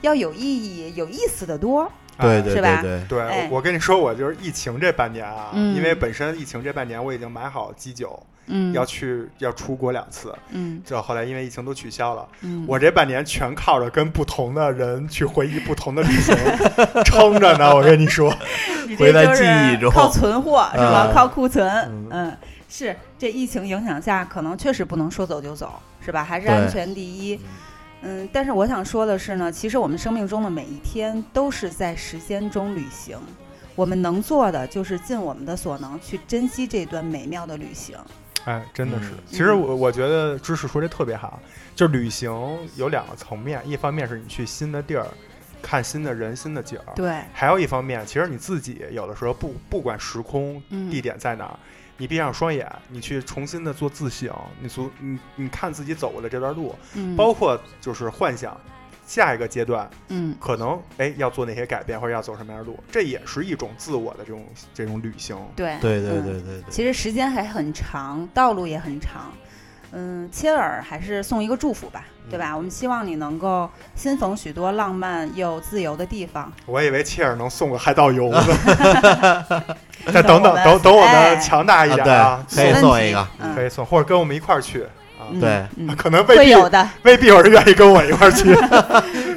Speaker 3: 要有意义、有意思的多。
Speaker 2: 对
Speaker 1: 啊
Speaker 2: [laughs] 对
Speaker 3: 是吧
Speaker 2: 对对，
Speaker 1: 对，
Speaker 3: 哎
Speaker 1: 我我跟你说，我就是疫情这半年啊，
Speaker 3: 嗯
Speaker 1: 因为本身疫情这半年我已经买好基酒，
Speaker 3: 嗯，
Speaker 1: 要去要出国两次，
Speaker 3: 嗯
Speaker 1: 这后来因为疫情都取消了。
Speaker 3: 嗯，
Speaker 1: 我这半年全靠着跟不同的人去回忆不同的旅行撑着呢，我跟你说，
Speaker 3: 你
Speaker 2: 回
Speaker 3: 这
Speaker 2: 在
Speaker 3: 就是
Speaker 2: 记忆中
Speaker 3: 靠存货是吧？
Speaker 2: 嗯
Speaker 3: 靠库存，
Speaker 2: 嗯
Speaker 3: 嗯，是这疫情影响下，可能确实不能说走就走，是吧？还是安
Speaker 2: 对
Speaker 3: 全第一。嗯，但是我想说的是呢，其实我们生命中的每一天都是在时间中旅行，我们能做的就是尽我们的所能去珍惜这段美妙的旅行。
Speaker 1: 哎，真的是
Speaker 2: 嗯。
Speaker 1: 其实我我觉得知识说这特别好，就旅行有两个层面，一方面是你去新的地儿，看新的人、新的景儿，
Speaker 3: 对，
Speaker 1: 还有一方面，其实你自己有的时候不不管时空
Speaker 3: 嗯，
Speaker 1: 地点在哪儿，你闭上双眼，你去重新的做自省，你足你你看自己走过的这段路，
Speaker 3: 嗯，
Speaker 1: 包括就是幻想下一个阶段
Speaker 3: 嗯
Speaker 1: 可能哎要做哪些改变或者要走什么样的路，这也是一种自我的这种这种旅行。
Speaker 3: 对
Speaker 2: 对对
Speaker 3: 嗯
Speaker 2: 对对对，
Speaker 3: 其实时间还很长，道路也很长。嗯，切尔还是送一个祝福吧，
Speaker 2: 嗯
Speaker 3: 对吧？我们希望你能够新逢许多浪漫又自由的地方。
Speaker 1: 我以为切尔能送个海岛游呢，再
Speaker 3: 等
Speaker 1: 等等
Speaker 3: 我们
Speaker 1: 等等我
Speaker 3: 哎
Speaker 1: 们强大一点
Speaker 2: 啊
Speaker 1: 啊，
Speaker 2: 对，可以
Speaker 3: 问
Speaker 2: 送一
Speaker 3: 题
Speaker 2: 个，
Speaker 3: 嗯
Speaker 1: 可以送，或者跟我们一块儿去啊，
Speaker 3: 嗯
Speaker 2: 对
Speaker 3: 嗯，
Speaker 1: 可能未
Speaker 7: 会
Speaker 1: 必
Speaker 7: 有的，
Speaker 1: 未必有人愿意跟我一块儿去。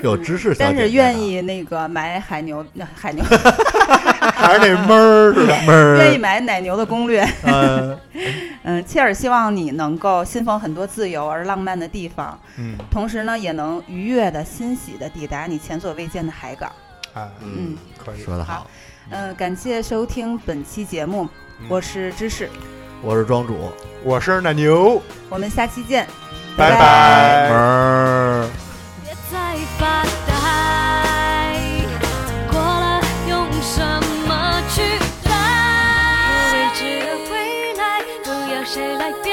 Speaker 2: 有知识，
Speaker 3: 嗯但是
Speaker 2: 啊
Speaker 3: 愿
Speaker 2: [laughs]
Speaker 3: 意那个买海牛、那海牛，
Speaker 1: 还是那闷儿似的。
Speaker 2: 闷儿，嗯
Speaker 3: [laughs] 愿意买奶牛的攻略。
Speaker 2: 呃，
Speaker 3: 嗯，切尔希望你能够新逢很多自由而浪漫的地方，
Speaker 1: 嗯，
Speaker 3: 同时呢，也能愉悦的、欣喜的抵达你前所未见的海港。
Speaker 1: 哎，
Speaker 2: 嗯，
Speaker 1: 可以。
Speaker 2: 说的好，
Speaker 3: 嗯，感谢收听本期节目，
Speaker 1: 嗯
Speaker 3: 我是芝士，
Speaker 2: 我是庄主，
Speaker 1: 我是奶牛，
Speaker 3: 我们下期见，
Speaker 1: 拜
Speaker 2: 闷儿。
Speaker 4: 别再发呆，过了用什么去代？未知的未来，不要谁来表